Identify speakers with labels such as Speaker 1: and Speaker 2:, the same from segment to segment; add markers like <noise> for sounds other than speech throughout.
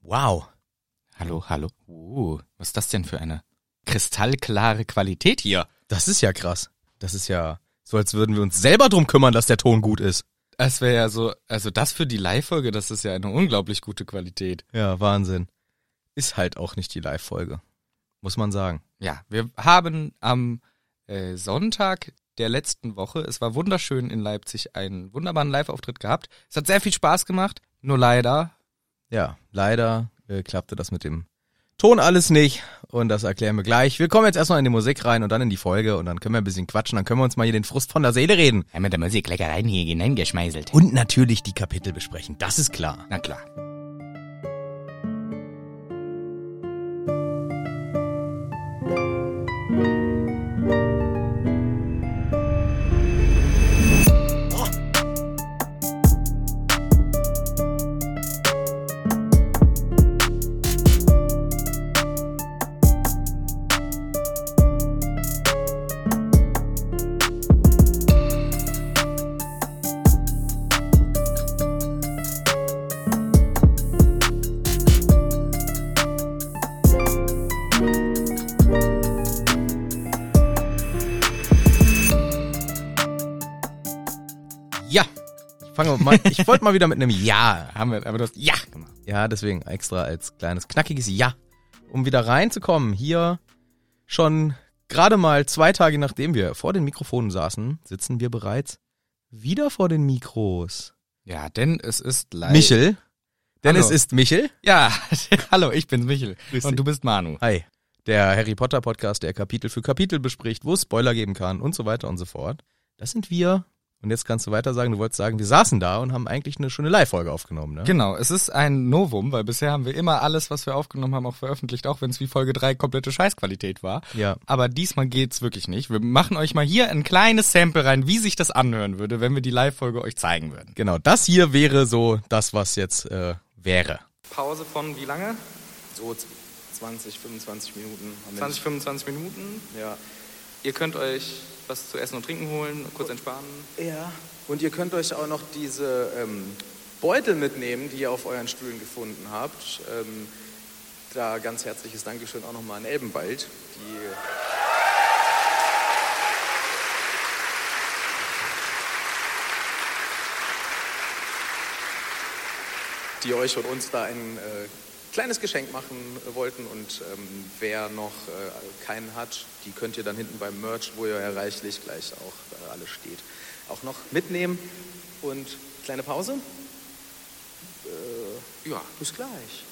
Speaker 1: Wow.
Speaker 2: Hallo, hallo. Uh, was ist das denn für eine kristallklare Qualität hier?
Speaker 1: Das ist ja krass. Das ist ja so, als würden wir uns selber drum kümmern, dass der Ton gut ist.
Speaker 2: Das wäre ja so, also das für die Live-Folge, das ist ja eine unglaublich gute Qualität.
Speaker 1: Ja, Wahnsinn. Ist halt auch nicht die Live-Folge. Muss man sagen.
Speaker 2: Ja, wir haben am äh, Sonntag der letzten Woche, es war wunderschön in Leipzig, einen wunderbaren Live-Auftritt gehabt. Es hat sehr viel Spaß gemacht, nur leider
Speaker 1: Ja, leider äh, klappte das mit dem Ton alles nicht und das erklären wir gleich. Wir kommen jetzt erstmal in die Musik rein und dann in die Folge und dann können wir ein bisschen quatschen, dann können wir uns mal hier den Frust von der Seele reden.
Speaker 2: haben wir da Musik lecker rein hier hineingeschmeißelt.
Speaker 1: Und natürlich die Kapitel besprechen, das ist klar.
Speaker 2: Na klar.
Speaker 1: Ja, ich fange mal, <laughs> ich wollte mal wieder mit einem Ja.
Speaker 2: Haben wir, aber du hast ja genau. gemacht.
Speaker 1: Ja, deswegen extra als kleines knackiges Ja, um wieder reinzukommen. Hier schon gerade mal zwei Tage nachdem wir vor den Mikrofonen saßen, sitzen wir bereits wieder vor den Mikros.
Speaker 2: Ja, denn es ist leider.
Speaker 1: Michel, denn
Speaker 2: Hallo.
Speaker 1: es ist Michel.
Speaker 2: Ja, <laughs> hallo, ich bin's Michel.
Speaker 1: Grüß dich.
Speaker 2: Und du bist Manu.
Speaker 1: Hi. Der Harry Potter Podcast, der Kapitel für Kapitel bespricht, wo es Spoiler geben kann und so weiter und so fort. Das sind wir. Und jetzt kannst du weiter sagen, du wolltest sagen, wir saßen da und haben eigentlich eine schöne Live-Folge aufgenommen, ne?
Speaker 2: Genau, es ist ein Novum, weil bisher haben wir immer alles, was wir aufgenommen haben, auch veröffentlicht, auch wenn es wie Folge 3 komplette Scheißqualität war.
Speaker 1: Ja.
Speaker 2: Aber diesmal geht's wirklich nicht. Wir machen euch mal hier ein kleines Sample rein, wie sich das anhören würde, wenn wir die Live-Folge euch zeigen würden.
Speaker 1: Genau, das hier wäre so das, was jetzt äh, wäre.
Speaker 2: Pause von wie lange?
Speaker 3: So 20, 25 Minuten. am
Speaker 2: 20, 25 Minuten.
Speaker 3: Ende. Ja.
Speaker 2: Ihr könnt euch was zu essen und trinken holen, kurz entspannen.
Speaker 3: ja. Und ihr könnt euch auch noch diese ähm, Beutel mitnehmen, die ihr auf euren Stühlen gefunden habt. Ähm, da ganz herzliches Dankeschön auch nochmal an Elbenwald. Die, die euch und uns da ein äh, kleines Geschenk machen äh, wollten. Und ähm, wer noch äh, keinen hat, die könnt ihr dann hinten beim Merch, wo ihr ja reichlich gleich auch äh, alles steht, auch noch mitnehmen. Und kleine Pause. Äh, ja, bis gleich.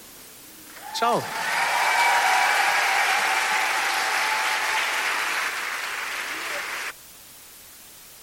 Speaker 3: Ciao.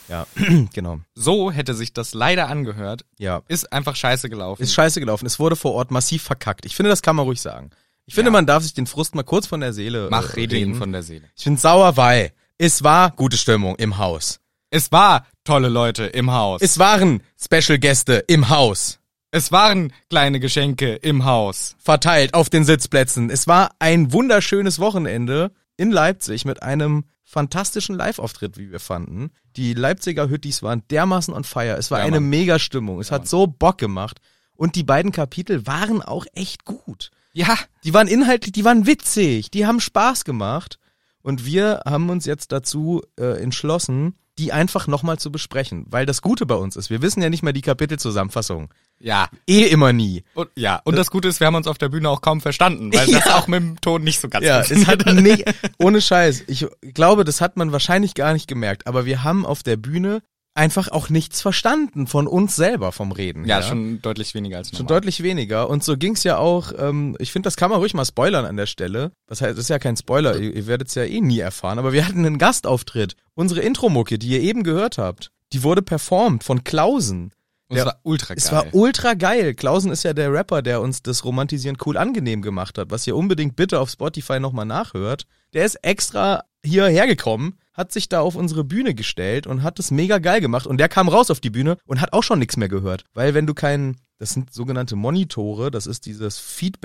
Speaker 1: Ja, genau.
Speaker 2: So hätte sich das leider angehört.
Speaker 1: Ja.
Speaker 2: Ist einfach scheiße gelaufen.
Speaker 1: Ist scheiße gelaufen. Es wurde vor Ort massiv verkackt. Ich finde, das kann man ruhig sagen. Ich finde,
Speaker 2: Ja.
Speaker 1: man darf sich den Frust mal kurz von der Seele äh,
Speaker 2: Mach rede ihn von der Seele.
Speaker 1: Ich bin sauer, weil es war gute Stimmung im Haus.
Speaker 2: Es war tolle Leute im Haus.
Speaker 1: Es waren Special Gäste im Haus.
Speaker 2: es waren kleine Geschenke im Haus.
Speaker 1: Verteilt auf den Sitzplätzen. Es war ein wunderschönes Wochenende in Leipzig mit einem fantastischen Live-Auftritt, wie wir fanden. Die Leipziger Hüttis waren dermaßen on fire. Es war
Speaker 2: Ja,
Speaker 1: eine
Speaker 2: Mann.
Speaker 1: Mega-Stimmung. Es hat so Bock gemacht. Und die beiden Kapitel waren auch echt gut.
Speaker 2: Ja,
Speaker 1: Die waren inhaltlich, die waren witzig, die haben Spaß gemacht. Und wir haben uns jetzt dazu äh, entschlossen, die einfach nochmal zu besprechen. Weil das Gute bei uns ist, wir wissen ja nicht mal die Kapitelzusammenfassung.
Speaker 2: ja.
Speaker 1: Eh immer nie.
Speaker 2: Und, ja, und das Gute ist, wir haben uns auf der Bühne auch kaum verstanden, weil
Speaker 1: <laughs>
Speaker 2: das
Speaker 1: Ja.
Speaker 2: auch mit dem Ton nicht so ganz
Speaker 1: Ja, es
Speaker 2: <laughs> funktioniert
Speaker 1: hat halt <laughs> nicht, ohne Scheiß. Ich glaube, das hat man wahrscheinlich gar nicht gemerkt. Aber wir haben auf der Bühne einfach auch nichts verstanden von uns selber, vom Reden.
Speaker 2: Ja, schon deutlich weniger als
Speaker 1: Schon
Speaker 2: normal.
Speaker 1: deutlich weniger. Und so ging's ja auch, ähm, ich finde, das kann man ruhig mal spoilern an der Stelle. Das heißt, das ist ja kein Spoiler, ihr, ihr werdet's ja eh nie erfahren. Aber wir hatten einen Gastauftritt. Unsere Intro-Mucke, die ihr eben gehört habt, die wurde performt von Klausen.
Speaker 2: Und es war ultra geil.
Speaker 1: Es war ultra geil. Klausen ist ja der Rapper, der uns das Romantisieren cool angenehm gemacht hat, was ihr unbedingt bitte auf Spotify nochmal nachhört. Der ist extra hierher gekommen, hat sich da auf unsere Bühne gestellt und hat das mega geil gemacht. Und der kam raus auf die Bühne und hat auch schon nichts mehr gehört. Weil wenn du keinen, das sind sogenannte Monitore, das ist dieses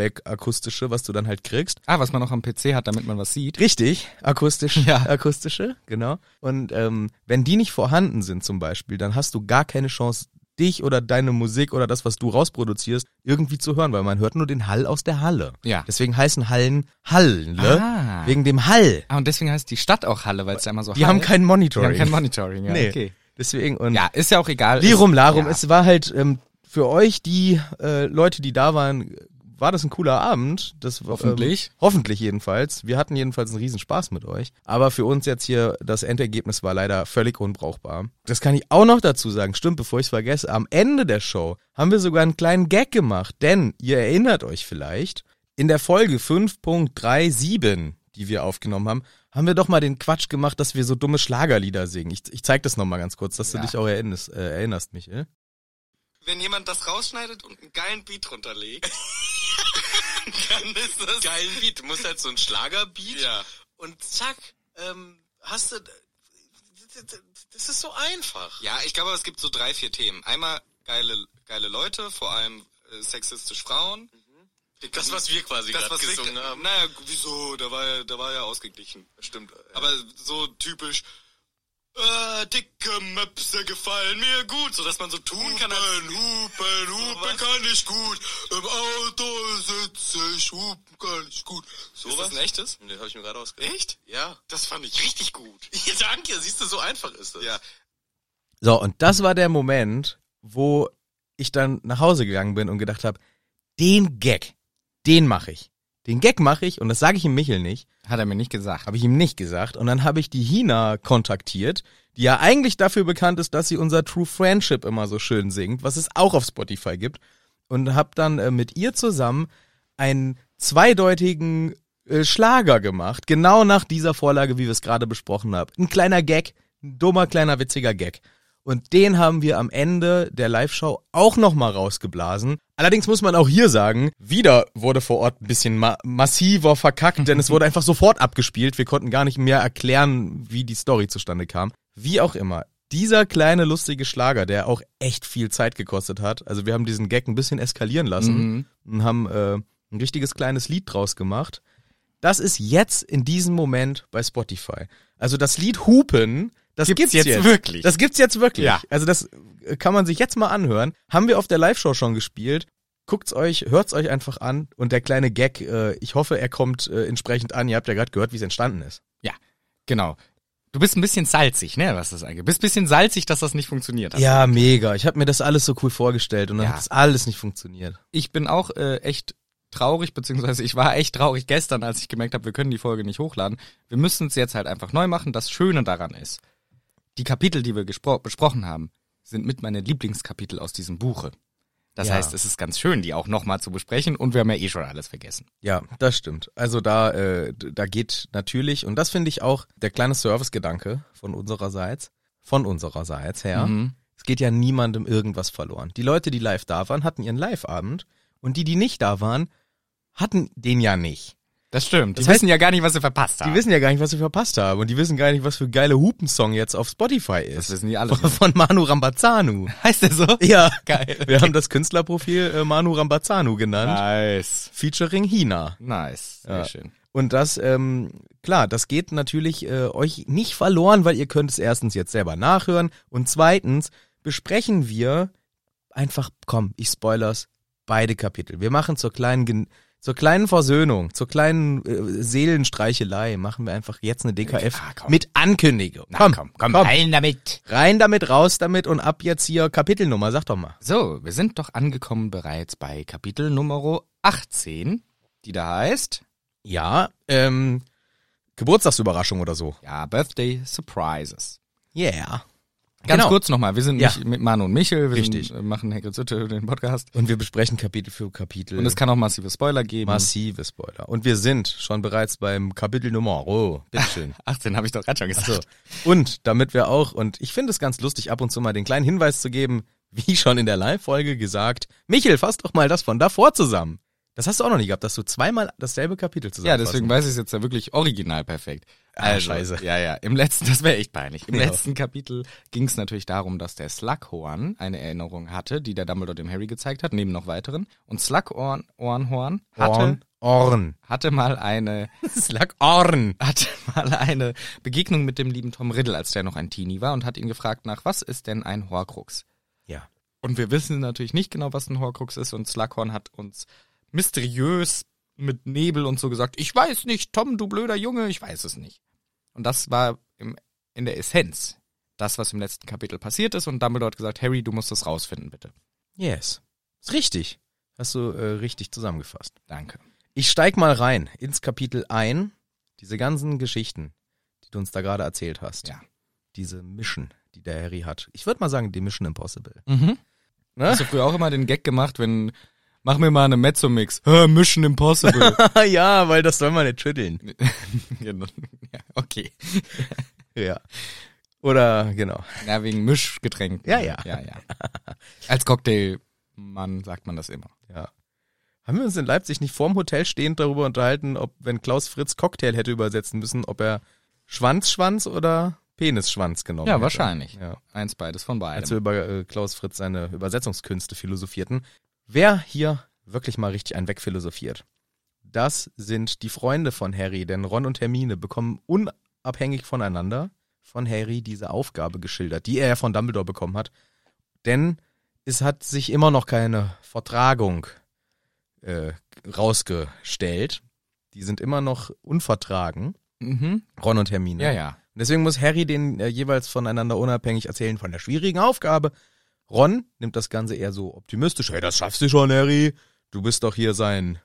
Speaker 1: Feedback-akustische, was du dann halt kriegst.
Speaker 2: ah, was man noch am PC hat, damit man was sieht.
Speaker 1: Richtig, akustisch,
Speaker 2: Ja.
Speaker 1: akustische, genau. Und ähm, wenn die nicht vorhanden sind zum Beispiel, dann hast du gar keine Chance, dich oder deine Musik oder das, was du rausproduzierst, irgendwie zu hören, weil man hört nur den Hall aus der Halle.
Speaker 2: Ja.
Speaker 1: Deswegen heißen Hallen Hallen, ne?
Speaker 2: Ah.
Speaker 1: Wegen dem Hall.
Speaker 2: Ah, und deswegen heißt die Stadt auch Halle, weil es da immer so
Speaker 1: Die haben kein
Speaker 2: Die
Speaker 1: Monitoring.
Speaker 2: haben kein Monitoring, ja.
Speaker 1: nee.
Speaker 2: Okay.
Speaker 1: Deswegen und
Speaker 2: Ja, ist ja auch egal.
Speaker 1: Lirum
Speaker 2: Ist-
Speaker 1: Larum,
Speaker 2: ja.
Speaker 1: es war halt ähm, für euch, die äh, Leute, die da waren, war das ein cooler Abend. Das, war,
Speaker 2: Hoffentlich.
Speaker 1: Ähm, hoffentlich jedenfalls. Wir hatten jedenfalls einen Riesenspaß mit euch. Aber für uns jetzt hier, das Endergebnis war leider völlig unbrauchbar. Das kann ich auch noch dazu sagen. Stimmt, bevor ich es vergesse, am Ende der Show haben wir sogar einen kleinen Gag gemacht. Denn, ihr erinnert euch vielleicht, in der Folge 5.37, die wir aufgenommen haben, haben wir doch mal den Quatsch gemacht, dass wir so dumme Schlagerlieder singen. Ich, ich zeig das nochmal ganz kurz, dass
Speaker 2: Ja.
Speaker 1: du dich auch erinnerst, äh, erinnerst Michael.
Speaker 4: wenn jemand das rausschneidet und einen geilen Beat runterlegt, dann ist das... Geilen Beat, muss halt so ein Schlagerbeat ja. und zack, ähm, hast du... Das ist so einfach. Ja, ich glaube, es gibt so drei, vier Themen. Einmal geile, geile Leute, vor allem äh, sexistisch Frauen. Das, was wir quasi gerade gesungen haben. Naja, wieso? Da war ja, da war ja ausgeglichen. Stimmt. Aber so typisch, äh, dicke Möpse gefallen mir gut, sodass man so tun kann. Hupen, hupen, hupen kann ich gut. Im Auto sitze ich, hupen kann ich gut. So ist das ein echtes? Ne, habe ich mir gerade ausgedacht. Echt? Ja. Das fand ich richtig gut. <laughs> Ja, danke, siehst du, so einfach ist das. Ja.
Speaker 1: So, und das war der Moment, wo ich dann nach Hause gegangen bin und gedacht habe, den Gag, den mache ich. Den Gag mache ich und das sage ich ihm Michel nicht.
Speaker 2: Hat er mir nicht gesagt.
Speaker 1: Habe ich ihm nicht gesagt. Und dann habe ich die Hina kontaktiert, die ja eigentlich dafür bekannt ist, dass sie unser True Friendship immer so schön singt, was es auch auf Spotify gibt. Und habe dann äh, mit ihr zusammen einen zweideutigen äh, Schlager gemacht, genau nach dieser Vorlage, wie wir es gerade besprochen haben. Ein kleiner Gag, ein dummer, kleiner, witziger Gag. Und den haben wir am Ende der Live-Show auch nochmal rausgeblasen. Allerdings muss man auch hier sagen, wieder wurde vor Ort ein bisschen ma massiver verkackt, denn es wurde einfach sofort abgespielt. Wir konnten gar nicht mehr erklären, wie die Story zustande kam. Wie auch immer, dieser kleine lustige Schlager, der auch echt viel Zeit gekostet hat, also wir haben diesen Gag ein bisschen eskalieren lassen und haben äh, ein richtiges kleines Lied draus gemacht. Das ist jetzt in diesem Moment bei Spotify. Also das Lied Hupen, das gibt's,
Speaker 2: jetzt wirklich?
Speaker 1: Das gibt's jetzt wirklich.
Speaker 2: Ja.
Speaker 1: Also das äh, kann man sich jetzt mal anhören. Haben wir auf der Live-Show schon gespielt. Guckt's euch, hört's euch einfach an. Und der kleine Gag, äh, ich hoffe, er kommt äh, entsprechend an. Ihr habt ja gerade gehört, wie es entstanden ist.
Speaker 2: Ja, genau. Du bist ein bisschen salzig, ne, was das angeht. Du bist ein bisschen salzig, dass das nicht funktioniert hat.
Speaker 1: Ja, mega. Ich habe mir das alles so cool vorgestellt und dann
Speaker 2: Ja.
Speaker 1: hat's alles nicht funktioniert.
Speaker 2: Ich bin auch äh, echt traurig, beziehungsweise ich war echt traurig gestern, als ich gemerkt habe, wir können die Folge nicht hochladen. Wir müssen es jetzt halt einfach neu machen. Das Schöne daran ist, die Kapitel, die wir gespro- besprochen haben, sind mit meine Lieblingskapitel aus diesem Buche. Das
Speaker 1: Ja.
Speaker 2: heißt, es ist ganz schön, die auch nochmal zu besprechen und wir haben ja eh schon alles vergessen.
Speaker 1: Ja, das stimmt. Also da, äh, d- da geht natürlich, und das finde ich auch der kleine Service-Gedanke von unsererseits, von unsererseits her.
Speaker 2: Mhm.
Speaker 1: Es geht ja niemandem irgendwas verloren. Die Leute, die live da waren, hatten ihren Live-Abend und die, die nicht da waren, hatten den ja nicht.
Speaker 2: Das stimmt. Die
Speaker 1: Das heißt-
Speaker 2: wissen ja gar nicht, was sie verpasst haben.
Speaker 1: Die wissen ja gar nicht, was sie verpasst haben und die wissen gar nicht, was für geile Hupensong jetzt auf Spotify
Speaker 2: das
Speaker 1: ist.
Speaker 2: wissen die alle.
Speaker 1: Von, <laughs> von Manu Rambazanu.
Speaker 2: Heißt der so?
Speaker 1: Ja,
Speaker 2: Geil.
Speaker 1: wir haben das Künstlerprofil äh, Manu Rambazanu genannt,
Speaker 2: Nice.
Speaker 1: featuring Hina.
Speaker 2: Nice. Sehr
Speaker 1: Ja.
Speaker 2: schön.
Speaker 1: Und das, ähm, klar, das geht natürlich äh, euch nicht verloren, weil ihr könnt es erstens jetzt selber nachhören und zweitens besprechen wir einfach, komm, ich spoilers, beide Kapitel. Wir machen zur kleinen, Gen- zur kleinen Versöhnung, zur kleinen äh, Seelenstreichelei, machen wir einfach jetzt eine DKF
Speaker 2: Ah, komm.
Speaker 1: mit Ankündigung.
Speaker 2: Na, komm, komm, rein damit.
Speaker 1: Rein damit, raus damit und ab jetzt hier Kapitelnummer, sag doch mal.
Speaker 2: So, wir sind doch angekommen bereits bei Kapitel Nummer 18, die da heißt,
Speaker 1: Ja, ähm, Geburtstagsüberraschung oder so.
Speaker 2: ja, Birthday Surprises.
Speaker 1: Yeah.
Speaker 2: Ganz
Speaker 1: Genau.
Speaker 2: kurz nochmal, wir sind
Speaker 1: Ja.
Speaker 2: Mich- mit Manu und Michel, wir
Speaker 1: Richtig.
Speaker 2: Sind, äh, machen Hagrid's Hütte den Podcast
Speaker 1: Und wir besprechen Kapitel für Kapitel.
Speaker 2: und es kann auch massive Spoiler geben.
Speaker 1: Massive Spoiler. Und wir sind schon bereits beim Kapitel Nummer. Oh,
Speaker 2: <laughs>
Speaker 1: bitteschön.
Speaker 2: 18 habe ich doch gerade schon gesagt.
Speaker 1: So. Und damit wir auch, und ich finde es ganz lustig, ab und zu mal den kleinen Hinweis zu geben, wie schon in der Live-Folge gesagt, Michel, fass doch mal das von davor zusammen. Das hast du auch noch nie gehabt, dass du zweimal dasselbe Kapitel
Speaker 2: Ja,
Speaker 1: zusammenfasst.
Speaker 2: deswegen weiß ich es jetzt ja wirklich original perfekt. Also,
Speaker 1: Ah, scheiße.
Speaker 2: Ja, ja, im letzten, das wäre echt peinlich. Im
Speaker 1: Ja.
Speaker 2: letzten Kapitel ging es natürlich darum, dass der Slughorn eine Erinnerung hatte, die der Dumbledore dem Harry gezeigt hat, neben noch weiteren. Und Slughorn Ohrenhorn hatte,
Speaker 1: Orn. Orn.
Speaker 2: hatte mal eine
Speaker 1: Slack Orn.
Speaker 2: hatte mal eine Begegnung mit dem lieben Tom Riddle, als der noch ein Teenie war und hat ihn gefragt nach, was ist denn ein Horcrux?
Speaker 1: Ja.
Speaker 2: Und wir wissen natürlich nicht genau, was ein Horcrux ist. Und Slughorn hat uns mysteriös mit Nebel und so gesagt, ich weiß nicht, Tom, du blöder Junge, ich weiß es nicht. Und das war im, in der Essenz das, was im letzten Kapitel passiert ist. Und Dumbledore hat gesagt, Harry, du musst das rausfinden, bitte.
Speaker 1: Yes. Ist richtig. Hast du äh, richtig zusammengefasst.
Speaker 2: Danke.
Speaker 1: Ich steig mal rein ins Kapitel ein. Diese ganzen Geschichten, die du uns da gerade erzählt hast.
Speaker 2: Ja.
Speaker 1: Diese Mission, die der Harry hat. Ich würde mal sagen, die Mission
Speaker 2: <laughs>
Speaker 1: Impossible. <laughs>
Speaker 2: Mhm. Hast du früher auch immer den Gag gemacht, wenn, mach mir mal eine Mezzo-Mix. Hä, Mission Impossible.
Speaker 1: ja, weil das soll man nicht schütteln.
Speaker 2: Genau. ja, okay.
Speaker 1: Ja. Oder, genau.
Speaker 2: Ja, wegen Mischgetränken.
Speaker 1: Ja, ja.
Speaker 2: ja, ja. Als Cocktailmann sagt man das immer.
Speaker 1: Ja. Haben wir uns in Leipzig nicht vorm Hotel stehend darüber unterhalten, ob, wenn Klaus Fritz Cocktail hätte übersetzen müssen, ob er Schwanzschwanz oder Penisschwanz genommen
Speaker 2: Ja,
Speaker 1: hätte?
Speaker 2: wahrscheinlich.
Speaker 1: Ja.
Speaker 2: Eins beides von
Speaker 1: Als wir
Speaker 2: beidem.
Speaker 1: über äh, Klaus Fritz seine Übersetzungskünste philosophierten. Wer hier wirklich mal richtig einen wegphilosophiert? Das sind die Freunde von Harry, denn Ron und Hermine bekommen unabhängig voneinander von Harry diese Aufgabe geschildert, die er ja von Dumbledore bekommen hat. Denn es hat sich immer noch keine Vertragung äh, rausgestellt. Die sind immer noch unvertragen,
Speaker 2: Mhm.
Speaker 1: Ron und Hermine.
Speaker 2: Ja, ja.
Speaker 1: Und deswegen muss Harry den äh, jeweils voneinander unabhängig erzählen von der schwierigen Aufgabe. Ron nimmt das Ganze eher so optimistisch. Hey, das schaffst du schon, Harry. Du bist doch hier sein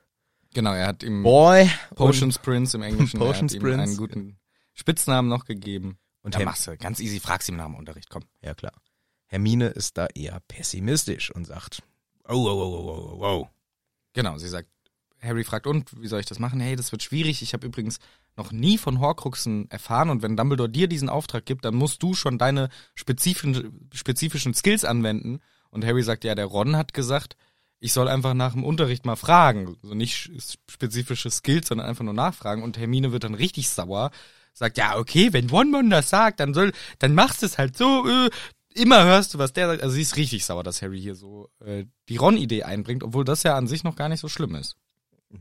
Speaker 2: Genau, er hat ihm
Speaker 1: Boy.
Speaker 2: Potions Prince im Englischen.
Speaker 1: Potions
Speaker 2: er hat ihm
Speaker 1: Prince.
Speaker 2: einen guten Spitznamen noch gegeben.
Speaker 1: Und, und
Speaker 2: ja,
Speaker 1: Herm
Speaker 2: machst du. Ganz easy, frag's ihm nach dem Unterricht, komm.
Speaker 1: ja, klar. Hermine ist da eher pessimistisch und sagt, oh, oh, oh, oh, oh, oh.
Speaker 2: Genau, sie sagt, Harry fragt, und wie soll ich das machen? Hey, das wird schwierig. Ich habe übrigens noch nie von Horcruxen erfahren und wenn Dumbledore dir diesen Auftrag gibt, dann musst du schon deine spezifischen, spezifischen Skills anwenden. Und Harry sagt, ja, der Ron hat gesagt, ich soll einfach nach dem Unterricht mal fragen. So also nicht sch- spezifische Skills, sondern einfach nur nachfragen. Und Hermine wird dann richtig sauer, sagt, ja, okay, wenn One Man das sagt, dann soll, dann machst du es halt so, äh, immer hörst du, was der sagt. Also sie ist richtig sauer, dass Harry hier so äh, die Ron-Idee einbringt, obwohl das ja an sich noch gar nicht so schlimm ist.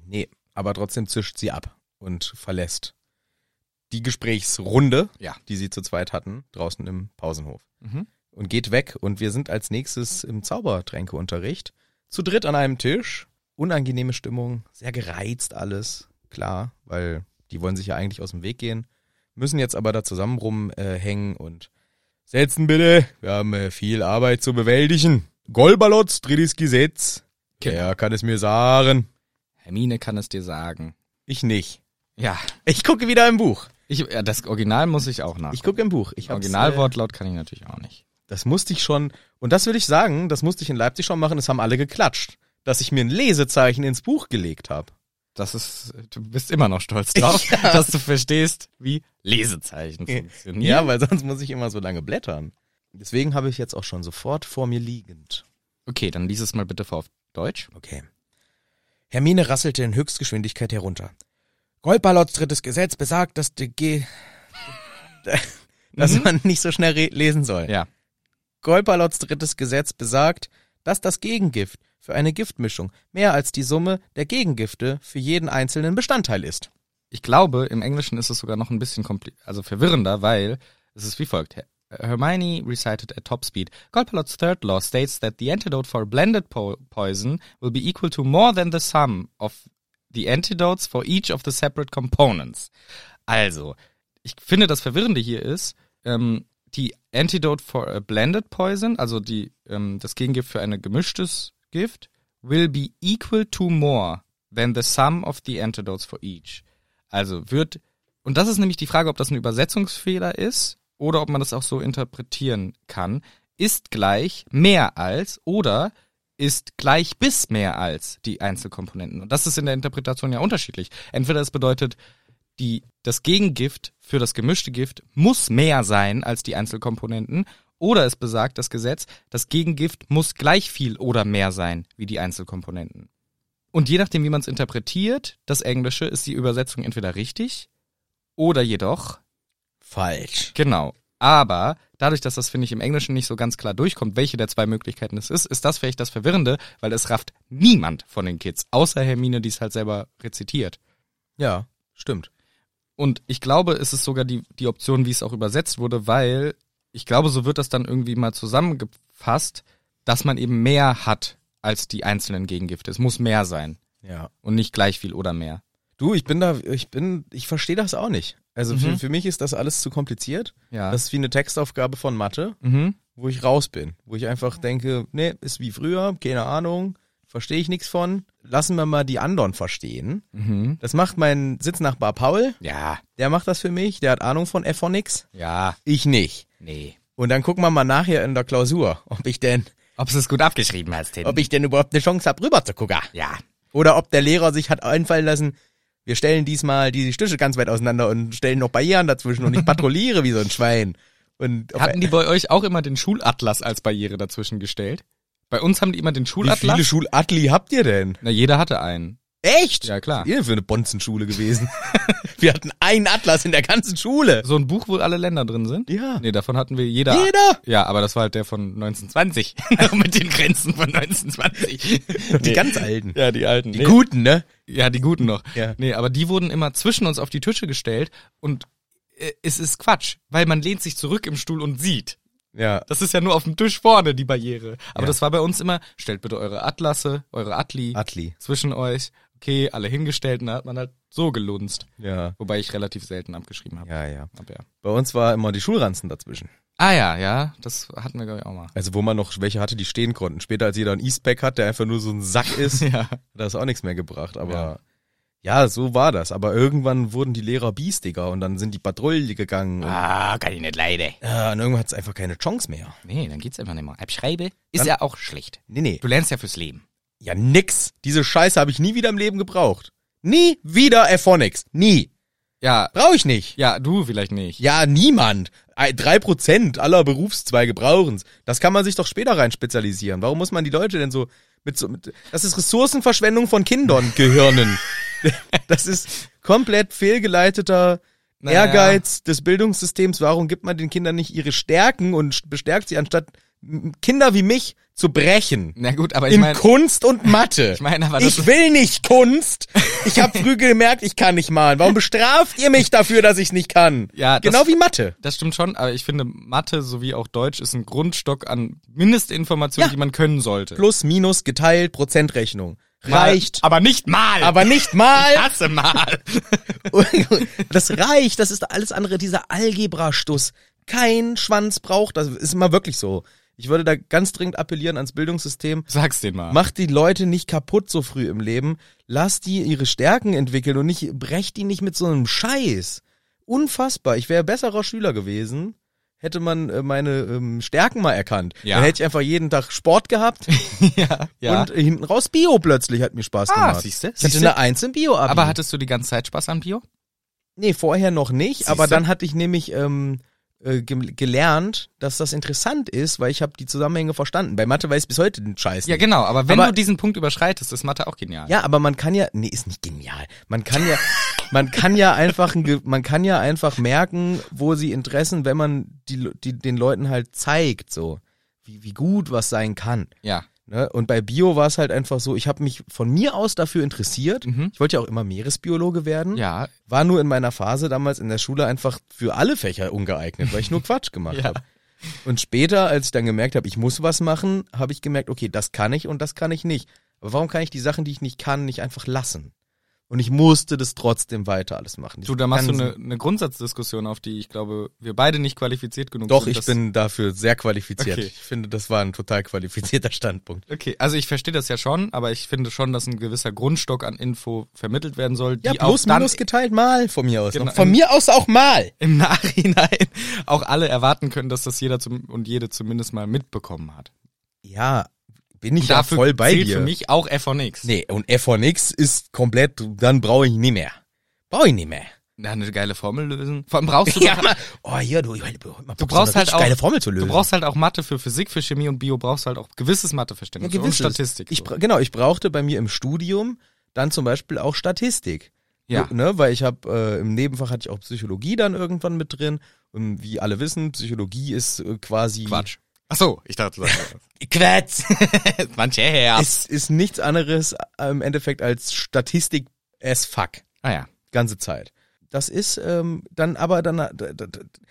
Speaker 1: Nee, aber trotzdem zischt sie ab und verlässt die Gesprächsrunde,
Speaker 2: Ja.
Speaker 1: die sie zu zweit hatten, draußen im Pausenhof.
Speaker 2: Mhm.
Speaker 1: Und geht weg und wir sind als nächstes im Zaubertränkeunterricht. Zu dritt an einem Tisch. Unangenehme Stimmung, sehr gereizt alles, klar, weil die wollen sich ja eigentlich aus dem Weg gehen. Müssen jetzt aber da zusammen rumhängen und setzen bitte, wir haben äh, viel Arbeit zu bewältigen. Golbalotz, drittes Gesetz.
Speaker 2: Genau.
Speaker 1: Er kann es mir sagen.
Speaker 2: Hermine kann es dir sagen.
Speaker 1: Ich nicht.
Speaker 2: Ja,
Speaker 1: Ich gucke wieder im Buch.
Speaker 2: ich, ja das Original muss ich auch nach.
Speaker 1: Ich gucke im Buch. Ich hab's,
Speaker 2: Originalwortlaut kann ich natürlich auch nicht.
Speaker 1: Äh, das musste ich schon, und das würde ich sagen, das musste ich in Leipzig schon machen, das haben alle geklatscht, dass ich mir ein Lesezeichen ins Buch gelegt habe.
Speaker 2: Das ist, du bist immer noch stolz
Speaker 1: <laughs>
Speaker 2: drauf, dass du verstehst, wie Lesezeichen funktionieren.
Speaker 1: Ja, weil sonst muss ich immer so lange blättern. Deswegen habe ich jetzt auch schon sofort vor mir liegend.
Speaker 2: Okay, dann lies es mal bitte vor auf Deutsch.
Speaker 1: Okay. Hermine rasselte in Höchstgeschwindigkeit herunter. Goldballots drittes Gesetz besagt, dass die G... <laughs> dass man nicht so schnell re- lesen soll.
Speaker 2: Ja.
Speaker 1: Golpalots drittes Gesetz besagt, dass das Gegengift für eine Giftmischung mehr als die Summe der Gegengifte für jeden einzelnen Bestandteil ist.
Speaker 2: Ich glaube, im Englischen ist es sogar noch ein bisschen kompli also verwirrender, weil es ist wie folgt. Her Hermione recited at top speed. Golpalot's third law states that the antidote for blended po poison will be equal to more than the sum of the antidotes for each of the separate components. Also, ich finde, das Verwirrende hier ist, ähm, die Antidote for a blended poison, also die, ähm, das Gegengift für ein gemischtes Gift, will be equal to more than the sum of the antidotes for each. Also wird, und das ist nämlich die Frage, ob das ein Übersetzungsfehler ist oder ob man das auch so interpretieren kann, ist gleich mehr als oder ist gleich bis mehr als die Einzelkomponenten. Und das ist in der Interpretation ja unterschiedlich. Entweder es bedeutet, die, das Gegengift für das gemischte Gift muss mehr sein als die Einzelkomponenten. Oder es besagt das Gesetz, das Gegengift muss gleich viel oder mehr sein wie die Einzelkomponenten. Und je nachdem, wie man es interpretiert, das Englische, ist die Übersetzung entweder richtig oder jedoch
Speaker 1: Falsch.
Speaker 2: genau. Aber dadurch, dass das, finde ich, im Englischen nicht so ganz klar durchkommt, welche der zwei Möglichkeiten es ist, ist das vielleicht das Verwirrende, weil es rafft niemand von den Kids, außer Hermine, die es halt selber rezitiert.
Speaker 1: Ja, stimmt.
Speaker 2: Und ich glaube, es ist sogar die, die Option, wie es auch übersetzt wurde, weil ich glaube, so wird das dann irgendwie mal zusammengefasst, dass man eben mehr hat als die einzelnen Gegengifte. Es muss mehr sein
Speaker 1: Ja.
Speaker 2: und nicht gleich viel oder mehr.
Speaker 1: Du, ich bin da, ich bin, ich verstehe das auch nicht. Also für, für mich ist das alles zu kompliziert.
Speaker 2: Ja.
Speaker 1: Das ist wie eine Textaufgabe von Mathe,
Speaker 2: Mhm.
Speaker 1: wo ich raus bin. Wo ich einfach denke, nee, ist wie früher, keine Ahnung, verstehe ich nichts von. Lassen wir mal die anderen verstehen.
Speaker 2: Mhm.
Speaker 1: Das macht mein Sitznachbar Paul,
Speaker 2: Ja,
Speaker 1: der macht das für mich, der hat Ahnung von Phonics,
Speaker 2: ja,
Speaker 1: ich nicht.
Speaker 2: nee.
Speaker 1: Und dann gucken wir mal nachher in der Klausur, ob ich denn,
Speaker 2: Ob es gut abgeschrieben hast, Tim.
Speaker 1: ob ich denn überhaupt eine Chance habe, rüber zu gucken.
Speaker 2: ja.
Speaker 1: Oder ob der Lehrer sich hat einfallen lassen, wir stellen diesmal die Stüche ganz weit auseinander und stellen noch Barrieren dazwischen
Speaker 2: <laughs>
Speaker 1: und ich patrouilliere wie so ein Schwein. Und auf-
Speaker 2: Hatten die bei euch auch immer den Schulatlas als Barriere dazwischen gestellt? Bei uns haben die immer den
Speaker 1: wie
Speaker 2: Schulatlas.
Speaker 1: viele Schulatli habt ihr denn?
Speaker 2: Na, jeder hatte einen.
Speaker 1: Echt?
Speaker 2: Ja, klar.
Speaker 1: Was seid Ihr für eine Bonzenschule
Speaker 2: <laughs>
Speaker 1: gewesen. wir hatten einen Atlas in der ganzen Schule.
Speaker 2: So ein Buch, wo alle Länder drin sind?
Speaker 1: Ja.
Speaker 2: Nee, davon hatten wir jeder.
Speaker 1: Jeder?
Speaker 2: Ja, aber das war halt der von <laughs> 1920. Mit den Grenzen von 1920.
Speaker 1: Die ganz alten.
Speaker 2: Ja, die alten.
Speaker 1: Die guten, ne?
Speaker 2: Ja, die guten noch.
Speaker 1: Ja.
Speaker 2: Nee, aber die wurden immer zwischen uns auf die Tische gestellt und äh, es ist Quatsch, weil man lehnt sich zurück im Stuhl und sieht.
Speaker 1: Ja.
Speaker 2: Das ist ja nur auf dem Tisch vorne die Barriere. Aber
Speaker 1: Ja.
Speaker 2: das war bei uns immer, stellt bitte eure Atlasse, eure Atli
Speaker 1: Atli.
Speaker 2: zwischen euch. Okay, alle hingestellt und da hat man halt so gelunzt.
Speaker 1: Ja.
Speaker 2: Wobei ich relativ selten abgeschrieben habe.
Speaker 1: Ja, ja.
Speaker 2: Aber ja.
Speaker 1: Bei uns war immer die Schulranzen dazwischen.
Speaker 2: Ah ja, ja, das hatten wir glaube ich auch mal. <laughs>
Speaker 1: Also wo man noch welche hatte, die stehen konnten. Später, als jeder ein E-Spec hat, der einfach nur so ein Sack <laughs> ist, hat
Speaker 2: Ja.
Speaker 1: das auch nichts mehr gebracht. Aber ja. so war das. Aber irgendwann wurden die Lehrer biestiger und dann sind die Patrouille gegangen. Und,
Speaker 2: Ah, kann ich nicht leiden.
Speaker 1: ja, und irgendwann hat es einfach keine Chance mehr.
Speaker 2: Nee, dann geht's einfach nicht mehr. Abschreibe ist
Speaker 1: Dann-
Speaker 2: ja auch schlecht.
Speaker 1: Nee, nee.
Speaker 2: Du lernst ja fürs Leben.
Speaker 1: Ja, nix. Diese Scheiße habe ich nie wieder im Leben gebraucht. Nie wieder Aphonics. Nie.
Speaker 2: Ja,
Speaker 1: Brauche ich nicht.
Speaker 2: ja, du vielleicht nicht.
Speaker 1: Ja, niemand. Ei, Drei Prozent aller Berufszweige brauchen's. Das kann man sich doch später rein spezialisieren. Warum muss man die Leute denn so mit so, mit, das ist Ressourcenverschwendung von Kindern, Gehirnen. Das ist komplett fehlgeleiteter
Speaker 2: Naja.
Speaker 1: Ehrgeiz des Bildungssystems. Warum gibt man den Kindern nicht ihre Stärken und bestärkt sie, anstatt m, Kinder wie mich zu brechen?
Speaker 2: Na gut, aber ich
Speaker 1: in
Speaker 2: meine,
Speaker 1: Kunst und
Speaker 2: <laughs>
Speaker 1: Mathe. Ich,
Speaker 2: meine, aber das-
Speaker 1: will nicht Kunst. Ich habe früh gemerkt, ich kann nicht malen. Warum bestraft ihr mich dafür, dass ich nicht kann?
Speaker 2: Ja, das-
Speaker 1: genau wie Mathe.
Speaker 2: das stimmt schon, aber ich finde, Mathe sowie auch Deutsch ist ein Grundstock an Mindestinformationen,
Speaker 1: Ja.
Speaker 2: die man können sollte.
Speaker 1: Plus, minus, geteilt, Prozentrechnung.
Speaker 2: Mal-
Speaker 1: Reicht.
Speaker 2: Aber nicht mal.
Speaker 1: Aber nicht
Speaker 2: <laughs>
Speaker 1: mal.
Speaker 2: hasse mal.
Speaker 1: Das reicht. Das ist alles andere, dieser Algebra-Stuss. Kein Schwanz braucht. Das ist immer wirklich so. Ich würde da ganz dringend appellieren ans Bildungssystem.
Speaker 2: Sag's den mal.
Speaker 1: Macht die Leute nicht kaputt so früh im Leben. Lass die ihre Stärken entwickeln und nicht brech die nicht mit so einem Scheiß. Unfassbar. Ich wäre besserer Schüler gewesen, hätte man äh, meine ähm, Stärken mal erkannt.
Speaker 2: Ja.
Speaker 1: Dann hätte ich einfach jeden Tag Sport gehabt
Speaker 2: ja, ja.
Speaker 1: und äh, hinten raus Bio plötzlich hat mir Spaß
Speaker 2: Ah,
Speaker 1: gemacht.
Speaker 2: siehste,
Speaker 1: Ich hatte
Speaker 2: siehste.
Speaker 1: eine Eins im Bio ab.
Speaker 2: aber hattest du die ganze Zeit Spaß an Bio?
Speaker 1: nee, vorher noch nicht,
Speaker 2: Siehste.
Speaker 1: aber dann hatte ich nämlich ähm, äh, gem- gelernt, dass das interessant ist, weil ich habe die Zusammenhänge verstanden. Bei Mathe weiß ich bis heute den Scheiß.
Speaker 2: Ja,
Speaker 1: nicht.
Speaker 2: genau. Aber wenn
Speaker 1: Aber-
Speaker 2: du diesen Punkt überschreitest, ist Mathe auch genial.
Speaker 1: Ja, aber man kann ja, nee, ist nicht genial. Man kann ja, man kann ja einfach, ein Ge- man kann ja einfach merken, wo sie Interessen, wenn man die, die den Leuten halt zeigt, so wie, wie gut was sein kann.
Speaker 2: Ja.
Speaker 1: Ne? Und bei Bio war es halt einfach so, ich habe mich von mir aus dafür interessiert. Ich wollte ja auch immer Meeresbiologe werden.
Speaker 2: Ja.
Speaker 1: War nur in meiner Phase damals in der Schule einfach für alle Fächer ungeeignet, weil ich
Speaker 2: <laughs>
Speaker 1: nur Quatsch gemacht
Speaker 2: Ja.
Speaker 1: habe. Und später, als ich dann gemerkt habe, ich muss was machen, habe ich gemerkt, okay, das kann ich und das kann ich nicht. Aber warum kann ich die Sachen, die ich nicht kann, nicht einfach lassen? Und ich musste das trotzdem weiter alles machen.
Speaker 2: Du, da machst du
Speaker 1: Ganzen-
Speaker 2: eine, eine Grundsatzdiskussion, auf die ich glaube, wir beide nicht qualifiziert genug
Speaker 1: Doch,
Speaker 2: sind.
Speaker 1: ich
Speaker 2: Also das-
Speaker 1: bin dafür sehr qualifiziert.
Speaker 2: Okay.
Speaker 1: Ich finde, das war ein total qualifizierter Standpunkt.
Speaker 2: Okay, also ich verstehe das ja schon, aber ich finde schon, dass ein gewisser Grundstock an Info vermittelt werden soll, die
Speaker 1: Ja,
Speaker 2: auch
Speaker 1: plus,
Speaker 2: dann
Speaker 1: minus geteilt mal von mir aus.
Speaker 2: Genau,
Speaker 1: noch. von
Speaker 2: im-
Speaker 1: mir aus auch mal.
Speaker 2: im <laughs> Nachhinein auch alle erwarten können, dass das jeder zum, und jede zumindest mal mitbekommen hat.
Speaker 1: Ja, bin ich
Speaker 2: Und
Speaker 1: ja voll bei
Speaker 2: zählt
Speaker 1: dir.
Speaker 2: für mich auch F von X.
Speaker 1: Nee, und F von X ist komplett, dann brauche ich nie mehr. Brauche ich nie mehr.
Speaker 2: Na, eine geile Formel lösen. Vor allem brauchst du doch,
Speaker 1: oh, hier, du, du
Speaker 2: du brauchst halt auch
Speaker 1: geile Formel zu lösen.
Speaker 2: Du brauchst halt auch Mathe für Physik, für Chemie und Bio brauchst halt auch gewisses Matheverständnis
Speaker 1: Ja,
Speaker 2: und
Speaker 1: gewisses.
Speaker 2: Statistik.
Speaker 1: Ich,
Speaker 2: so.
Speaker 1: bra- genau, ich brauchte bei mir im Studium dann zum Beispiel auch Statistik.
Speaker 2: Ja.
Speaker 1: Ne, weil ich habe äh, im Nebenfach hatte ich auch Psychologie dann irgendwann mit drin. Und wie alle wissen, Psychologie ist äh, quasi
Speaker 2: Quatsch. Ach so, ich dachte, das
Speaker 1: <laughs> Quatsch.
Speaker 2: <laughs> manche Herz.
Speaker 1: Ist, ist nichts anderes äh, im Endeffekt als Statistik as fuck.
Speaker 2: Ah ja.
Speaker 1: ganze Zeit. äh, Das ist ähm, dann aber dann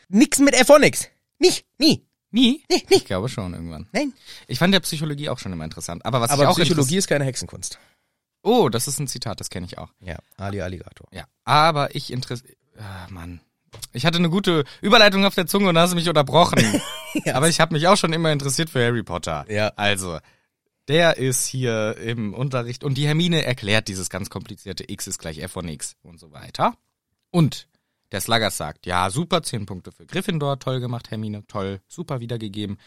Speaker 1: nix mit Phonics. Nicht, nie.
Speaker 2: Nie? Nee, nee. Ich glaube schon irgendwann.
Speaker 1: Nein.
Speaker 2: Ich fand ja Psychologie auch schon immer interessant. Aber was ich
Speaker 1: Aber
Speaker 2: auch
Speaker 1: Psychologie ist keine Hexenkunst.
Speaker 2: interess- Oh, das ist ein Zitat, das kenne ich auch.
Speaker 1: Ja, Ali Alligator.
Speaker 2: Ja. Aber ich interessiere. Ah, Mann. Ich hatte eine gute Überleitung auf der Zunge und hast mich unterbrochen. Aber ich habe mich auch schon immer interessiert für Harry Potter.
Speaker 1: Ja.
Speaker 2: Also, der ist hier im Unterricht und die Hermine erklärt dieses ganz komplizierte X ist gleich F von X und so weiter. Und der Slugger sagt, ja, super, 10 Punkte für Gryffindor, toll gemacht, Hermine, toll, super wiedergegeben.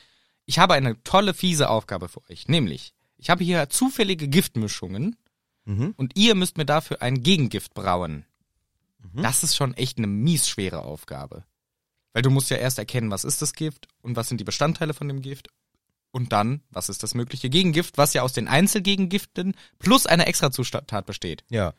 Speaker 2: Ich habe eine tolle, fiese Aufgabe für euch, nämlich, ich habe hier zufällige Giftmischungen
Speaker 1: Mhm.
Speaker 2: und ihr müsst mir dafür ein Gegengift brauen. Das ist schon echt eine mies schwere Aufgabe. Weil du musst ja erst erkennen, was ist das Gift und was sind die Bestandteile von dem Gift und dann, was ist das mögliche Gegengift, was ja aus den Einzelgegengiften plus einer Extrazutat besteht.
Speaker 1: Ja.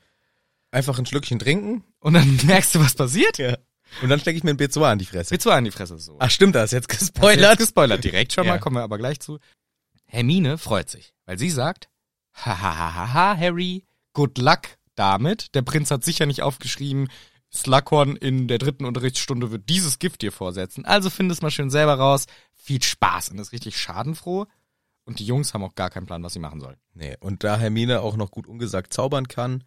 Speaker 1: Einfach ein Schlückchen trinken
Speaker 2: Und dann <laughs> merkst du, was passiert.
Speaker 1: ja. und dann stecke ich mir ein B2 an die Fresse.
Speaker 2: Willst du an die Fresse so?
Speaker 1: Ach stimmt, da ist jetzt
Speaker 2: Hast du
Speaker 1: gespoilert.
Speaker 2: Jetzt gespoilert direkt schon
Speaker 1: Ja.
Speaker 2: mal, kommen wir aber gleich zu. Hermine freut sich, weil sie sagt, hahaha, Harry, good luck damit. Der Prinz hat sicher nicht aufgeschrieben, Slughorn in der dritten Unterrichtsstunde wird dieses Gift dir vorsetzen. Also find es mal schön selber raus. Viel Spaß und ist richtig schadenfroh. Und die Jungs haben auch gar keinen Plan, was sie machen sollen.
Speaker 1: Nee, und da Hermine auch noch gut ungesagt zaubern kann,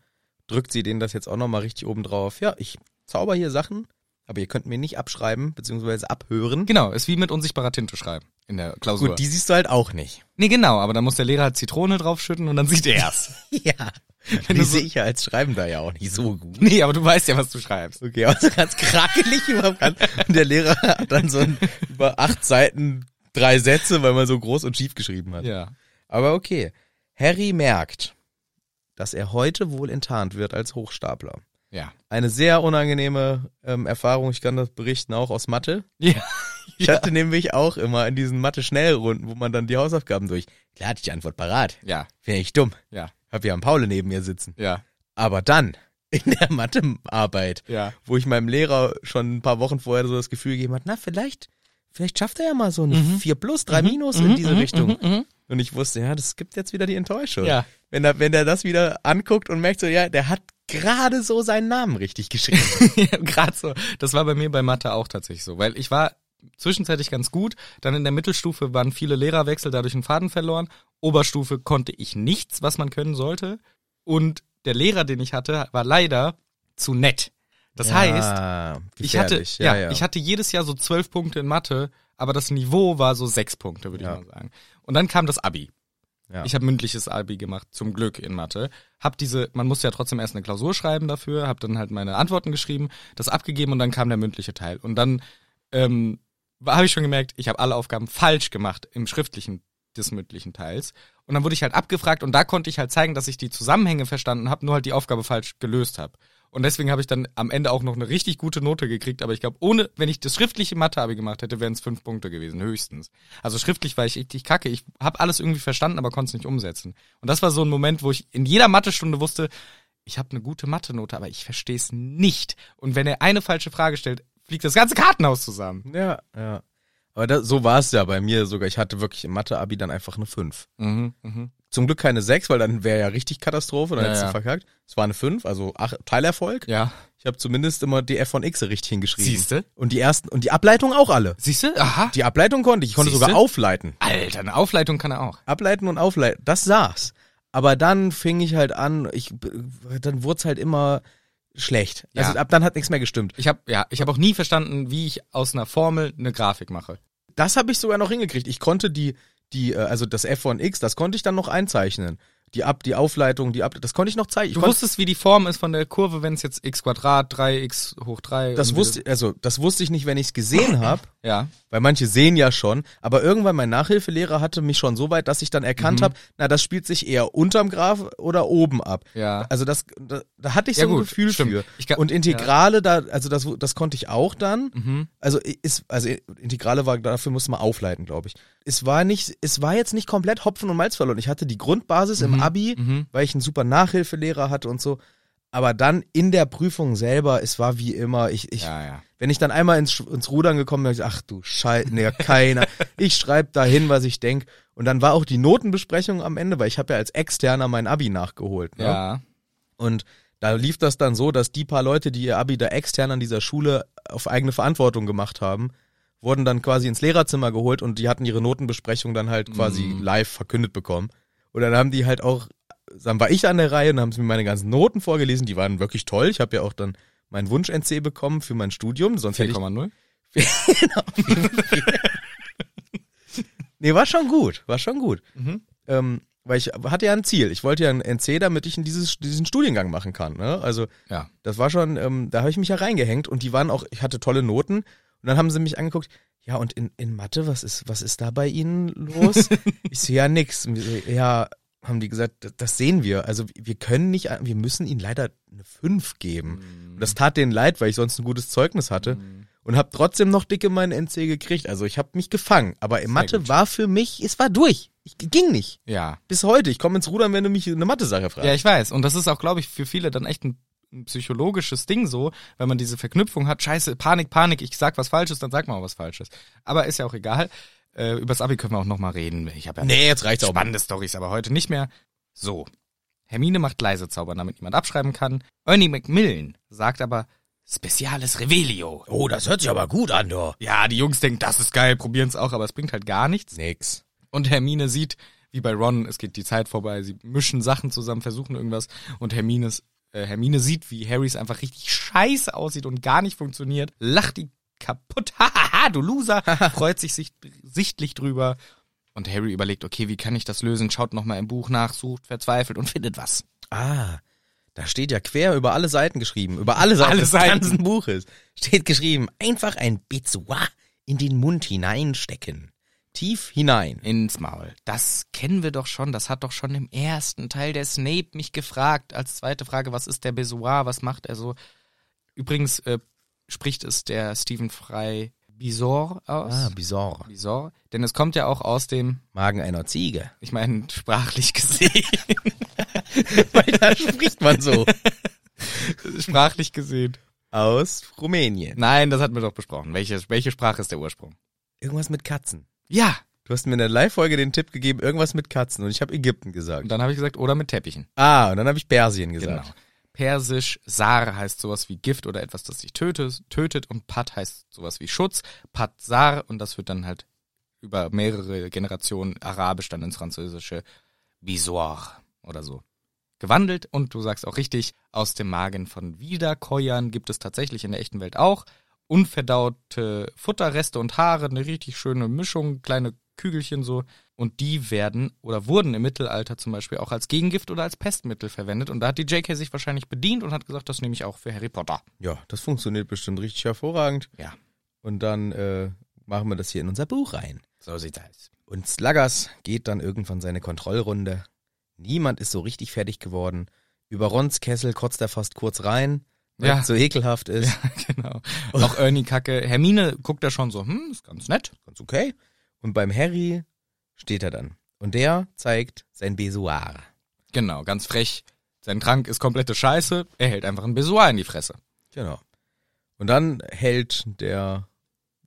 Speaker 1: drückt sie denen das jetzt auch nochmal richtig oben drauf. Ja, ich zauber hier Sachen, aber ihr könnt mir nicht abschreiben, beziehungsweise abhören.
Speaker 2: Genau, ist wie mit unsichtbarer Tinte schreiben in der Klausur.
Speaker 1: Gut, die siehst du halt auch
Speaker 2: <laughs>
Speaker 1: nicht.
Speaker 2: nee, genau, aber da muss der Lehrer Zitrone draufschütten und dann sieht er's.
Speaker 1: <laughs> Ja.
Speaker 2: Wenn
Speaker 1: die
Speaker 2: du so-
Speaker 1: sehe ich ja als Schreibender ja auch nicht so gut.
Speaker 2: nee, aber du weißt ja, was du schreibst.
Speaker 1: Okay, also ganz krakelig überhaupt ganz. Und der Lehrer hat dann so ein, über acht Seiten drei Sätze, weil man so groß und schief geschrieben hat.
Speaker 2: Ja.
Speaker 1: Aber okay. Harry merkt, dass er heute wohl enttarnt wird als Hochstapler.
Speaker 2: Ja.
Speaker 1: Eine sehr unangenehme ähm, Erfahrung, ich kann das berichten, auch aus Mathe.
Speaker 2: Ja.
Speaker 1: Ich hatte nämlich auch immer in diesen Mathe-Schnellrunden, wo man dann die Hausaufgaben durch. Klar hatte ich die Antwort parat.
Speaker 2: Ja.
Speaker 1: Wäre ich dumm.
Speaker 2: Ja.
Speaker 1: Hab ja einen Paul neben mir sitzen.
Speaker 2: Ja,
Speaker 1: Aber dann, in der Mathearbeit,
Speaker 2: <laughs> ja.
Speaker 1: wo ich meinem Lehrer schon ein paar Wochen vorher so das Gefühl gegeben hat, na, vielleicht, vielleicht schafft er ja mal so ein
Speaker 2: Mhm.
Speaker 1: 4 plus, 3 minus in diese Richtung. Und ich wusste, ja, das gibt jetzt wieder die Enttäuschung.
Speaker 2: Ja.
Speaker 1: Wenn er, wenn er das wieder anguckt und merkt so, ja, der hat gerade so seinen Namen richtig geschrieben.
Speaker 2: Gerade so. Das war bei mir bei Mathe auch tatsächlich so, weil ich war zwischenzeitlich ganz gut, dann in der Mittelstufe waren viele Lehrerwechsel, dadurch einen Faden verloren. Oberstufe konnte ich nichts, was man können sollte. Und der Lehrer, den ich hatte, war leider zu nett. Das heißt,
Speaker 1: Ja,
Speaker 2: ich hatte,
Speaker 1: Ah, gefährlich.
Speaker 2: ja, ich hatte jedes Jahr so zwölf Punkte in Mathe, aber das Niveau war so sechs Punkte, würde
Speaker 1: Ja.
Speaker 2: ich mal sagen. Und dann kam das Abi.
Speaker 1: Ja.
Speaker 2: Ich habe mündliches Abi gemacht, zum Glück in Mathe. Hab diese, man musste ja trotzdem erst eine Klausur schreiben dafür, hab dann halt meine Antworten geschrieben, das abgegeben und dann kam der mündliche Teil. Und dann ähm, habe ich schon gemerkt, ich habe alle Aufgaben falsch gemacht im schriftlichen des mündlichen Teils. Und dann wurde ich halt abgefragt und da konnte ich halt zeigen, dass ich die Zusammenhänge verstanden habe, nur halt die Aufgabe falsch gelöst habe. Und deswegen habe ich dann am Ende auch noch eine richtig gute Note gekriegt, aber ich glaube, ohne, wenn ich das schriftliche Mathe-Abi gemacht hätte, wären es fünf Punkte gewesen, höchstens. Also schriftlich war ich richtig kacke. Ich habe alles irgendwie verstanden, aber konnte es nicht umsetzen. Und das war so ein Moment, wo ich in jeder Mathestunde wusste, ich habe eine gute Mathe-Note, aber ich verstehe es nicht. Und wenn er eine falsche Frage stellt, fliegt das ganze Kartenhaus zusammen.
Speaker 1: Ja, ja. Aber da, so war es ja bei mir sogar. Ich hatte wirklich im Mathe-Abi dann einfach eine 5.
Speaker 2: Mhm, mhm.
Speaker 1: Zum Glück keine 6, weil dann wäre ja richtig Katastrophe, dann
Speaker 2: Ja,
Speaker 1: hättest du
Speaker 2: ja.
Speaker 1: verkackt. Es war eine 5, also ach, Teilerfolg.
Speaker 2: Ja.
Speaker 1: Ich habe zumindest immer die F von X richtig hingeschrieben.
Speaker 2: Siehste?
Speaker 1: Und die ersten und die Ableitung auch alle.
Speaker 2: Siehst du? Aha.
Speaker 1: Die Ableitung konnte ich, ich konnte
Speaker 2: Siehste?
Speaker 1: sogar aufleiten.
Speaker 2: Alter, eine Aufleitung kann er auch.
Speaker 1: Ableiten und aufleiten, das saß. Aber dann fing ich halt an, ich dann wurde es halt immer schlecht.
Speaker 2: Ja.
Speaker 1: Also ab dann hat nichts mehr gestimmt.
Speaker 2: Ich habe ja, ich habe auch nie verstanden, wie ich aus einer Formel eine Grafik mache.
Speaker 1: Das habe ich sogar noch hingekriegt. Ich konnte die, die, äh, also das F von X, das konnte ich dann noch einzeichnen. Die Ab, die Aufleitung, die Ab, das konnte ich noch zeichnen.
Speaker 2: Du
Speaker 1: Ich konnte,
Speaker 2: wusstest, wie die Form ist von der Kurve, wenn es jetzt x Quadrat, 3x hoch 3
Speaker 1: das
Speaker 2: und
Speaker 1: wusste, also das wusste ich nicht, wenn ich es
Speaker 2: <clears throat>
Speaker 1: gesehen habe,
Speaker 2: wie- Ja.
Speaker 1: weil manche sehen ja schon. Aber irgendwann mein Nachhilfelehrer hatte mich schon so weit, dass ich dann erkannt
Speaker 2: Mhm.
Speaker 1: habe, na das spielt sich eher unterm Graph oder oben ab.
Speaker 2: Ja.
Speaker 1: Also das, da, da hatte ich
Speaker 2: Ja,
Speaker 1: so ein
Speaker 2: gut,
Speaker 1: Gefühl
Speaker 2: stimmt.
Speaker 1: für.
Speaker 2: Ich kann-
Speaker 1: Und Integrale, da, also das, das konnte ich auch dann.
Speaker 2: Mhm.
Speaker 1: Also ist, also Integrale war, dafür muss man aufleiten, glaube ich. Es war nicht, es war jetzt nicht komplett Hopfen und Malz verloren. Ich hatte die Grundbasis im Abi,
Speaker 2: Mhm.
Speaker 1: weil ich einen super Nachhilfelehrer hatte und so. Aber dann in der Prüfung selber, es war wie immer, ich, ich,
Speaker 2: Ja, ja.
Speaker 1: wenn ich dann einmal ins, Sch- ins Rudern gekommen bin, hab ich gesagt, ach du Scheiße, nee, keiner. ich schreibe dahin, was ich denk. Und dann war auch die Notenbesprechung am Ende, weil ich habe ja als Externer mein Abi nachgeholt. Ne?
Speaker 2: Ja.
Speaker 1: Und da lief das dann so, dass die paar Leute, die ihr Abi da extern an dieser Schule auf eigene Verantwortung gemacht haben, wurden dann quasi ins Lehrerzimmer geholt und die hatten ihre Notenbesprechung dann halt quasi live verkündet bekommen. Und dann haben die halt auch, dann war ich an der Reihe und haben mir meine ganzen Noten vorgelesen, die waren wirklich toll. Ich habe ja auch dann meinen Wunsch-NC bekommen für mein Studium, sonst hätte ich
Speaker 2: 4,0?
Speaker 1: Nee, war schon gut, war schon gut. Ähm, weil ich hatte ja ein Ziel. Ich wollte ja ein NC, damit ich in dieses, diesen Studiengang machen kann. Ne? Also
Speaker 2: Ja.
Speaker 1: das war schon, ähm, da habe ich mich ja reingehängt und die waren auch, ich hatte tolle Noten. Und dann haben sie mich angeguckt, ja und in, in Mathe, was ist, was ist da bei Ihnen <laughs> los? ich so, ja nix. Und wir so, Ja, haben die gesagt, das- das sehen wir. Also wir können nicht, wir müssen Ihnen leider eine 5 geben. Und das tat denen leid, weil ich sonst ein gutes Zeugnis hatte. Und habe trotzdem noch dicke meinen NC gekriegt. Also ich habe mich gefangen. Aber in Mathe
Speaker 2: gut.
Speaker 1: war für mich, es war durch. Ich ging nicht.
Speaker 2: Ja.
Speaker 1: Bis heute. Ich komme ins Rudern, wenn du mich eine Mathe-Sache fragst.
Speaker 2: Ja, ich weiß. Und das ist auch, glaube ich, für viele dann echt ein ein psychologisches Ding so, wenn man diese Verknüpfung hat, scheiße, Panik, Panik, ich sag was Falsches, dann sag mal was Falsches. Aber ist ja auch egal. Äh, übers Abi können wir auch nochmal reden. Ich habe ja
Speaker 1: nee, jetzt reicht's auch.
Speaker 2: spannende Stories, aber heute nicht mehr. So. Hermine macht leise Zaubern, damit niemand abschreiben kann. Ernie Macmillan sagt aber Speciales Revelio.
Speaker 1: Oh, das hört sich aber gut an, doch.
Speaker 2: Ja, die Jungs denken, das ist geil, probieren's auch, aber es bringt halt gar nichts.
Speaker 1: Nix.
Speaker 2: Und Hermine sieht, wie bei Ron, es geht die Zeit vorbei, sie mischen Sachen zusammen, versuchen irgendwas und Hermines, äh, Hermine sieht, wie Harrys einfach richtig scheiße aussieht und gar nicht funktioniert, lacht die kaputt, <laughs> hahaha, du Loser, freut sich, sich sichtlich drüber. Und Harry überlegt, okay, wie kann ich das lösen? Schaut nochmal im Buch nach, sucht, verzweifelt und findet was.
Speaker 1: Ah, da steht ja quer über alle Seiten geschrieben, über alle Seiten
Speaker 2: Alle
Speaker 1: des
Speaker 2: Seiten.
Speaker 1: ganzen Buches steht geschrieben, einfach ein Bezoar in den Mund hineinstecken. Tief hinein.
Speaker 2: Ins Maul. Das kennen wir doch schon. Das hat doch schon im ersten Teil der Snape mich gefragt. Als zweite Frage, was ist der Besoir? Was macht er so? Übrigens äh, spricht es der Stephen Fry Bisor aus.
Speaker 1: Ah, bizarre.
Speaker 2: Bisor. Denn es kommt ja auch aus dem,
Speaker 1: Magen einer Ziege. <laughs>
Speaker 2: ich meine, <laughs> sprachlich gesehen, <laughs>
Speaker 1: Weil da spricht man so.
Speaker 2: sprachlich gesehen.
Speaker 1: Aus Rumänien.
Speaker 2: Nein, das hatten wir doch besprochen. Welche, welche Sprache ist der Ursprung?
Speaker 1: Irgendwas mit Katzen.
Speaker 2: Ja.
Speaker 1: Du hast mir in der Live-Folge den Tipp gegeben, irgendwas mit Katzen. Und ich habe Ägypten gesagt.
Speaker 2: Und dann habe ich gesagt, oder mit Teppichen.
Speaker 1: ah, und dann habe ich Persien gesagt.
Speaker 2: Genau. Persisch Sar heißt sowas wie Gift oder etwas, das dich tötet, tötet und Pat heißt sowas wie Schutz, Pat Sar und das wird dann halt über mehrere Generationen arabisch dann ins französische Bisoir oder so gewandelt und du sagst auch richtig, aus dem Magen von Wiederkäuern gibt es tatsächlich in der echten Welt auch unverdaute Futterreste und Haare, eine richtig schöne Mischung, kleine Kügelchen so und die werden oder wurden im Mittelalter zum Beispiel auch als Gegengift oder als Pestmittel verwendet und da hat die JK sich wahrscheinlich bedient und hat gesagt, das nehme ich auch für Harry Potter. <laughs>
Speaker 1: Ja, das funktioniert bestimmt richtig hervorragend.
Speaker 2: Ja,
Speaker 1: Und dann äh, machen wir das hier in unser Buch rein.
Speaker 2: so sieht's aus.
Speaker 1: Und Sluggers geht dann irgendwann seine Kontrollrunde. Niemand ist so richtig fertig geworden. Über Rons Kessel kotzt er fast kurz rein, weil
Speaker 2: Ja.
Speaker 1: es so ekelhaft ist.
Speaker 2: genau. Auch Ernie Kacke, Hermine guckt da schon so, hm, ist ganz nett.
Speaker 1: Ganz okay. Und beim Harry steht er dann. Und der zeigt sein Besoir.
Speaker 2: Genau, ganz frech. Sein Trank ist komplette Scheiße, er hält einfach ein Besoir in die Fresse.
Speaker 1: Genau. Und dann hält der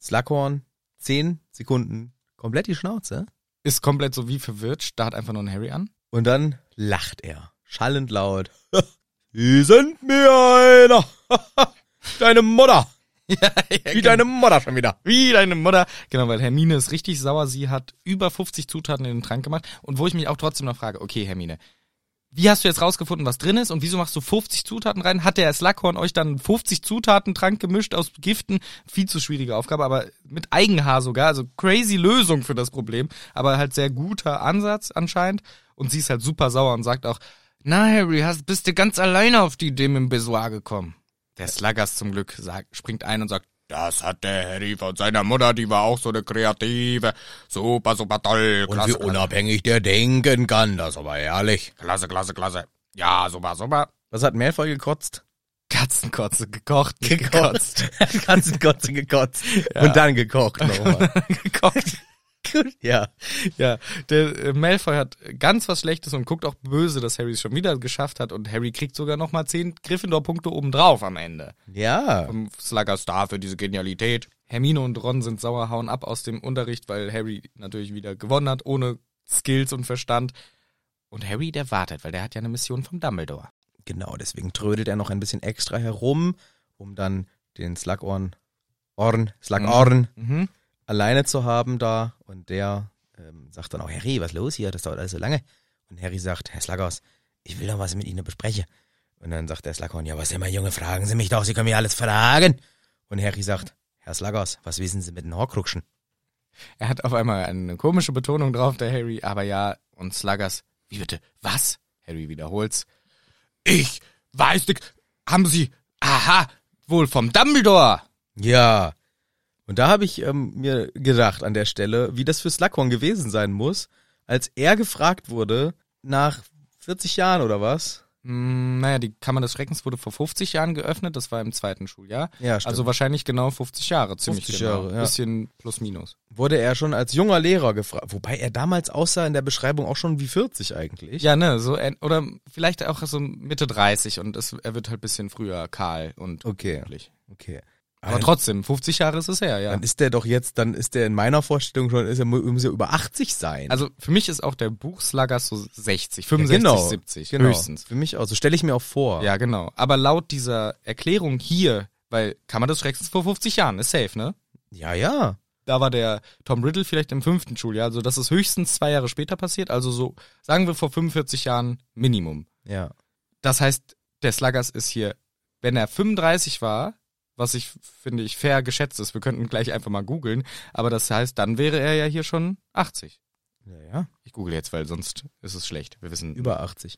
Speaker 1: Slughorn zehn Sekunden komplett die Schnauze.
Speaker 2: Ist komplett so wie verwirrt, starrt einfach nur ein Harry an.
Speaker 1: Und dann lacht er. Schallend laut. <laughs> Sie sind mir einer. <laughs> Deine Mutter.
Speaker 2: <laughs> ja, genau.
Speaker 1: Wie deine Mutter schon wieder.
Speaker 2: Wie deine Mutter. Genau, weil Hermine ist richtig sauer. Sie hat über 50 Zutaten in den Trank gemacht. Und wo ich mich auch trotzdem noch frage, okay, Hermine, wie hast du jetzt rausgefunden, was drin ist? Und wieso machst du 50 Zutaten rein? Hat der Slughorn euch dann 50 Zutaten-Trank gemischt aus Giften? Viel zu schwierige Aufgabe, aber mit Eigenhaar sogar. Also crazy Lösung für das Problem. Aber halt sehr guter Ansatz anscheinend. Und sie ist halt super sauer und sagt auch, na Harry, hast, bist du ganz alleine auf die Idee mit dem Besoir gekommen? Der Sluggers zum Glück sagt, springt ein und sagt, das hat der Harry von seiner Mutter, die war auch so eine kreative, super, super toll, klasse, klasse,
Speaker 1: unabhängig der denken kann, das aber ehrlich.
Speaker 2: klasse, klasse, klasse. Ja, super, super.
Speaker 1: Was hat Malfoy gekotzt?
Speaker 2: Katzenkotze gekocht, nicht
Speaker 1: <laughs>
Speaker 2: gekotzt.
Speaker 1: Katzenkotze gekotzt. Und dann gekocht <laughs> nochmal.
Speaker 2: gekocht.
Speaker 1: ja.
Speaker 2: Ja, der äh, Malfoy hat ganz was Schlechtes und guckt auch böse, dass Harry es schon wieder geschafft hat und Harry kriegt sogar nochmal 10 Gryffindor-Punkte obendrauf am Ende.
Speaker 1: Ja.
Speaker 2: vom Slugger Star für diese Genialität. Hermine und Ron sind sauer, hauen ab aus dem Unterricht, weil Harry natürlich wieder gewonnen hat, ohne Skills und Verstand. Und Harry, der wartet, weil der hat ja eine Mission vom Dumbledore.
Speaker 1: Genau, deswegen trödelt er noch ein bisschen extra herum, um dann den Slughorn, Orn, Slughorn, alleine zu haben da. Und der ähm, sagt dann auch, Harry, was los hier? Das dauert alles so lange. Und Harry sagt, Herr Slaghaus, ich will doch was mit Ihnen besprechen. Und dann sagt der Slughorn, ja, was immer, Junge, fragen Sie mich doch, Sie können mir alles fragen. Und Harry sagt, Herr Slaghaus, was wissen Sie mit den Horcruxen?
Speaker 2: Er hat auf einmal eine komische Betonung drauf, der Harry, aber ja, und Sluggers, wie bitte, was? Harry wiederholt's. Ich weiß nicht, haben Sie, aha, wohl vom Dumbledore.
Speaker 1: Ja. Und da habe ich ähm, mir gedacht an der Stelle, wie das für Slughorn gewesen sein muss, als er gefragt wurde, nach 40 Jahren oder was?
Speaker 2: Hm, naja, die Kammer des Schreckens wurde vor 50 Jahren geöffnet, das war im zweiten Schuljahr.
Speaker 1: Ja, stimmt.
Speaker 2: Also wahrscheinlich genau 50 Jahre, ziemlich
Speaker 1: 50
Speaker 2: genau.
Speaker 1: Jahre, ja.
Speaker 2: Bisschen plus minus.
Speaker 1: wurde er schon als junger Lehrer gefragt. Wobei er damals aussah in der Beschreibung auch schon wie 40 eigentlich.
Speaker 2: Ja, ne, so, en- oder vielleicht auch so Mitte 30 und es, er wird halt bisschen früher kahl und
Speaker 1: Okay.
Speaker 2: glücklich.
Speaker 1: Okay.
Speaker 2: Aber trotzdem, 50 Jahre ist es her, ja.
Speaker 1: Dann ist der doch jetzt, dann ist der in meiner Vorstellung schon, ist er, mu- muss er über 80 sein.
Speaker 2: Also für mich ist auch der Buchslaggers so 60, 65,
Speaker 1: Ja,
Speaker 2: 70
Speaker 1: genau.
Speaker 2: höchstens.
Speaker 1: Für mich auch. So stelle ich mir auch vor.
Speaker 2: Ja, genau. Aber laut dieser Erklärung hier, weil Kammer des Schreckens vor 50 Jahren ist safe, ne?
Speaker 1: ja. ja.
Speaker 2: Da war der Tom Riddle vielleicht im fünften Schuljahr. Also das ist höchstens zwei Jahre später passiert. Also so, sagen wir vor 45 Jahren Minimum.
Speaker 1: Ja.
Speaker 2: Das heißt, der Sluggers ist hier, wenn er 35 war, was ich, finde ich, fair geschätzt ist. Wir könnten gleich einfach mal googeln. Aber das heißt, dann wäre er ja hier schon 80.
Speaker 1: Ja, ja.
Speaker 2: Ich google jetzt, weil sonst ist es schlecht. Wir wissen
Speaker 1: Über 80.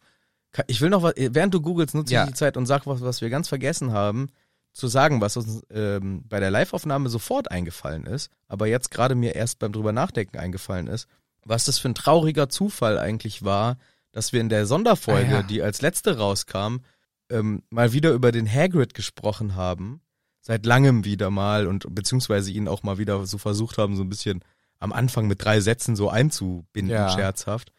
Speaker 1: Ka- Ich will noch was, während du googelst, nutze
Speaker 2: Ja.
Speaker 1: ich die Zeit und sag was, was wir ganz vergessen haben, zu sagen, was uns ähm, bei der Live-Aufnahme sofort eingefallen ist, aber jetzt gerade mir erst beim drüber nachdenken eingefallen ist, was das für ein trauriger Zufall eigentlich war, dass wir in der Sonderfolge,
Speaker 2: Ah, ja.
Speaker 1: die als letzte rauskam, ähm, mal wieder über den Hagrid gesprochen haben. Seit langem wieder mal und beziehungsweise ihn auch mal wieder so versucht haben, so ein bisschen am Anfang mit drei Sätzen so einzubinden,
Speaker 2: Ja.
Speaker 1: scherzhaft.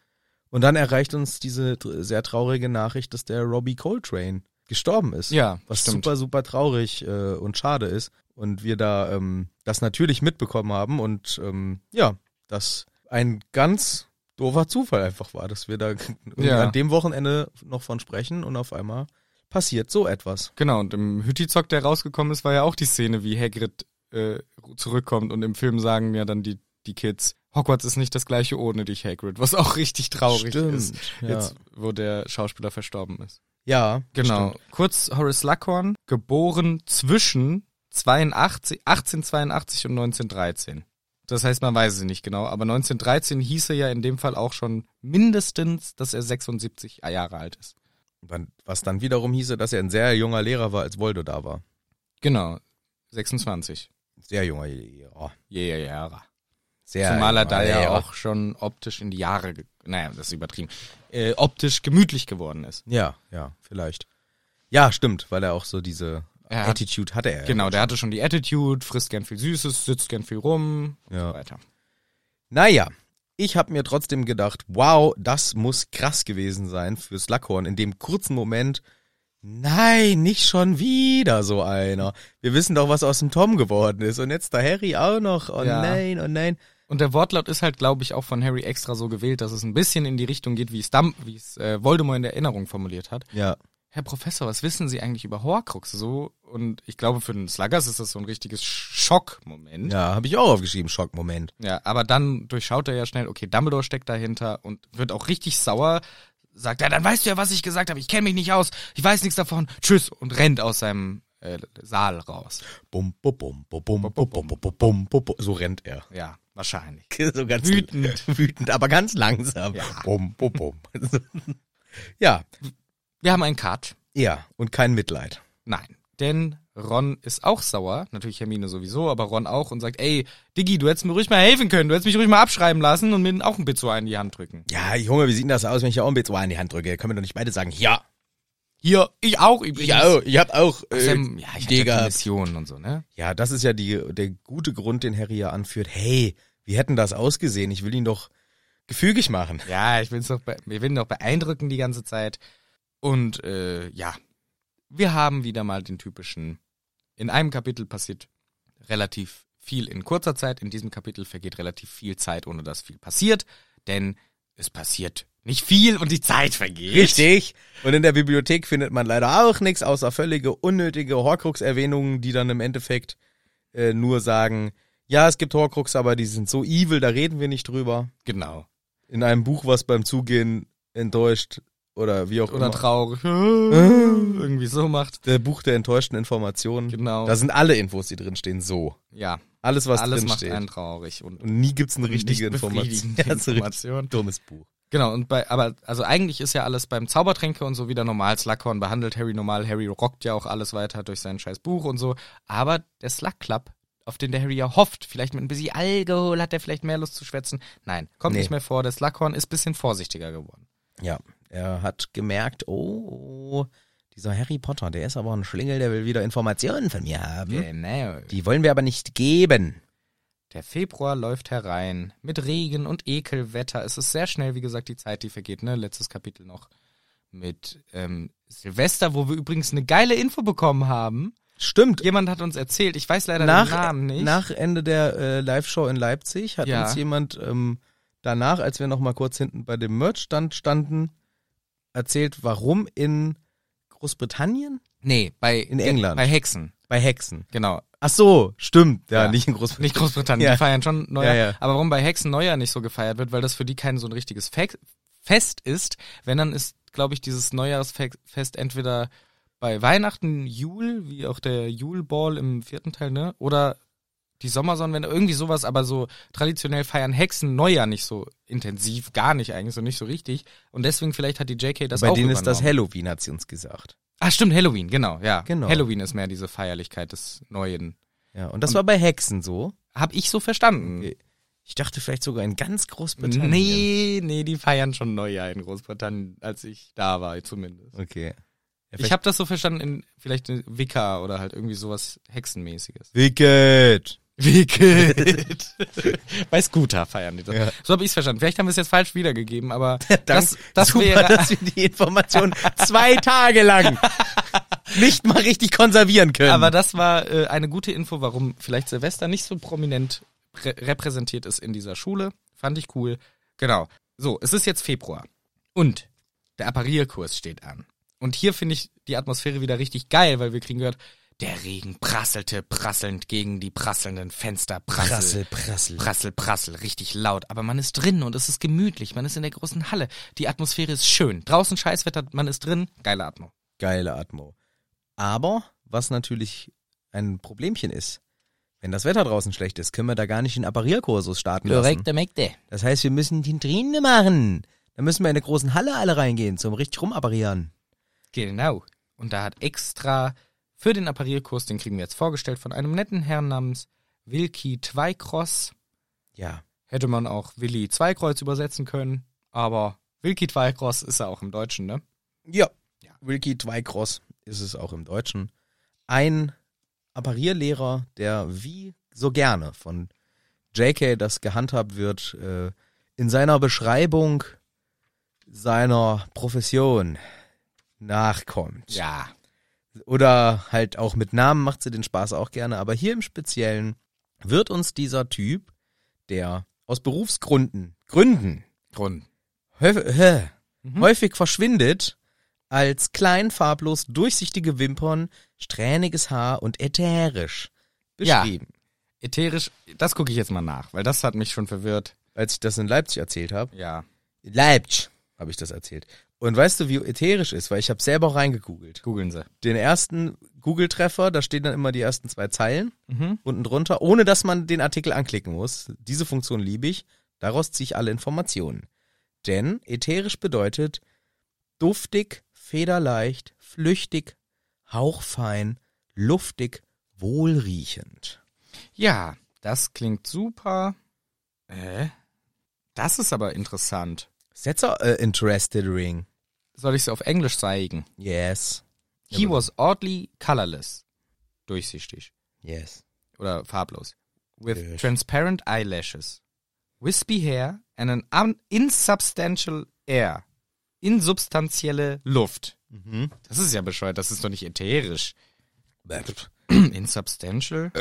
Speaker 1: Und dann erreicht uns diese tr- sehr traurige Nachricht, dass der Robbie Coltrane gestorben ist.
Speaker 2: Ja,
Speaker 1: Was
Speaker 2: stimmt.
Speaker 1: super, super traurig äh, und schade ist. Und wir da ähm, das natürlich mitbekommen haben und ähm, ja, das ein ganz doofer Zufall einfach war, dass wir da <laughs>
Speaker 2: Ja.
Speaker 1: an dem Wochenende noch von sprechen und auf einmal passiert so etwas.
Speaker 2: Genau, und im Hütizock, der rausgekommen ist, war ja auch die Szene, wie Hagrid äh, zurückkommt und im Film sagen ja dann die, die Kids, Hogwarts ist nicht das gleiche ohne dich, Hagrid, was auch richtig traurig ist.
Speaker 1: Ja.
Speaker 2: Jetzt, wo der Schauspieler verstorben ist.
Speaker 1: ja,
Speaker 2: Genau.
Speaker 1: stimmt.
Speaker 2: Kurz Horace Luckhorn, geboren zwischen 82, 1882 und 1913. Das heißt, man weiß es nicht genau, aber 1913 hieße ja in dem Fall auch schon mindestens, dass er 76 Jahre alt ist.
Speaker 1: Wann- Was dann wiederum hieße, dass er ein sehr junger Lehrer war, als Voldo da war.
Speaker 2: Genau, 26.
Speaker 1: Sehr junger Lehrer.
Speaker 2: Ja, ja, ja.
Speaker 1: Sehr
Speaker 2: Zumal er
Speaker 1: junger
Speaker 2: da ja
Speaker 1: Lehrer.
Speaker 2: auch schon optisch in die Jahre, ge- naja, das ist übertrieben, äh, optisch gemütlich geworden ist.
Speaker 1: Ja, ja, vielleicht. Ja, stimmt, weil er auch so diese
Speaker 2: Er hat-
Speaker 1: Attitude hatte er.
Speaker 2: Genau, der hatte schon die Attitude, frisst gern viel Süßes, sitzt gern viel rum und
Speaker 1: Ja.
Speaker 2: so weiter.
Speaker 1: Naja, ich habe mir trotzdem gedacht, wow, das muss krass gewesen sein für Slughorn in dem kurzen Moment. Nein, nicht schon wieder so einer. Wir wissen doch, was aus dem Tom geworden ist. Und jetzt der Harry auch noch. Oh
Speaker 2: Ja.
Speaker 1: nein, oh nein.
Speaker 2: Und der Wortlaut ist halt, glaube ich, auch von Harry extra so gewählt, dass es ein bisschen in die Richtung geht, wie es, Dam wie es äh, Voldemort in der Erinnerung formuliert hat.
Speaker 1: Ja,
Speaker 2: Herr Professor, was wissen Sie eigentlich über Horcrux? So, und ich glaube, für den Sluggers ist das so ein richtiges Schockmoment.
Speaker 1: ja, habe ich auch aufgeschrieben, Schockmoment.
Speaker 2: Ja, aber dann durchschaut er ja schnell, okay, Dumbledore steckt dahinter und wird auch richtig sauer. Sagt, ja, dann weißt du ja, was ich gesagt habe. Ich kenne mich nicht aus. Ich weiß nichts davon. Tschüss. Und rennt aus seinem äh, Saal raus.
Speaker 1: Bum, bum, bum, bum, bum, bum, bum, bum, bum, bum, bum. So rennt er.
Speaker 2: Ja, wahrscheinlich.
Speaker 1: <laughs> So ganz
Speaker 2: Wütend.
Speaker 1: <laughs> Wütend, aber ganz langsam.
Speaker 2: Ja.
Speaker 1: Bum, bum, bum. <laughs> ja,
Speaker 2: Wir haben einen Cut.
Speaker 1: ja, und kein Mitleid.
Speaker 2: Nein. Denn Ron ist auch sauer. Natürlich Hermine sowieso, aber Ron auch. Und sagt, ey, Diggi, du hättest mir ruhig mal helfen können. Du hättest mich ruhig mal abschreiben lassen und mir auch ein Bizzo in die Hand drücken.
Speaker 1: Ja, Junge, wie sieht denn das aus, wenn ich ja auch ein B2 in die Hand drücke? Können wir doch nicht beide sagen, ja,
Speaker 2: Hier, ich auch übrigens.
Speaker 1: Ja, oh, ich hab auch. Äh,
Speaker 2: Sam, ja, ich hatte
Speaker 1: Digga.
Speaker 2: ja Missionen und so, ne?
Speaker 1: Ja, das ist ja die, der gute Grund, den Harry ja anführt. Hey, wie hätten das ausgesehen? Ich will ihn doch gefügig machen.
Speaker 2: Ja, ich will's doch, be ich will ihn doch beeindrucken die ganze Zeit. Und äh, ja, wir haben wieder mal den typischen. In einem Kapitel passiert relativ viel in kurzer Zeit. In diesem Kapitel vergeht relativ viel Zeit, ohne dass viel passiert, denn es passiert nicht viel und die Zeit vergeht.
Speaker 1: Richtig. Und in der Bibliothek findet man leider auch nichts, außer völlige unnötige Horcrux-Erwähnungen, die dann im Endeffekt äh, nur sagen, Ja, es gibt Horcrux, aber die sind so evil, da reden wir nicht drüber.
Speaker 2: Genau.
Speaker 1: In einem Buch, was beim Zugehen enttäuscht oder wie auch
Speaker 2: Oder
Speaker 1: immer.
Speaker 2: traurig.
Speaker 1: Ah.
Speaker 2: Irgendwie so macht.
Speaker 1: der Buch der enttäuschten Informationen.
Speaker 2: Genau.
Speaker 1: Da sind alle Infos, die drinstehen, so.
Speaker 2: Ja.
Speaker 1: Alles, was
Speaker 2: Alles macht
Speaker 1: drinsteht.
Speaker 2: einen traurig und,
Speaker 1: Und nie gibt's eine richtige
Speaker 2: nicht
Speaker 1: Information.
Speaker 2: befriedigende
Speaker 1: <laughs> Ja, so richtig
Speaker 2: Information.
Speaker 1: dummes Buch.
Speaker 2: Genau, und bei, aber also eigentlich ist ja alles beim Zaubertränke und so wieder normal. Slughorn behandelt Harry normal. Harry rockt ja auch alles weiter durch sein scheiß Buch und so. Aber der Slug Club, auf den der Harry ja hofft, vielleicht mit ein bisschen Alkohol hat er vielleicht mehr Lust zu schwätzen. Nein, kommt
Speaker 1: Nee.
Speaker 2: nicht mehr vor. Der Slughorn ist ein bisschen vorsichtiger geworden.
Speaker 1: Ja, er hat gemerkt, oh, dieser Harry Potter, der ist aber ein Schlingel, der will wieder Informationen von mir haben.
Speaker 2: Genau.
Speaker 1: Die wollen wir aber nicht geben.
Speaker 2: Der Februar läuft herein. Mit Regen und Ekelwetter. Es ist sehr schnell, wie gesagt, die Zeit, die vergeht. Ne? Letztes Kapitel noch mit ähm, Silvester, wo wir übrigens eine geile Info bekommen haben.
Speaker 1: Stimmt.
Speaker 2: Jemand hat uns erzählt, ich weiß leider den
Speaker 1: Nach,
Speaker 2: Namen nicht.
Speaker 1: nach Ende der äh, Live-Show in Leipzig hat
Speaker 2: Ja.
Speaker 1: uns jemand ähm, danach, als wir noch mal kurz hinten bei dem Merch-Stand standen, erzählt, warum in Großbritannien
Speaker 2: nee, bei
Speaker 1: In England.
Speaker 2: Bei Hexen,
Speaker 1: bei Hexen.
Speaker 2: genau.
Speaker 1: Ach so, stimmt. Ja,
Speaker 2: Ja.
Speaker 1: nicht in Großbritannien.
Speaker 2: Nicht Großbritannien,
Speaker 1: Ja.
Speaker 2: die feiern schon Neujahr.
Speaker 1: Ja, ja.
Speaker 2: Aber warum bei Hexen Neujahr nicht so gefeiert wird, weil das für die kein so ein richtiges Fe Fest ist. Wenn dann ist, glaube ich, dieses Neujahrsfest entweder bei Weihnachten Jul, wie auch der Julball im vierten Teil, ne? Oder die Sommersonnenwende, irgendwie sowas, aber so traditionell feiern Hexen Neujahr nicht so intensiv, gar nicht eigentlich, so nicht so richtig. Und deswegen vielleicht hat die JK das
Speaker 1: Bei
Speaker 2: auch
Speaker 1: denen ist das
Speaker 2: übernommen.
Speaker 1: Halloween, hat sie uns gesagt.
Speaker 2: Ah, stimmt, Halloween, genau, ja.
Speaker 1: Genau.
Speaker 2: Halloween ist mehr diese Feierlichkeit des Neuen.
Speaker 1: Ja, und das war bei Hexen so.
Speaker 2: Hab ich so verstanden.
Speaker 1: Okay. Ich dachte vielleicht sogar in ganz Großbritannien.
Speaker 2: Nee, nee, die feiern schon Neujahr in Großbritannien, als ich da war zumindest.
Speaker 1: Okay.
Speaker 2: ich habe das so verstanden in vielleicht in Wicca oder halt irgendwie sowas <laughs> Hexenmäßiges.
Speaker 1: Wicked. <laughs>
Speaker 2: Wicked. Bei Scooter feiern die das.
Speaker 1: Ja.
Speaker 2: So habe ich es verstanden. Vielleicht haben wir es jetzt falsch wiedergegeben, <laughs> aber
Speaker 1: Das,
Speaker 2: das, das
Speaker 1: super,
Speaker 2: wäre...
Speaker 1: dass wir die Information zwei Tage <laughs> lang nicht mal richtig konservieren können.
Speaker 2: aber das war äh, eine gute Info, warum vielleicht Silvester nicht so prominent prä- repräsentiert ist in dieser Schule. Fand ich cool. Genau. So, es ist jetzt Februar und der Apparierkurs steht an. Und hier finde ich die Atmosphäre wieder richtig geil, weil wir kriegen gehört, der Regen prasselte prasselnd gegen die prasselnden Fenster. Prassel,
Speaker 1: prassel.
Speaker 2: Prassel, prassel, richtig laut. Aber man ist drin und es ist gemütlich. Man ist in der großen Halle. Die Atmosphäre ist schön. Draußen Scheißwetter, man ist drin. Geile Atmo.
Speaker 1: Geile Atmo. Aber, was natürlich ein Problemchen ist, wenn das Wetter draußen schlecht ist, können wir da gar nicht den Apparierkursus starten lassen.
Speaker 2: Mekte.
Speaker 1: Das heißt, wir müssen die Trine machen. Da müssen wir in eine großen Halle alle reingehen, zum richtig rumapparieren.
Speaker 2: Genau. Und da hat extra für den Apparierkurs, den kriegen wir jetzt vorgestellt, von einem netten Herrn namens Wilki Zweikross.
Speaker 1: Ja.
Speaker 2: Hätte man auch Willi Zweikreuz übersetzen können, aber Wilki Zweikross ist ja auch im Deutschen, ne?
Speaker 1: Ja. Wilkie Zweikross ist es auch im Deutschen. Ein Apparierlehrer, der wie so gerne von JK das gehandhabt wird, äh, in seiner Beschreibung seiner Profession nachkommt.
Speaker 2: Ja.
Speaker 1: Oder halt auch mit Namen macht sie den Spaß auch gerne. Aber hier im Speziellen wird uns dieser Typ, der aus Berufsgründen, Gründen,
Speaker 2: Grund.
Speaker 1: Häuf- hä, häufig verschwindet, als klein, farblos, durchsichtige Wimpern, strähniges Haar und ätherisch
Speaker 2: Ja.
Speaker 1: beschrieben.
Speaker 2: Ätherisch, das gucke ich jetzt mal nach, weil das hat mich schon verwirrt.
Speaker 1: Als ich das in Leipzig erzählt habe.
Speaker 2: Ja.
Speaker 1: In Leipzig habe ich das erzählt. Und weißt du, wie ätherisch ist? Weil ich habe selber reingegoogelt.
Speaker 2: Googeln Sie.
Speaker 1: Den ersten Google-Treffer, da stehen dann immer die ersten zwei Zeilen
Speaker 2: Mhm.
Speaker 1: unten drunter, ohne dass man den Artikel anklicken muss. Diese Funktion liebe ich. Daraus ziehe ich alle Informationen. Denn ätherisch bedeutet duftig, federleicht, flüchtig, hauchfein, luftig, wohlriechend.
Speaker 2: Ja, das klingt super. Äh? Das ist aber interessant.
Speaker 1: Setzer äh, interested ring.
Speaker 2: Soll ich es auf Englisch zeigen?
Speaker 1: Yes.
Speaker 2: He was oddly colorless. Durchsichtig.
Speaker 1: Yes.
Speaker 2: oder farblos. With
Speaker 1: Yes.
Speaker 2: transparent eyelashes, wispy hair and an un insubstantial air. Insubstanzielle Luft. Das ist ja bescheuert, das ist doch nicht ätherisch.
Speaker 1: Das
Speaker 2: insubstantial?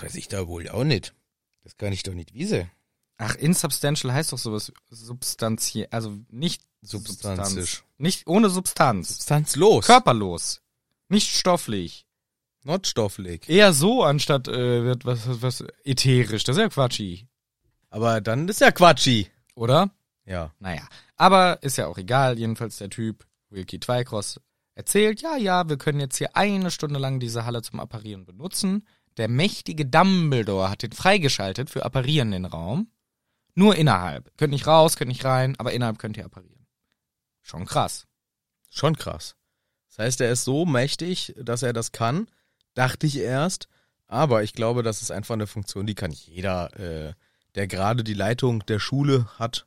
Speaker 1: weiß ich da wohl auch nicht. Das kann ich doch nicht wiese.
Speaker 2: Ach, insubstantial heißt doch sowas substanziell, also nicht
Speaker 1: Substanzisch.
Speaker 2: Substanz. Nicht ohne Substanz.
Speaker 1: Substanzlos.
Speaker 2: Körperlos. Nicht stofflich.
Speaker 1: Notstofflig.
Speaker 2: Eher so, anstatt äh, wird was, was, was ätherisch. Das ist ja Quatschi,
Speaker 1: Aber dann ist ja Quatschi.
Speaker 2: oder?
Speaker 1: Ja.
Speaker 2: Naja, aber ist ja auch egal. Jedenfalls der Typ, Wilkie Twycross, erzählt, ja, ja, wir können jetzt hier eine Stunde lang diese Halle zum Apparieren benutzen. Der mächtige Dumbledore hat den freigeschaltet für Apparieren den Raum. Nur innerhalb. Könnt nicht raus, könnt nicht rein, aber innerhalb könnt ihr apparieren. Schon krass.
Speaker 1: Schon krass. Das heißt, er ist so mächtig, dass er das kann. Dachte ich erst. Aber ich glaube, das ist einfach eine Funktion, die kann jeder, äh, der gerade die Leitung der Schule hat.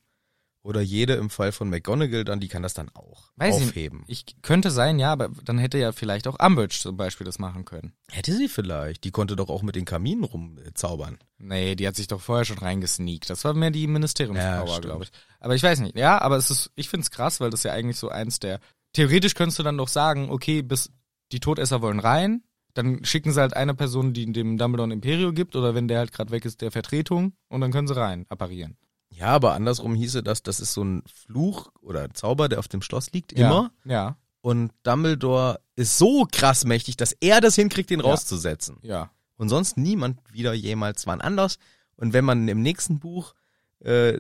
Speaker 1: Oder jede im Fall von McGonagall dann, die kann das dann auch
Speaker 2: Weiß ich nicht.
Speaker 1: aufheben.
Speaker 2: Ich könnte sein, ja, aber dann hätte ja vielleicht auch Umbridge zum Beispiel das machen können.
Speaker 1: Hätte sie vielleicht. Die konnte doch auch mit den Kaminen rumzaubern.
Speaker 2: Nee, die hat sich doch vorher schon reingesneakt. Das war mehr die
Speaker 1: Ja,
Speaker 2: Ministeriumspower,
Speaker 1: stimmt.
Speaker 2: glaube ich. Aber ich weiß nicht. Ja, aber es ist, ich find's krass, weil das ja eigentlich so eins der. Theoretisch könntest du dann doch sagen, okay, bis die Todesser wollen rein, dann schicken sie halt eine Person, die dem Dumbledore ein Imperio gibt, oder wenn der halt gerade weg ist, der Vertretung, und dann können sie rein apparieren.
Speaker 1: Ja, aber andersrum hieße das, das ist so ein Fluch oder ein Zauber, der auf dem Schloss liegt, immer.
Speaker 2: Ja,
Speaker 1: Und Dumbledore ist so krass mächtig, dass er das hinkriegt, den rauszusetzen.
Speaker 2: ja. ja.
Speaker 1: Und sonst niemand wieder jemals wann anders. Und wenn man im nächsten Buch äh,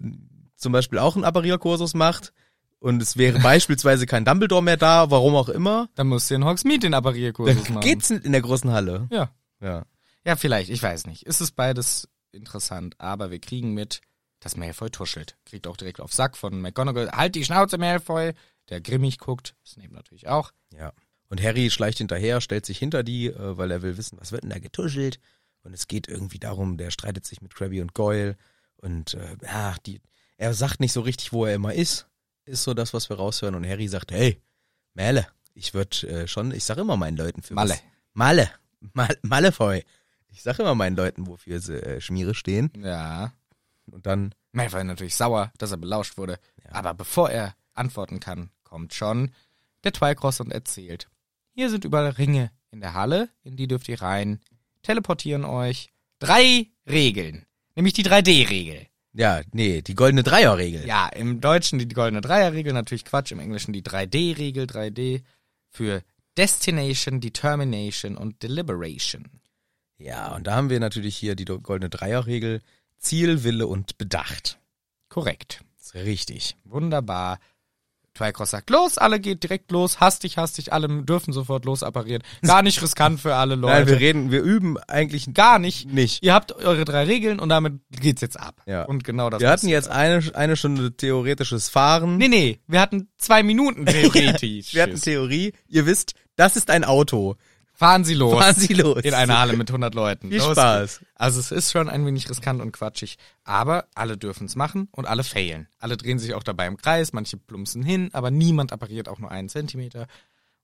Speaker 1: zum Beispiel auch einen Apparierkursus macht und es wäre <laughs> beispielsweise kein Dumbledore mehr da, warum auch immer,
Speaker 2: Dann musst du in Hogsmeade den Apparierkursus
Speaker 1: dann
Speaker 2: machen.
Speaker 1: geht's nicht in der großen Halle.
Speaker 2: Ja.
Speaker 1: Ja.
Speaker 2: Ja, vielleicht, ich weiß nicht. Es ist beides interessant, aber wir kriegen mit, dass Malfoy tuschelt. Kriegt auch direkt auf Sack von McGonagall. Halt die Schnauze, Malfoy! Der grimmig guckt. Snape natürlich auch.
Speaker 1: Ja. Und Harry schleicht hinterher, stellt sich hinter die, äh, weil er will wissen, was wird denn da getuschelt. Und es geht irgendwie darum, der streitet sich mit Krabby und Goyle. Und äh, ja, die, er sagt nicht so richtig, wo er immer ist. Ist so das, was wir raushören. Und Harry sagt, hey, Merle, ich würd äh, schon, ich sag immer meinen Leuten für
Speaker 2: Malle.
Speaker 1: Was. Malle. Mal, Malefeu. Ich sag immer meinen Leuten, wofür sie äh, Schmiere stehen.
Speaker 2: Ja.
Speaker 1: Und dann,
Speaker 2: Malfoy natürlich sauer, dass er belauscht wurde. Aber bevor er antworten kann, kommt schon der Twycross und erzählt. Hier sind überall Ringe in der Halle, in die dürft ihr rein. Teleportieren euch. Drei Regeln. Nämlich die 3D-Regel.
Speaker 1: ja, nee, die goldene Dreierregel.
Speaker 2: Ja, im Deutschen die goldene Dreierregel, natürlich Quatsch, im Englischen die 3D-Regel, 3D für Destination, Determination und Deliberation.
Speaker 1: ja, und da haben wir natürlich hier die do- goldene Dreierregel. Ziel, Wille und Bedacht.
Speaker 2: Korrekt.
Speaker 1: Ist richtig.
Speaker 2: Wunderbar. Twycross sagt, los, alle geht direkt los, hastig, hastig, alle dürfen sofort losapparieren. Gar nicht riskant für alle
Speaker 1: <laughs>
Speaker 2: Leute.
Speaker 1: Nein, wir reden, wir üben eigentlich
Speaker 2: Gar nicht.
Speaker 1: nicht.
Speaker 2: Ihr habt eure drei Regeln und damit geht's jetzt ab.
Speaker 1: Ja.
Speaker 2: Und genau das
Speaker 1: Wir hatten
Speaker 2: passiert.
Speaker 1: jetzt eine, eine Stunde theoretisches Fahren.
Speaker 2: Nee, nee, wir hatten zwei
Speaker 1: <laughs>
Speaker 2: Minuten theoretisch.
Speaker 1: wir hatten Theorie. Ihr wisst, das ist ein Auto.
Speaker 2: Fahren Sie los.
Speaker 1: Fahren Sie los.
Speaker 2: In einer Halle mit 100 Leuten.
Speaker 1: Viel Spaß.
Speaker 2: geht's. Also es ist schon ein wenig riskant und quatschig, aber alle dürfen es machen und alle failen. Alle drehen sich auch dabei im Kreis, manche plumpsen hin, aber niemand appariert auch nur einen Zentimeter.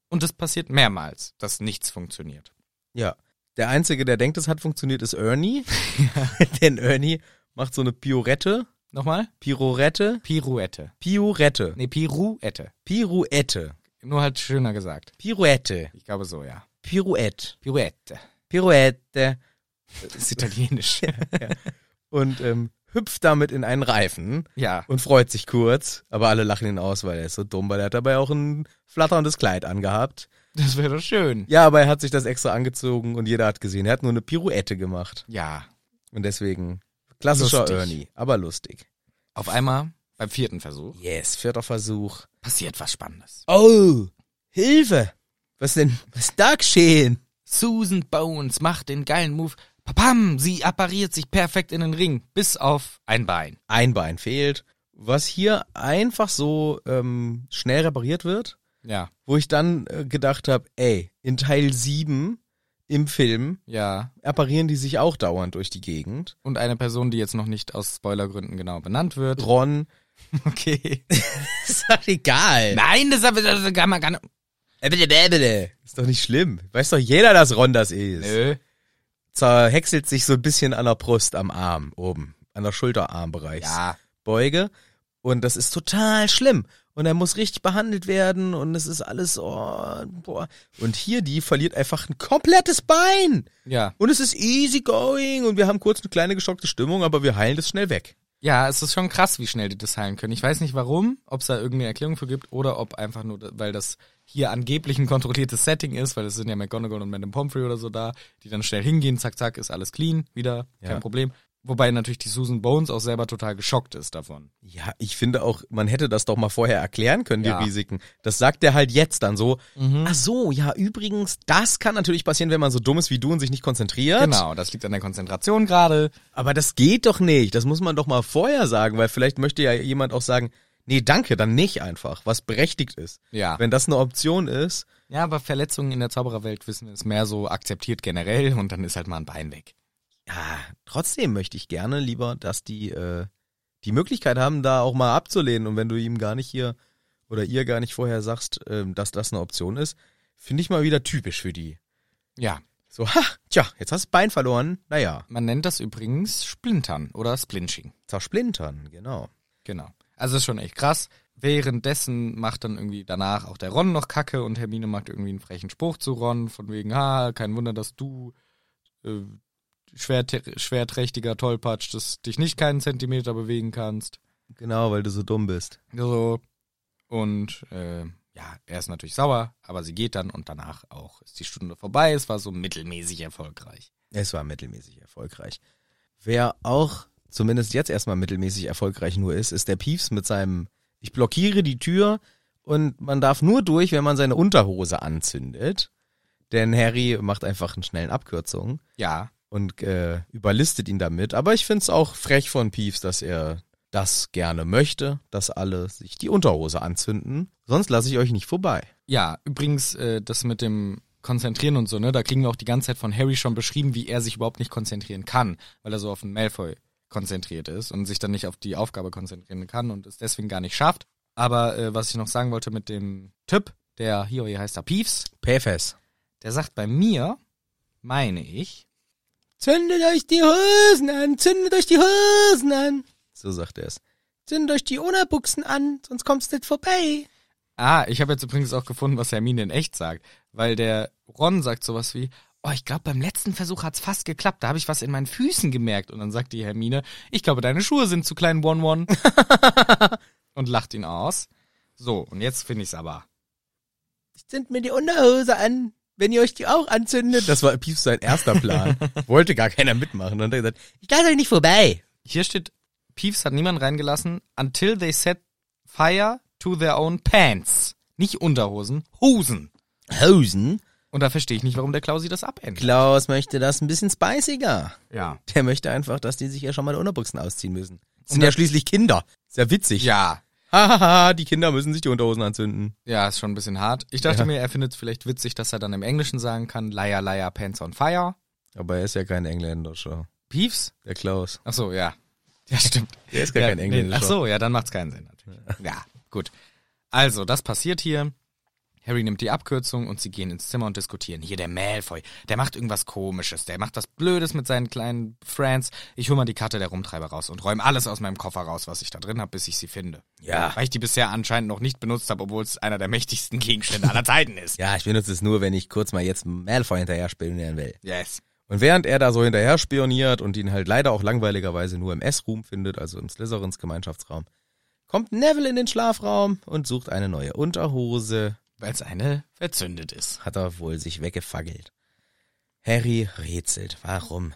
Speaker 2: Und das passiert mehrmals, dass nichts funktioniert.
Speaker 1: Ja. Der Einzige, der denkt, es hat funktioniert, ist <laughs> Ernie. Denn Ernie macht so eine Piorette.
Speaker 2: Nochmal?
Speaker 1: Pirorette.
Speaker 2: Pirouette.
Speaker 1: Piorette.
Speaker 2: Nee, Pirouette.
Speaker 1: Pirouette.
Speaker 2: Nur halt schöner gesagt.
Speaker 1: Pirouette.
Speaker 2: Ich glaube so, ja.
Speaker 1: Pirouette.
Speaker 2: Pirouette.
Speaker 1: Pirouette.
Speaker 2: Das
Speaker 1: <laughs>
Speaker 2: ist italienisch.
Speaker 1: Und ähm, hüpft damit in einen Reifen.
Speaker 2: ja.
Speaker 1: und freut sich kurz, aber alle lachen ihn aus, weil er ist so dumm, weil er hat dabei auch ein flatterndes Kleid angehabt.
Speaker 2: Das wäre doch schön.
Speaker 1: Ja, aber er hat sich das extra angezogen und jeder hat gesehen, er hat nur eine Pirouette gemacht.
Speaker 2: Ja.
Speaker 1: Und deswegen klassischer
Speaker 2: Lustig.
Speaker 1: Ernie, aber lustig.
Speaker 2: Auf einmal, beim vierten Versuch,
Speaker 1: Yes, vierter Versuch.
Speaker 2: passiert was Spannendes.
Speaker 1: Oh, Hilfe! Was denn, was ist da geschehen?
Speaker 2: Susan Bones macht den geilen Move. Papam, sie appariert sich perfekt in den Ring, bis auf ein Bein.
Speaker 1: Ein Bein fehlt, was hier einfach so ähm, schnell repariert wird.
Speaker 2: Ja,
Speaker 1: Wo ich dann äh, gedacht habe, ey, in Teil 7 im Film
Speaker 2: ja.
Speaker 1: apparieren die sich auch dauernd durch die Gegend.
Speaker 2: Und eine Person, die jetzt noch nicht aus Spoilergründen genau benannt wird.
Speaker 1: Ron.
Speaker 2: Okay.
Speaker 1: Ist doch egal.
Speaker 2: Nein, das habe ich gar mal gar nicht.
Speaker 1: Ist doch nicht schlimm. Weiß doch jeder, dass Ron das ist.
Speaker 2: Nö.
Speaker 1: Zerhäckselt sich so ein bisschen an der Brust, am Arm, oben. An der Schulterarmbereich.
Speaker 2: Ja.
Speaker 1: Beuge. Und das ist total schlimm. Und er muss richtig behandelt werden und es ist alles, oh, boah. Und hier, die verliert einfach ein komplettes Bein.
Speaker 2: Ja.
Speaker 1: Und es ist easy going und wir haben kurz eine kleine geschockte Stimmung, aber wir heilen das schnell weg.
Speaker 2: Ja, es ist schon krass, wie schnell die das heilen können. Ich weiß nicht warum, ob es da irgendeine Erklärung für gibt oder ob einfach nur, weil das hier angeblich ein kontrolliertes Setting ist, weil es sind ja McGonagall und Madame Pomfrey oder so da, die dann schnell hingehen, zack, zack, ist alles clean, wieder,
Speaker 1: Ja.
Speaker 2: kein Problem. Wobei natürlich die Susan Bones auch selber total geschockt ist davon.
Speaker 1: Ja, ich finde auch, man hätte das doch mal vorher erklären können,
Speaker 2: Ja.
Speaker 1: die Risiken. Das sagt er halt jetzt dann so. Ach so, ja, übrigens, das kann natürlich passieren, wenn man so dumm ist wie du und sich nicht konzentriert.
Speaker 2: Genau, das liegt an der Konzentration gerade.
Speaker 1: Aber das geht doch nicht. Das muss man doch mal vorher sagen, weil vielleicht möchte ja jemand auch sagen, nee, danke, dann nicht einfach, was berechtigt ist.
Speaker 2: Ja.
Speaker 1: Wenn das eine Option ist,
Speaker 2: Ja, aber Verletzungen in der Zaubererwelt wissen wir, ist mehr so akzeptiert generell und dann ist halt mal ein Bein weg.
Speaker 1: ja, trotzdem möchte ich gerne lieber, dass die äh, die Möglichkeit haben, da auch mal abzulehnen. Und wenn du ihm gar nicht hier oder ihr gar nicht vorher sagst, ähm, dass das eine Option ist, finde ich mal wieder typisch für die.
Speaker 2: Ja.
Speaker 1: So, ha, tja, jetzt hast du das Bein verloren. Naja,
Speaker 2: Man nennt das übrigens Splintern oder Splinching.
Speaker 1: zersplintern, genau.
Speaker 2: Genau. Also ist schon echt krass. Währenddessen macht dann irgendwie danach auch der Ron noch Kacke und Hermine macht irgendwie einen frechen Spruch zu Ron von wegen, ha, kein Wunder, dass du äh, schwerte- schwerträchtiger Tollpatsch, dass dich nicht keinen Zentimeter bewegen kannst.
Speaker 1: Genau, weil du so dumm bist.
Speaker 2: So. Und äh, ja, er ist natürlich sauer, aber sie geht dann und danach auch ist die Stunde vorbei. Es war so mittelmäßig erfolgreich.
Speaker 1: Es war mittelmäßig erfolgreich. Wer auch zumindest jetzt erstmal mittelmäßig erfolgreich nur ist, ist der Piefs mit seinem Ich blockiere die Tür und man darf nur durch, wenn man seine Unterhose anzündet. Denn Harry macht einfach einen schnellen Abkürzung
Speaker 2: Ja,
Speaker 1: und äh, überlistet ihn damit. Aber ich find's auch frech von Piefs, dass er das gerne möchte, dass alle sich die Unterhose anzünden. Sonst lasse ich euch nicht vorbei.
Speaker 2: Ja, übrigens, äh, das mit dem Konzentrieren und so, ne, da kriegen wir auch die ganze Zeit von Harry schon beschrieben, wie er sich überhaupt nicht konzentrieren kann, weil er so auf den Malfoy konzentriert ist und sich dann nicht auf die Aufgabe konzentrieren kann und es deswegen gar nicht schafft. Aber äh, was ich noch sagen wollte mit dem Typ, der hier, hier heißt er Peeves,
Speaker 1: Päfes.
Speaker 2: der sagt bei mir, meine ich,
Speaker 1: Zündet euch die Hosen an, zündet euch die Hosen an. So sagt er es. Zündet euch die Unabuchsen an, sonst kommt's nicht vorbei.
Speaker 2: ah, ich habe jetzt übrigens auch gefunden, was Hermine in echt sagt, weil der Ron sagt sowas wie, oh, ich glaube, beim letzten Versuch hat's fast geklappt, da habe ich was in meinen Füßen gemerkt. Und dann sagt die Hermine, ich glaube, deine Schuhe sind zu klein, One-One. und lacht ihn aus. So, und jetzt finde ich's aber.
Speaker 1: Zündet mir die Unterhose an, wenn ihr euch die auch anzündet. Das war Piefs sein erster <laughs> Plan. Wollte gar keiner mitmachen. Und er hat gesagt, ich lasse euch nicht vorbei.
Speaker 2: Hier steht, Peeves hat niemand reingelassen, until they set fire to their own pants. Nicht Unterhosen, Hosen.
Speaker 1: Hosen?
Speaker 2: Und da verstehe ich nicht, warum der Klausi das abändert.
Speaker 1: Klaus möchte das ein bisschen spiciger.
Speaker 2: Ja.
Speaker 1: Der möchte einfach, dass die sich ja schon mal die Unterbuchsen ausziehen müssen. Das
Speaker 2: Und
Speaker 1: sind ja
Speaker 2: das-
Speaker 1: schließlich Kinder. Ist ja witzig.
Speaker 2: Ja,
Speaker 1: Hahaha, die Kinder müssen sich die Unterhosen anzünden.
Speaker 2: Ja, ist schon ein bisschen hart. Ich dachte
Speaker 1: Ja.
Speaker 2: mir, er findet es vielleicht witzig, dass er dann im Englischen sagen kann, Liar, Liar, Pants on Fire.
Speaker 1: Aber er ist ja kein Engländer, schau.
Speaker 2: Peeves?
Speaker 1: Der Klaus.
Speaker 2: Ach so, ja. <laughs> Ja, stimmt.
Speaker 1: Der ist gar
Speaker 2: ja,
Speaker 1: kein Engländer.
Speaker 2: nee, Ach so, ja, dann macht's keinen Sinn natürlich. Ja, gut. Also, das passiert hier. Harry nimmt die Abkürzung und sie gehen ins Zimmer und diskutieren. Hier der Malfoy, der macht irgendwas komisches, der macht was Blödes mit seinen kleinen Friends. Ich hol mal die Karte der Rumtreiber raus und räume alles aus meinem Koffer raus, was ich da drin habe, bis ich sie finde.
Speaker 1: Ja.
Speaker 2: Weil ich die bisher anscheinend noch nicht benutzt habe, obwohl es einer der mächtigsten Gegenstände aller Zeiten ist.
Speaker 1: Ja, ich benutze es nur, wenn ich kurz mal jetzt Malfoy hinterher spionieren will.
Speaker 2: Yes.
Speaker 1: Und während er da so hinterher spioniert und ihn halt leider auch langweiligerweise nur im S-Room findet, also im Slytherins Gemeinschaftsraum, kommt Neville in den Schlafraum und sucht eine neue Unterhose.
Speaker 2: Weil es eine verzündet ist.
Speaker 1: Hat er wohl sich weggefaggelt. Harry rätselt. Warum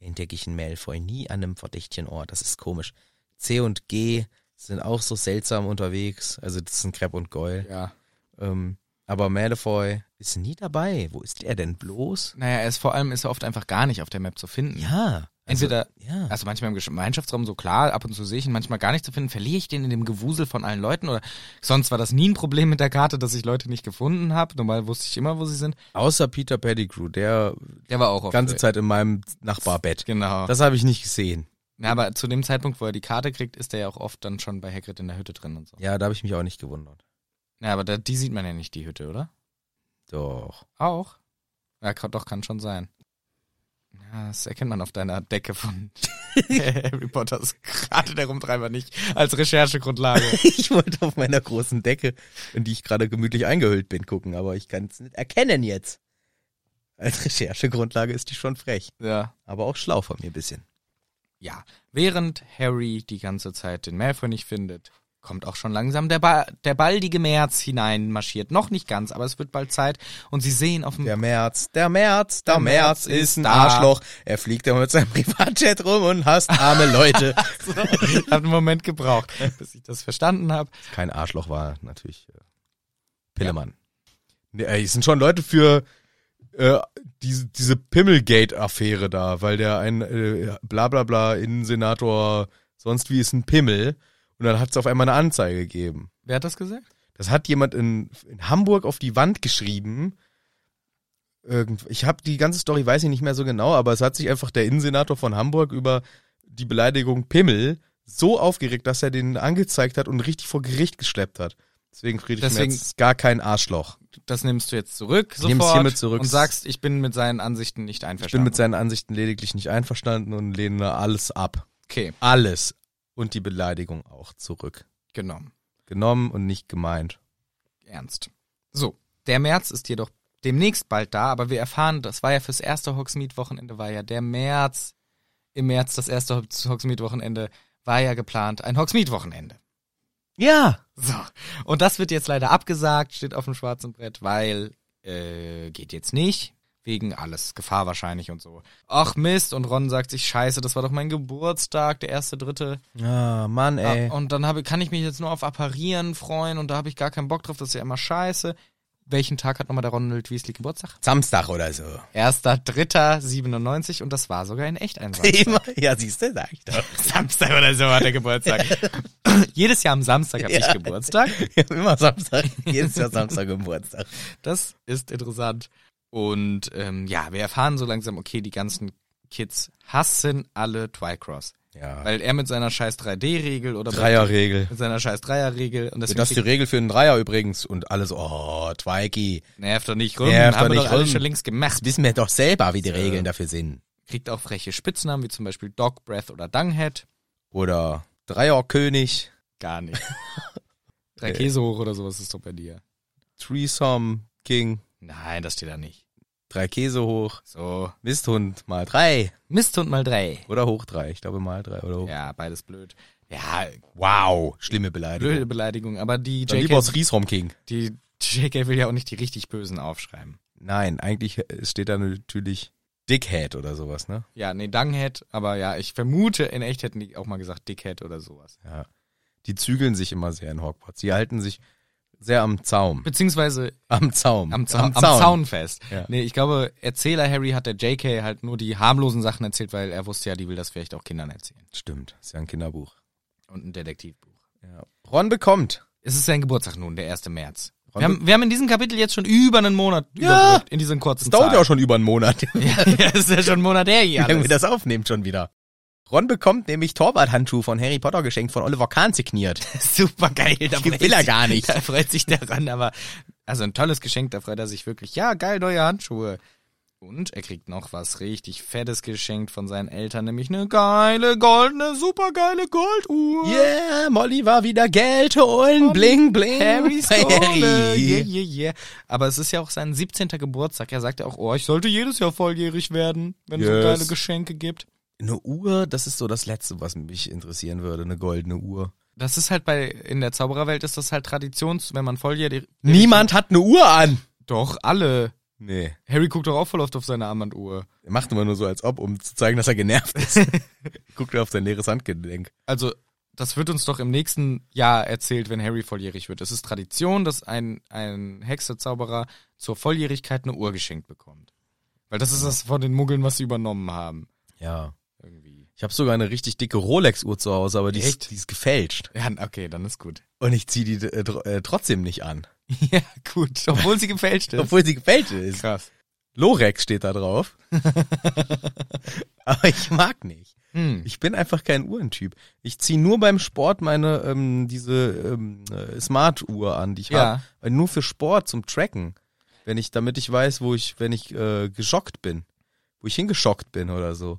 Speaker 1: entdecke ich einen Malfoy nie an einem verdächtigen Ort? Das ist komisch. C und G sind auch so seltsam unterwegs. Also das sind Crab und Goyle.
Speaker 2: Ja.
Speaker 1: Ähm, aber Malfoy ist nie dabei. Wo ist der denn bloß?
Speaker 2: Naja, er ist vor allem ist er oft einfach gar nicht auf der Map zu finden.
Speaker 1: Ja. Also,
Speaker 2: Entweder,
Speaker 1: ja.
Speaker 2: also manchmal im Gemeinschaftsraum so klar, ab und zu sehe ich ihn manchmal gar nicht zu finden, verliere ich den in dem Gewusel von allen Leuten oder sonst war das nie ein Problem mit der Karte, dass ich Leute nicht gefunden habe. Normal wusste ich immer, wo sie sind.
Speaker 1: Außer Peter Pettigrew, der
Speaker 2: Der war auch
Speaker 1: die
Speaker 2: auf
Speaker 1: ganze Zeit in meinem Nachbarbett.
Speaker 2: Genau.
Speaker 1: Das habe ich nicht gesehen.
Speaker 2: Na, aber zu dem Zeitpunkt, wo er die Karte kriegt, ist er ja auch oft dann schon bei Hagrid in der Hütte drin und so.
Speaker 1: Ja, da habe ich mich auch nicht gewundert.
Speaker 2: Ja, aber da, die sieht man ja nicht, die Hütte, oder?
Speaker 1: Doch. <laughs>
Speaker 2: Auch? Ja, ka- doch, kann schon sein. Ja, das erkennt man auf deiner Decke von
Speaker 1: <laughs>
Speaker 2: Harry Potters gerade der Rumtreiber nicht als Recherchegrundlage.
Speaker 1: <laughs> Ich wollte auf meiner großen Decke, in die ich gerade gemütlich eingehüllt bin, gucken, aber ich kann es nicht erkennen jetzt. Als Recherchegrundlage ist die schon frech,
Speaker 2: ja.
Speaker 1: aber auch schlau von mir ein bisschen.
Speaker 2: Ja. Während Harry die ganze Zeit den Malfoy nicht findet, kommt auch schon langsam der, ba der baldige März hinein marschiert. Noch nicht ganz, aber es wird bald Zeit. Und sie sehen auf dem
Speaker 1: Der März, der März, Hm. der, März ist ein
Speaker 2: da.
Speaker 1: Arschloch. Er fliegt immer mit seinem <laughs> Privatjet rum und hasst arme Leute.
Speaker 2: <laughs> hat einen Moment gebraucht, bis ich das verstanden habe.
Speaker 1: Kein Arschloch war natürlich äh, Pillemann. Nee, ey, es sind schon Leute für äh, diese, diese Pimmelgate-Affäre da, weil der ein äh, bla bla bla Innensenator sonst wie ist ein Pimmel und dann hat es auf einmal eine Anzeige gegeben.
Speaker 2: Wer hat das gesagt?
Speaker 1: Das hat jemand in, in Hamburg auf die Wand geschrieben. Irgend, ich habe die ganze Story, weiß ich nicht mehr so genau, aber es hat sich einfach der Innensenator von Hamburg über die Beleidigung Pimmel so aufgeregt, dass er den angezeigt hat und richtig vor Gericht geschleppt hat. Deswegen Friedrich
Speaker 2: Deswegen-
Speaker 1: Merz ist gar kein Arschloch.
Speaker 2: Das nimmst du jetzt zurück sofort
Speaker 1: nehm's hiermit zurück.
Speaker 2: und sagst, ich bin mit seinen Ansichten nicht
Speaker 1: Ich bin
Speaker 2: einverstanden.
Speaker 1: mit seinen Ansichten lediglich nicht einverstanden und lehne alles ab.
Speaker 2: okay,
Speaker 1: Alles. Und die Beleidigung auch zurück.
Speaker 2: genommen.
Speaker 1: Genommen und nicht gemeint.
Speaker 2: ernst. So, der März ist jedoch demnächst bald da, aber wir erfahren, das war ja fürs erste Hogsmeade-Wochenende, war ja der März. Im März das erste Hogsmeade-Wochenende war ja geplant, ein Hogsmeade-Wochenende.
Speaker 1: Ja.
Speaker 2: So, und das wird jetzt leider abgesagt, steht auf dem schwarzen Brett, weil äh, geht jetzt nicht. Wegen alles, Gefahr wahrscheinlich und so. Ach Mist, und Ron sagt sich, scheiße, das war doch mein Geburtstag, der erste, dritte.
Speaker 1: Ah, Mann, ey.
Speaker 2: Ah, Und dann habe, kann ich mich jetzt nur auf Apparieren freuen und da habe ich gar keinen Bock drauf, das ist ja immer scheiße. Welchen Tag hat nochmal der Ronald Weasley Geburtstag?
Speaker 1: Samstag oder <laughs> so.
Speaker 2: 1.3.97 und das war sogar in echt ein
Speaker 1: <laughs>
Speaker 2: Samstag.
Speaker 1: Ja, siehst du, sag ich doch.
Speaker 2: Samstag oder so hat er Geburtstag. <laughs> Jedes Jahr am Samstag habe ich
Speaker 1: Ja.
Speaker 2: Geburtstag.
Speaker 1: <laughs> Wir haben immer Samstag. Jedes Jahr Samstag Geburtstag.
Speaker 2: Das ist interessant. Und ähm, ja, wir erfahren so langsam, okay, die ganzen Kids hassen alle Twycross.
Speaker 1: Ja.
Speaker 2: Weil er mit seiner scheiß 3D-Regel oder
Speaker 1: Dreierregel.
Speaker 2: mit seiner scheiß Dreier-Regel und deswegen
Speaker 1: Das ist die Regel für einen Dreier übrigens. Und alles, oh, Twikey.
Speaker 2: nervt doch nicht rum,
Speaker 1: Nervt
Speaker 2: haben
Speaker 1: doch
Speaker 2: wir doch
Speaker 1: nicht
Speaker 2: alle
Speaker 1: rum.
Speaker 2: schon längst gemacht.
Speaker 1: Wissen wir doch selber, wie die Regeln dafür sind.
Speaker 2: kriegt auch freche Spitznamen, wie zum Beispiel Dog Breath oder Dunghead.
Speaker 1: Oder Dreierkönig,
Speaker 2: Gar nicht.
Speaker 1: <laughs>
Speaker 2: Drei
Speaker 1: Äh.
Speaker 2: Käse hoch oder sowas ist doch bei dir.
Speaker 1: Threesome King,
Speaker 2: Nein, das steht da nicht.
Speaker 1: drei Käse hoch,
Speaker 2: So.
Speaker 1: Misthund mal drei.
Speaker 2: Misthund mal drei.
Speaker 1: Oder hoch drei. Ich glaube mal drei oder hoch.
Speaker 2: Ja, beides blöd. Ja,
Speaker 1: Wow, schlimme Beleidigung.
Speaker 2: blöde Beleidigung, aber die
Speaker 1: Dann lieber
Speaker 2: JK,
Speaker 1: Threesome King.
Speaker 2: die JK will ja auch nicht die richtig Bösen aufschreiben.
Speaker 1: Nein, eigentlich äh, steht da natürlich Dickhead oder sowas, ne?
Speaker 2: Ja, nee, Dunghead, aber ja, ich vermute, in echt hätten die auch mal gesagt Dickhead oder sowas.
Speaker 1: Ja. Die zügeln sich immer sehr in Hogwarts. Die halten sich sehr am Zaum.
Speaker 2: Beziehungsweise
Speaker 1: Am Zaum.
Speaker 2: Am, Zaun, am,
Speaker 1: Zaun.
Speaker 2: Zaun fest.
Speaker 1: Ja.
Speaker 2: Nee, ich glaube, Erzähler Harry hat der JK halt nur die harmlosen Sachen erzählt, weil er wusste ja, die will das vielleicht auch Kindern erzählen.
Speaker 1: Stimmt, ist ja ein Kinderbuch.
Speaker 2: Und ein Detektivbuch.
Speaker 1: Ja. Ron bekommt.
Speaker 2: Es ist sein Geburtstag nun, der 1. März.
Speaker 1: Ron-
Speaker 2: Wir haben, wir haben in diesem Kapitel jetzt schon über einen Monat
Speaker 1: Ja.
Speaker 2: überbrückt, in diesem kurzen
Speaker 1: Das dauert ja auch
Speaker 2: Zeit.
Speaker 1: schon über einen Monat, wie
Speaker 2: <laughs> Ja, ja, ist ja schon ein Monat her hier
Speaker 1: lange
Speaker 2: alles.
Speaker 1: wir das aufnehmen schon wieder. Ron bekommt nämlich Torwarthandschuh von Harry Potter geschenkt von Oliver Kahn signiert.
Speaker 2: <laughs> Super geil. Da
Speaker 1: Will
Speaker 2: freut
Speaker 1: er
Speaker 2: sich-
Speaker 1: gar nicht.
Speaker 2: <laughs> Da freut sich daran, aber also ein tolles Geschenk, da freut er sich wirklich. Ja, geil, neue Handschuhe. Und er kriegt noch was richtig Fettes geschenkt von seinen Eltern, nämlich eine geile goldene, supergeile Golduhr.
Speaker 1: Yeah, Molly war wieder Geld holen, bling bling. <laughs>
Speaker 2: Harry's
Speaker 1: Bei
Speaker 2: Gold. Yeah,
Speaker 1: Harry.
Speaker 2: yeah, yeah. Aber es ist ja auch sein 17. Geburtstag. Er sagt ja auch, oh, ich sollte jedes Jahr volljährig werden, wenn es so
Speaker 1: Yes.
Speaker 2: geile Geschenke gibt.
Speaker 1: Eine Uhr, das ist so das Letzte, was mich interessieren würde, eine goldene Uhr.
Speaker 2: Das ist halt bei, in der Zaubererwelt ist das halt Traditions, wenn man volljährig.
Speaker 1: Niemand hat eine Uhr an.
Speaker 2: Doch, alle.
Speaker 1: Nee,
Speaker 2: Harry guckt doch auch voll oft auf seine Armbanduhr.
Speaker 1: er macht immer nur so als ob, um zu zeigen, dass er genervt
Speaker 2: <laughs>
Speaker 1: ist. Guckt er auf sein leeres Handgelenk.
Speaker 2: Also, das wird uns doch im nächsten Jahr erzählt, wenn Harry volljährig wird. Es ist Tradition, dass ein, ein Hexerzauberer zur Volljährigkeit eine Uhr geschenkt bekommt. Weil das ist das von den Muggeln, was sie übernommen haben.
Speaker 1: Ja.
Speaker 2: Irgendwie.
Speaker 1: Ich habe sogar eine richtig dicke Rolex-Uhr zu Hause, aber die ist,
Speaker 2: Echt?
Speaker 1: die ist gefälscht.
Speaker 2: Ja, okay, dann ist gut.
Speaker 1: Und ich zieh die äh, tr- äh, trotzdem nicht an,
Speaker 2: <laughs> Ja, gut. Obwohl sie gefälscht ist.
Speaker 1: obwohl sie gefälscht ist.
Speaker 2: Krass.
Speaker 1: Lorex steht da
Speaker 2: <laughs>
Speaker 1: drauf. aber ich mag nicht.
Speaker 2: Hm.
Speaker 1: Ich bin einfach kein Uhrentyp. Ich zieh nur beim Sport meine ähm, diese ähm, äh, Smart-Uhr an, die ich
Speaker 2: Ja.
Speaker 1: hab. habe. Nur für Sport zum Tracken, wenn ich, damit ich weiß, wo ich, wenn ich äh, geschockt bin, wo ich hingeschockt bin oder so.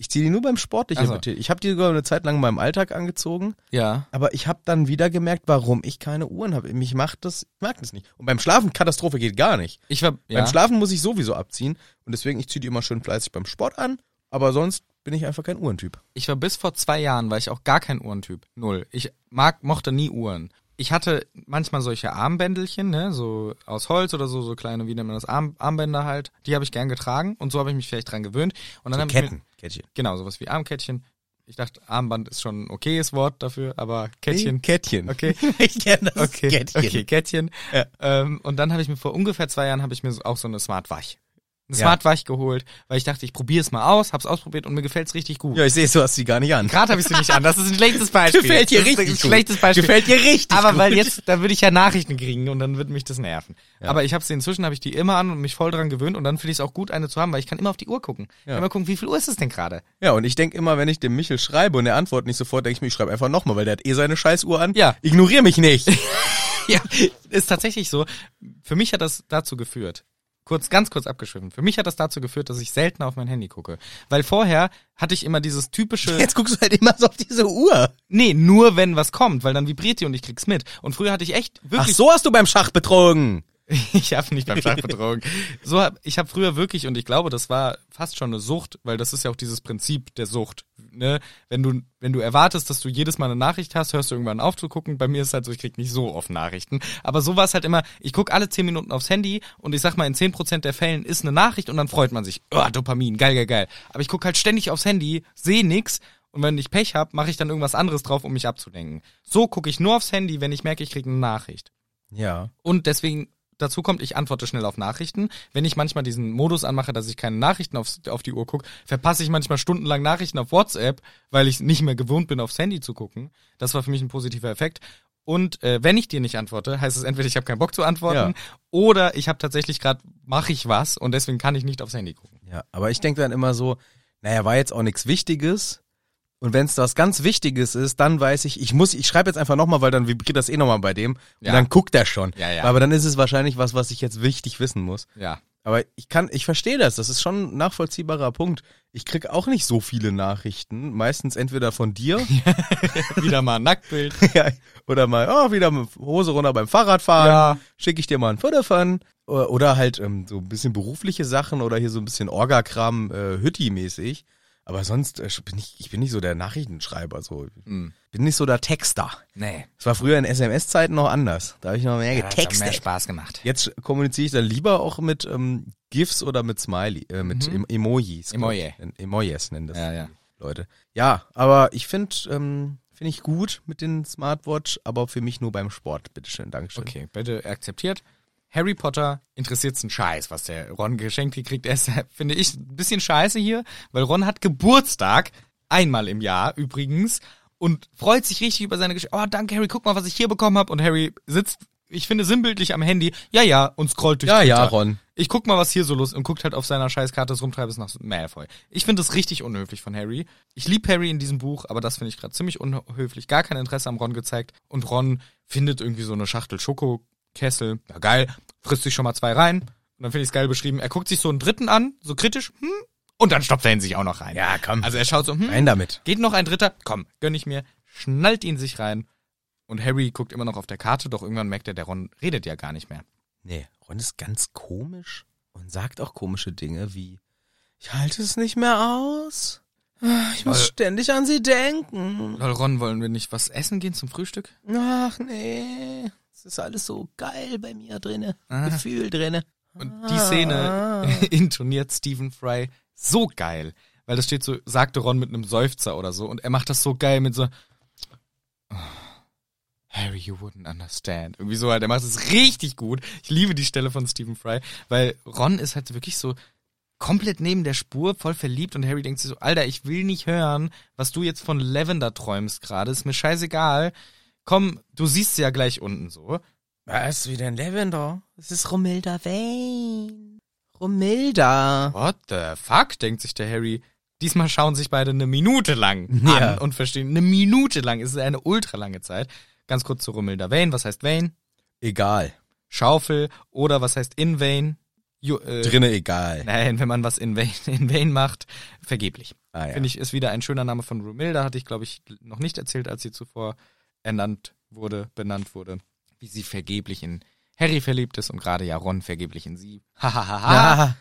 Speaker 1: Ich zieh die nur beim sportlichen
Speaker 2: Also.
Speaker 1: Betätigen. Ich habe die sogar eine Zeit lang in meinem Alltag angezogen.
Speaker 2: Ja.
Speaker 1: Aber ich habe dann wieder gemerkt, warum ich keine Uhren habe. Mich macht das, ich mag das nicht. Und beim Schlafen, Katastrophe geht gar nicht.
Speaker 2: Ich war, ja.
Speaker 1: Beim Schlafen muss ich sowieso abziehen. Und deswegen, ich ziehe die immer schön fleißig beim Sport an. Aber sonst bin ich einfach kein Uhrentyp.
Speaker 2: Ich war bis vor zwei Jahren, war ich auch gar kein Uhrentyp. Null. Ich mag, mochte nie Uhren. Ich hatte manchmal solche Armbändelchen, ne, so aus Holz oder so, so kleine, wie nennt man das, Arm, Armbänder halt. Die habe ich gern getragen und so habe ich mich vielleicht dran gewöhnt. Und dann
Speaker 1: So
Speaker 2: hab ich mir-
Speaker 1: Ketten, Kettchen.
Speaker 2: Genau, sowas wie Armkettchen. Ich dachte, Armband ist schon ein okayes Wort dafür, aber Kettchen.
Speaker 1: Kettchen.
Speaker 2: Okay.
Speaker 1: <laughs> Ich kenne das
Speaker 2: <laughs> Okay,
Speaker 1: Kettchen.
Speaker 2: okay, Kettchen.
Speaker 1: Ja.
Speaker 2: Ähm, und dann habe ich mir vor ungefähr zwei Jahren habe ich mir so- auch so eine Smartwatch, eine
Speaker 1: Ja.
Speaker 2: Smartwatch geholt, weil ich dachte, ich probiere es mal aus, habe es ausprobiert und mir gefällt's richtig gut.
Speaker 1: Ja, ich sehe, du hast die gar nicht an.
Speaker 2: Gerade habe ich sie nicht an. Das ist ein schlechtes Beispiel.
Speaker 1: <laughs> Gefällt dir
Speaker 2: Das ist ein
Speaker 1: richtig gut.
Speaker 2: Schlechtes Beispiel.
Speaker 1: Gefällt dir richtig
Speaker 2: Aber
Speaker 1: gut.
Speaker 2: weil jetzt, da würde ich ja Nachrichten kriegen und dann würde mich das nerven. Aber ich habe sie inzwischen, habe ich die immer an und mich voll dran gewöhnt und dann finde ich es auch gut, eine zu haben, weil ich kann immer auf die Uhr gucken. Ich kann Immer gucken, wie viel Uhr ist es denn gerade?
Speaker 1: Ja, und ich denk immer, wenn ich dem Michel schreibe und er antwortet nicht sofort, denke ich mir, ich schreibe einfach nochmal, weil der hat eh seine Scheißuhr an.
Speaker 2: Ja.
Speaker 1: Ignorier mich nicht.
Speaker 2: <laughs> ja, ist tatsächlich so. Für mich hat das dazu geführt, kurz, ganz kurz abgeschwiffen, für mich hat das dazu geführt, dass ich seltener auf mein Handy gucke. Weil vorher hatte ich immer dieses typische,
Speaker 1: Jetzt guckst du halt immer so auf diese Uhr.
Speaker 2: nee, nur wenn was kommt, weil dann vibriert die und ich krieg's mit. Und früher hatte ich echt
Speaker 1: Ach,
Speaker 2: wirklich,
Speaker 1: so hast du beim Schach betrogen.
Speaker 2: <laughs> ich habe nicht beim Schach betrogen. So hab, ich habe früher wirklich und ich glaube, das war fast schon eine Sucht, weil das ist ja auch dieses Prinzip der Sucht, ne? Wenn du wenn du erwartest, dass du jedes Mal eine Nachricht hast, hörst du irgendwann auf zu gucken. Bei mir ist halt so, ich krieg nicht so oft Nachrichten, aber so war es halt immer, ich guck alle 10 Minuten aufs Handy und ich sag mal in 10 der Fällen ist eine Nachricht und dann freut man sich. Oh, Dopamin, geil, geil, geil. Aber ich guck halt ständig aufs Handy, sehe nix und wenn ich Pech hab, mache ich dann irgendwas anderes drauf, um mich abzulenken. So gucke ich nur aufs Handy, wenn ich merke, ich krieg eine Nachricht.
Speaker 1: Ja.
Speaker 2: Und deswegen dazu kommt, ich antworte schnell auf Nachrichten. Wenn ich manchmal diesen Modus anmache, dass ich keine Nachrichten aufs, auf die Uhr gucke, verpasse ich manchmal stundenlang Nachrichten auf WhatsApp, weil ich nicht mehr gewohnt bin, aufs Handy zu gucken. Das war für mich ein positiver Effekt. Und äh, wenn ich dir nicht antworte, heißt es entweder, ich habe keinen Bock zu antworten oder ich habe tatsächlich gerade, mache ich was und deswegen kann ich nicht aufs Handy gucken.
Speaker 1: Ja, aber ich denk dann immer so, naja, war jetzt auch nichts Wichtiges. Und wenn es was ganz Wichtiges ist, dann weiß ich, ich muss, ich schreibe jetzt einfach nochmal, weil dann vibriert das eh nochmal bei dem.
Speaker 2: Ja.
Speaker 1: Und dann guckt er schon.
Speaker 2: Ja, ja.
Speaker 1: Aber dann ist es wahrscheinlich was, was ich jetzt wichtig wissen muss.
Speaker 2: Ja.
Speaker 1: Aber ich kann, ich verstehe das. Das ist schon ein nachvollziehbarer Punkt. Ich krieg auch nicht so viele Nachrichten. Meistens entweder von
Speaker 2: <laughs>
Speaker 1: dir
Speaker 2: Wieder mal ein Nacktbild.
Speaker 1: ja, oder mal, oh, wieder mit Hose runter beim Fahrradfahren.
Speaker 2: Ja.
Speaker 1: Schicke ich dir mal ein Foto von. Oder oder halt ähm, so ein bisschen berufliche Sachen oder hier so ein bisschen Orga-Kram, äh, Hütti-mäßig. Aber sonst äh, bin ich, ich bin nicht so der Nachrichtenschreiber. So.
Speaker 2: Hm.
Speaker 1: Bin nicht so der Texter.
Speaker 2: Nee.
Speaker 1: Das war früher in SMS-Zeiten noch anders. Da habe ich noch mehr
Speaker 2: Ja, das hat
Speaker 1: getextet.
Speaker 2: mehr Spaß gemacht.
Speaker 1: Jetzt kommuniziere ich dann lieber auch mit ähm, GIFs oder mit Smiley, äh, mit em Emojis. glaub ich. Emojis nennen das
Speaker 2: Mhm. Ja, ja.
Speaker 1: die Leute. Ja, aber ich finde, ähm, finde ich gut mit den Smartwatch, aber für mich nur beim Sport. Bitteschön, Dankeschön.
Speaker 2: Okay, bitte akzeptiert. Harry Potter interessiert's einen Scheiß, was der Ron geschenkt gekriegt Er ist, <laughs> finde ich, ein bisschen scheiße hier, weil Ron hat Geburtstag, einmal im Jahr übrigens, und freut sich richtig über seine Geschichte. Oh, danke Harry, guck mal, was ich hier bekommen habe. Und Harry sitzt, ich finde, sinnbildlich am Handy, ja, ja, und scrollt durch
Speaker 1: Ja, ja,
Speaker 2: Twitter.
Speaker 1: Ron.
Speaker 2: Ich guck mal, was hier so los und guckt halt auf seiner Scheißkarte des Rumtreibens nach Malfoy. Ich finde das richtig unhöflich von Harry. Ich lieb Harry in diesem Buch, aber das finde ich gerade ziemlich unhöflich. Gar kein Interesse am Ron gezeigt. Und Ron findet irgendwie so eine Schachtel Schokokessel. Ja, geil. Frisst sich schon mal zwei rein. Und dann finde ich es geil beschrieben. Er guckt sich so einen dritten an, so kritisch. Hm? Und dann stopft er ihn sich auch noch rein.
Speaker 1: Ja, komm.
Speaker 2: Also er schaut so, hm,
Speaker 1: Rein damit.
Speaker 2: Geht noch ein dritter? Komm, gönn ich mir. Schnallt ihn sich rein. Und Harry guckt immer noch auf der Karte, doch irgendwann merkt er, der Ron redet ja gar nicht mehr.
Speaker 1: Nee, Ron ist ganz komisch und sagt auch komische Dinge wie, ich halte es nicht mehr aus. Ah, Ich muss
Speaker 2: Weil-
Speaker 1: ständig an sie denken.
Speaker 2: Lol, Ron, wollen wir nicht was essen gehen zum Frühstück?
Speaker 1: Ach nee, es ist alles so geil bei mir drinne. Gefühl drinne.
Speaker 2: Und die Szene <laughs> intoniert Stephen Fry so geil. Weil das steht so, sagte Ron mit einem Seufzer oder so. Und er macht das so geil mit so, "Oh, Harry, you wouldn't understand. Irgendwie so halt. Er macht es richtig gut. Ich liebe die Stelle von Stephen Fry, weil Ron ist halt wirklich so komplett neben der Spur, voll verliebt und Harry denkt sich so, Alter, ich will nicht hören, was du jetzt von Lavender träumst gerade. Ist mir scheißegal. Komm, du siehst sie ja gleich unten so.
Speaker 1: Was, wieder ein Lavender? Es ist Romilda Vane. Romilda.
Speaker 2: What the fuck, denkt sich der Harry. Diesmal schauen sich beide eine Minute lang an
Speaker 1: <laughs> Ja.
Speaker 2: und verstehen, eine Minute lang ist eine ultralange Zeit. Ganz kurz zu Romilda Vane, was heißt Vane?
Speaker 1: Egal.
Speaker 2: Schaufel oder was heißt in Vane? Ju- äh,
Speaker 1: Drinne egal.
Speaker 2: Nein, wenn man was in Vane, in Vane macht, vergeblich.
Speaker 1: Ah, ja.
Speaker 2: Finde ich, ist wieder ein schöner Name von Romilda, hatte ich, glaube ich, noch nicht erzählt, als sie zuvor ernannt wurde, benannt wurde. Wie sie vergeblich in Harry verliebt ist und gerade ja Ron vergeblich in sie. Hahaha.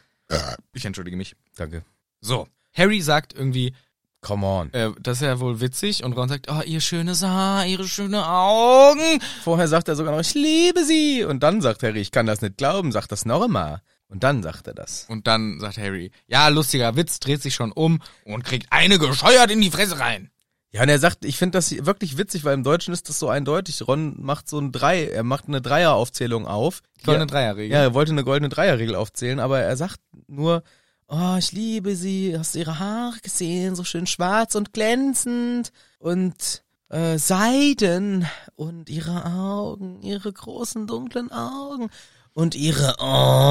Speaker 2: Ich entschuldige mich.
Speaker 1: Danke.
Speaker 2: So, Harry sagt irgendwie,
Speaker 1: Come on.
Speaker 2: Äh, das ist ja wohl witzig. Und Ron sagt, oh, ihr schönes Haar, ihre schönen Augen.
Speaker 1: Vorher sagt er sogar noch, ich liebe sie. Und dann sagt Harry, ich kann das nicht glauben, sagt das noch einmal. Und dann sagt er das.
Speaker 2: Und dann sagt Harry, ja, lustiger Witz, dreht sich schon um und kriegt eine gescheuert in die Fresse rein.
Speaker 1: Ja, und er sagt, ich finde das wirklich witzig, weil im Deutschen ist das so eindeutig. Ron macht so ein Drei, er macht eine Dreieraufzählung auf.
Speaker 2: Die goldene
Speaker 1: Ja.
Speaker 2: Dreierregel.
Speaker 1: Ja, er wollte eine goldene Dreierregel aufzählen, aber er sagt nur, oh, ich liebe sie, hast du ihre Haare gesehen, so schön schwarz und glänzend und äh, Seiden und ihre Augen, ihre großen dunklen Augen und ihre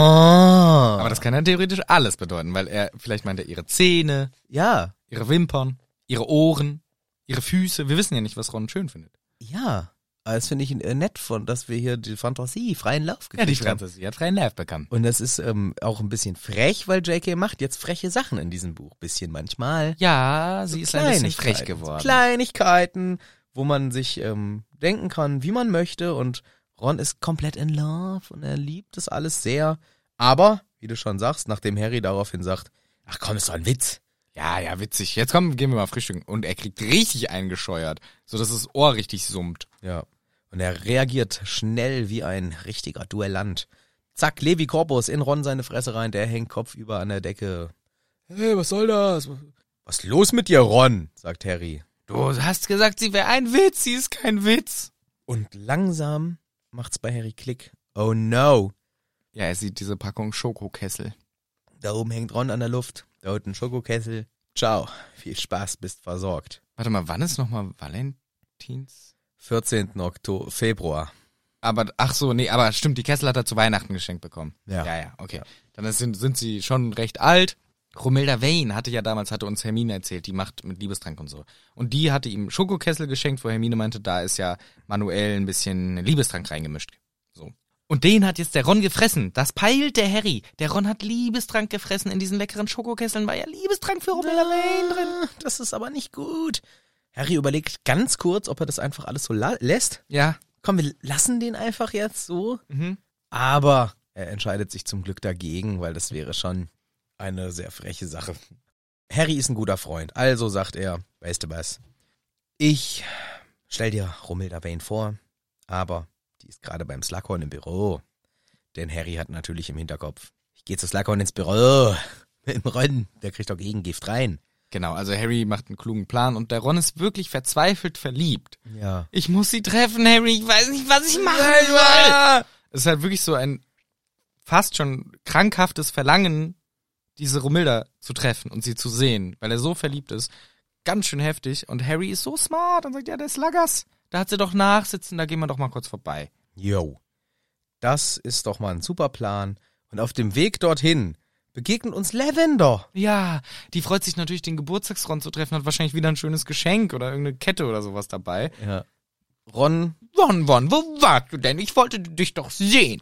Speaker 1: Ohren.
Speaker 2: Aber das kann ja theoretisch alles bedeuten, weil er, vielleicht meint er ihre Zähne,
Speaker 1: ja,
Speaker 2: ihre Wimpern, ihre Ohren, ihre Füße. Wir wissen ja nicht, was Ron schön findet.
Speaker 1: ja. Aber das finde ich äh, nett von, dass wir hier die Fantasie freien Lauf gekriegt
Speaker 2: Ja, die
Speaker 1: haben.
Speaker 2: Franzis, die hat freien Nerv bekommen.
Speaker 1: Und das ist ähm, auch ein bisschen frech, weil J.K. macht jetzt freche Sachen in diesem Buch. Bisschen manchmal.
Speaker 2: Ja,
Speaker 1: So
Speaker 2: sie halt. ist ein bisschen
Speaker 1: Kleinigkeiten.
Speaker 2: frech geworden.
Speaker 1: Kleinigkeiten, wo man sich ähm, denken kann, wie man möchte. Und Ron ist komplett in love und er liebt das alles sehr. Aber, wie du schon sagst, nachdem Harry daraufhin sagt, ach komm, ist doch ein Witz.
Speaker 2: Ja, ja, witzig. Jetzt komm, gehen wir mal frühstücken. Und er kriegt richtig eingescheuert, so dass das Ohr richtig summt.
Speaker 1: Ja. Und er reagiert schnell wie ein richtiger Duellant. Zack, Levi Corpus in Ron seine Fresse rein, der hängt kopfüber an der Decke. Hey, was soll das? Was ist los mit dir, Ron? sagt Harry.
Speaker 2: Du hast gesagt, sie wäre ein Witz, sie ist kein Witz.
Speaker 1: Und langsam macht's bei Harry Klick. Oh no,
Speaker 2: Ja, er sieht diese Packung Schokokessel.
Speaker 1: Da oben hängt Ron an der Luft. Da unten Schokokessel. Ciao. Viel Spaß, bist versorgt.
Speaker 2: Warte mal, wann ist nochmal Valentins?
Speaker 1: 14. Oktober, Februar.
Speaker 2: Aber, ach so, nee, aber stimmt, die Kessel hat er zu Weihnachten geschenkt bekommen.
Speaker 1: Ja.
Speaker 2: Ja, ja, okay. Dann ist, sind, sind sie schon recht alt. Romilda Vane hatte ja damals, hatte uns Hermine erzählt, die macht mit Liebestrank und so. Und die hatte ihm Schokokessel geschenkt, wo Hermine meinte, da ist ja manuell ein bisschen Liebestrank reingemischt. So. Und den hat jetzt der Ron gefressen. Das peilt der Harry. Der Ron hat Liebestrank gefressen. In diesen leckeren Schokokesseln war ja Liebestrank für Romilda Vane drin.
Speaker 1: Ah, Das ist aber nicht gut. Harry überlegt ganz kurz, ob er das einfach alles so la lässt.
Speaker 2: Ja.
Speaker 1: Komm, wir lassen den einfach jetzt so.
Speaker 2: Mhm.
Speaker 1: Aber er entscheidet sich zum Glück dagegen, weil das wäre schon eine sehr freche Sache. Harry ist ein guter Freund, also sagt er, weißt du was, ich stell dir Romilda Vane vor, aber die ist gerade beim Slughorn im Büro. Denn Harry hat natürlich im Hinterkopf, ich gehe zu Slughorn ins Büro, <laughs> mit dem Ron, der kriegt doch Gegengift rein.
Speaker 2: Genau, also Harry macht einen klugen Plan und der Ron ist wirklich verzweifelt verliebt.
Speaker 1: Ja.
Speaker 2: Ich muss sie treffen, Harry. Ich weiß nicht, was ich machen soll. Es ist halt wirklich so ein fast schon krankhaftes Verlangen, diese Romilda zu treffen und sie zu sehen, weil er so verliebt ist. Ganz schön heftig. Und Harry ist so smart und sagt, ja, der ist Laggers. Da hat sie doch nachsitzen, da gehen wir doch mal kurz vorbei.
Speaker 1: Yo. Das ist doch mal ein super Plan. Und auf dem Weg dorthin begegnet uns Lavender.
Speaker 2: Ja, die freut sich natürlich, den Geburtstagsron zu treffen, hat wahrscheinlich wieder ein schönes Geschenk oder irgendeine Kette oder sowas dabei.
Speaker 1: Ja. Ron
Speaker 2: Won, Won, wo warst du denn? Ich wollte dich doch sehen.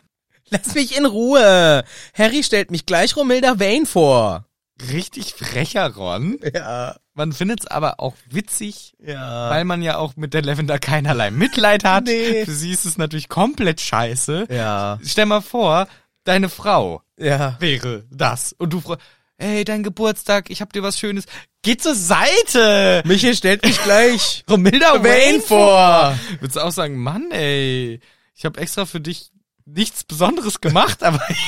Speaker 1: Lass mich in Ruhe. Harry stellt mich gleich Romilda Vane vor.
Speaker 2: Richtig frecher Ron.
Speaker 1: Ja,
Speaker 2: Man findet's aber auch witzig,
Speaker 1: ja.
Speaker 2: weil man ja auch mit der Lavender keinerlei Mitleid hat.
Speaker 1: Nee.
Speaker 2: Für sie ist es natürlich komplett scheiße.
Speaker 1: Ja,
Speaker 2: Stell mal vor, deine Frau
Speaker 1: ja.
Speaker 2: wäre das und du fragst, hey, dein Geburtstag, ich hab dir was Schönes. Geh zur Seite!
Speaker 1: Michael stellt mich <laughs> gleich
Speaker 2: Romilda
Speaker 1: Vane vor.
Speaker 2: Würdest du auch sagen, Mann, ey, ich habe extra für dich nichts Besonderes gemacht, aber <laughs>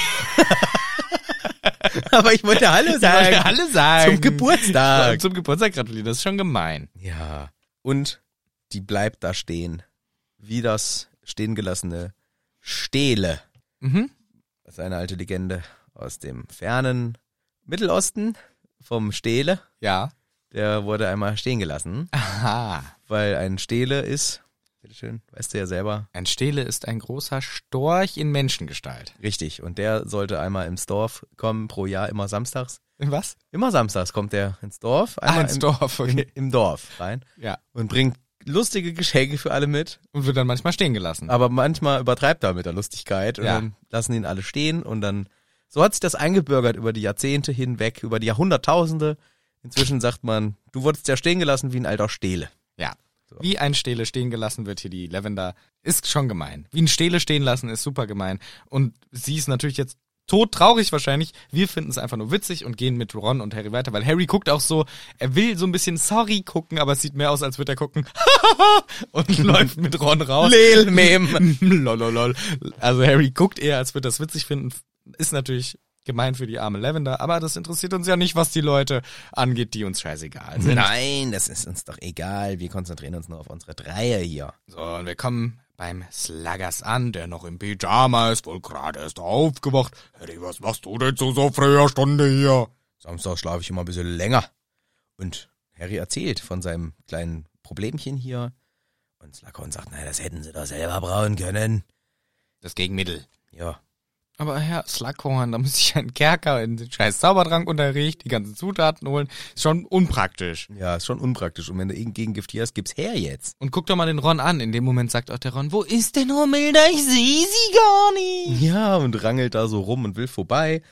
Speaker 1: Aber ich wollte <laughs> Hallo
Speaker 2: ich wollte
Speaker 1: sagen.
Speaker 2: alle sagen.
Speaker 1: Zum Geburtstag.
Speaker 2: Zum Geburtstag gratulieren, das ist schon gemein.
Speaker 1: Ja. Und die bleibt da stehen. Wie das stehengelassene Stele.
Speaker 2: Mhm.
Speaker 1: Das ist eine alte Legende aus dem fernen Mittelosten vom Stele.
Speaker 2: Ja.
Speaker 1: Der wurde einmal stehen gelassen,
Speaker 2: Aha.
Speaker 1: weil ein Stele ist. Bitteschön, weißt du ja selber.
Speaker 2: Ein Stele ist ein großer Storch in Menschengestalt.
Speaker 1: Richtig. Und der sollte einmal ins Dorf kommen, pro Jahr immer samstags.
Speaker 2: Was?
Speaker 1: Immer samstags kommt er ins Dorf,
Speaker 2: Ah,
Speaker 1: einmal
Speaker 2: ins
Speaker 1: im,
Speaker 2: Dorf, okay.
Speaker 1: im Dorf rein
Speaker 2: Ja.
Speaker 1: und bringt lustige Geschenke für alle mit,
Speaker 2: Und wird dann manchmal stehen gelassen.
Speaker 1: aber manchmal übertreibt er mit der Lustigkeit und
Speaker 2: Ja.
Speaker 1: dann lassen ihn alle stehen und dann so hat sich das eingebürgert über die Jahrzehnte hinweg, über die Jahrhunderttausende. Inzwischen sagt man, du wurdest ja stehen gelassen wie ein alter Stele.
Speaker 2: Ja. Wie ein Stele stehen gelassen wird hier die Lavender. Ist schon gemein. Wie ein Stele stehen lassen ist super gemein. Und sie ist natürlich jetzt tot traurig wahrscheinlich. Wir finden es einfach nur witzig und gehen mit Ron und Harry weiter, weil Harry guckt auch so, er will so ein bisschen sorry gucken, aber es sieht mehr aus, als würde er gucken <laughs>
Speaker 1: <laughs>
Speaker 2: und läuft mit Ron raus.
Speaker 1: Lel, Mem.
Speaker 2: <laughs> Lololol. Also Harry guckt eher, als würde das witzig finden. Ist natürlich gemein für die arme Lavender, aber das interessiert uns ja nicht, was die Leute angeht, die uns scheißegal sind.
Speaker 1: Nein, das ist uns doch egal. Wir konzentrieren uns nur auf unsere Dreier hier.
Speaker 2: So, und wir kommen beim Sluggers an, der noch im Pyjama ist, wohl gerade erst aufgewacht. Harry, was machst du denn zu so früher Stunde hier?
Speaker 1: Samstag schlafe ich immer ein bisschen länger. Und Harry erzählt von seinem kleinen Problemchen hier. Und Slughorn sagt, naja, das hätten sie doch selber brauen können.
Speaker 2: Das Gegenmittel.
Speaker 1: Ja,
Speaker 2: Aber Herr Slughorn, da muss ich einen Kerker in den scheiß Zaubertrankunterricht, die ganzen Zutaten holen. Ist schon unpraktisch.
Speaker 1: ja, ist schon unpraktisch. Und wenn du irgendein Gegengift hier hast, gib's her jetzt.
Speaker 2: Und guck doch mal den Ron an. In dem Moment sagt auch der Ron, wo ist denn Romilda? Ich sehe sie gar nicht.
Speaker 1: Ja, und rangelt da so rum und will vorbei.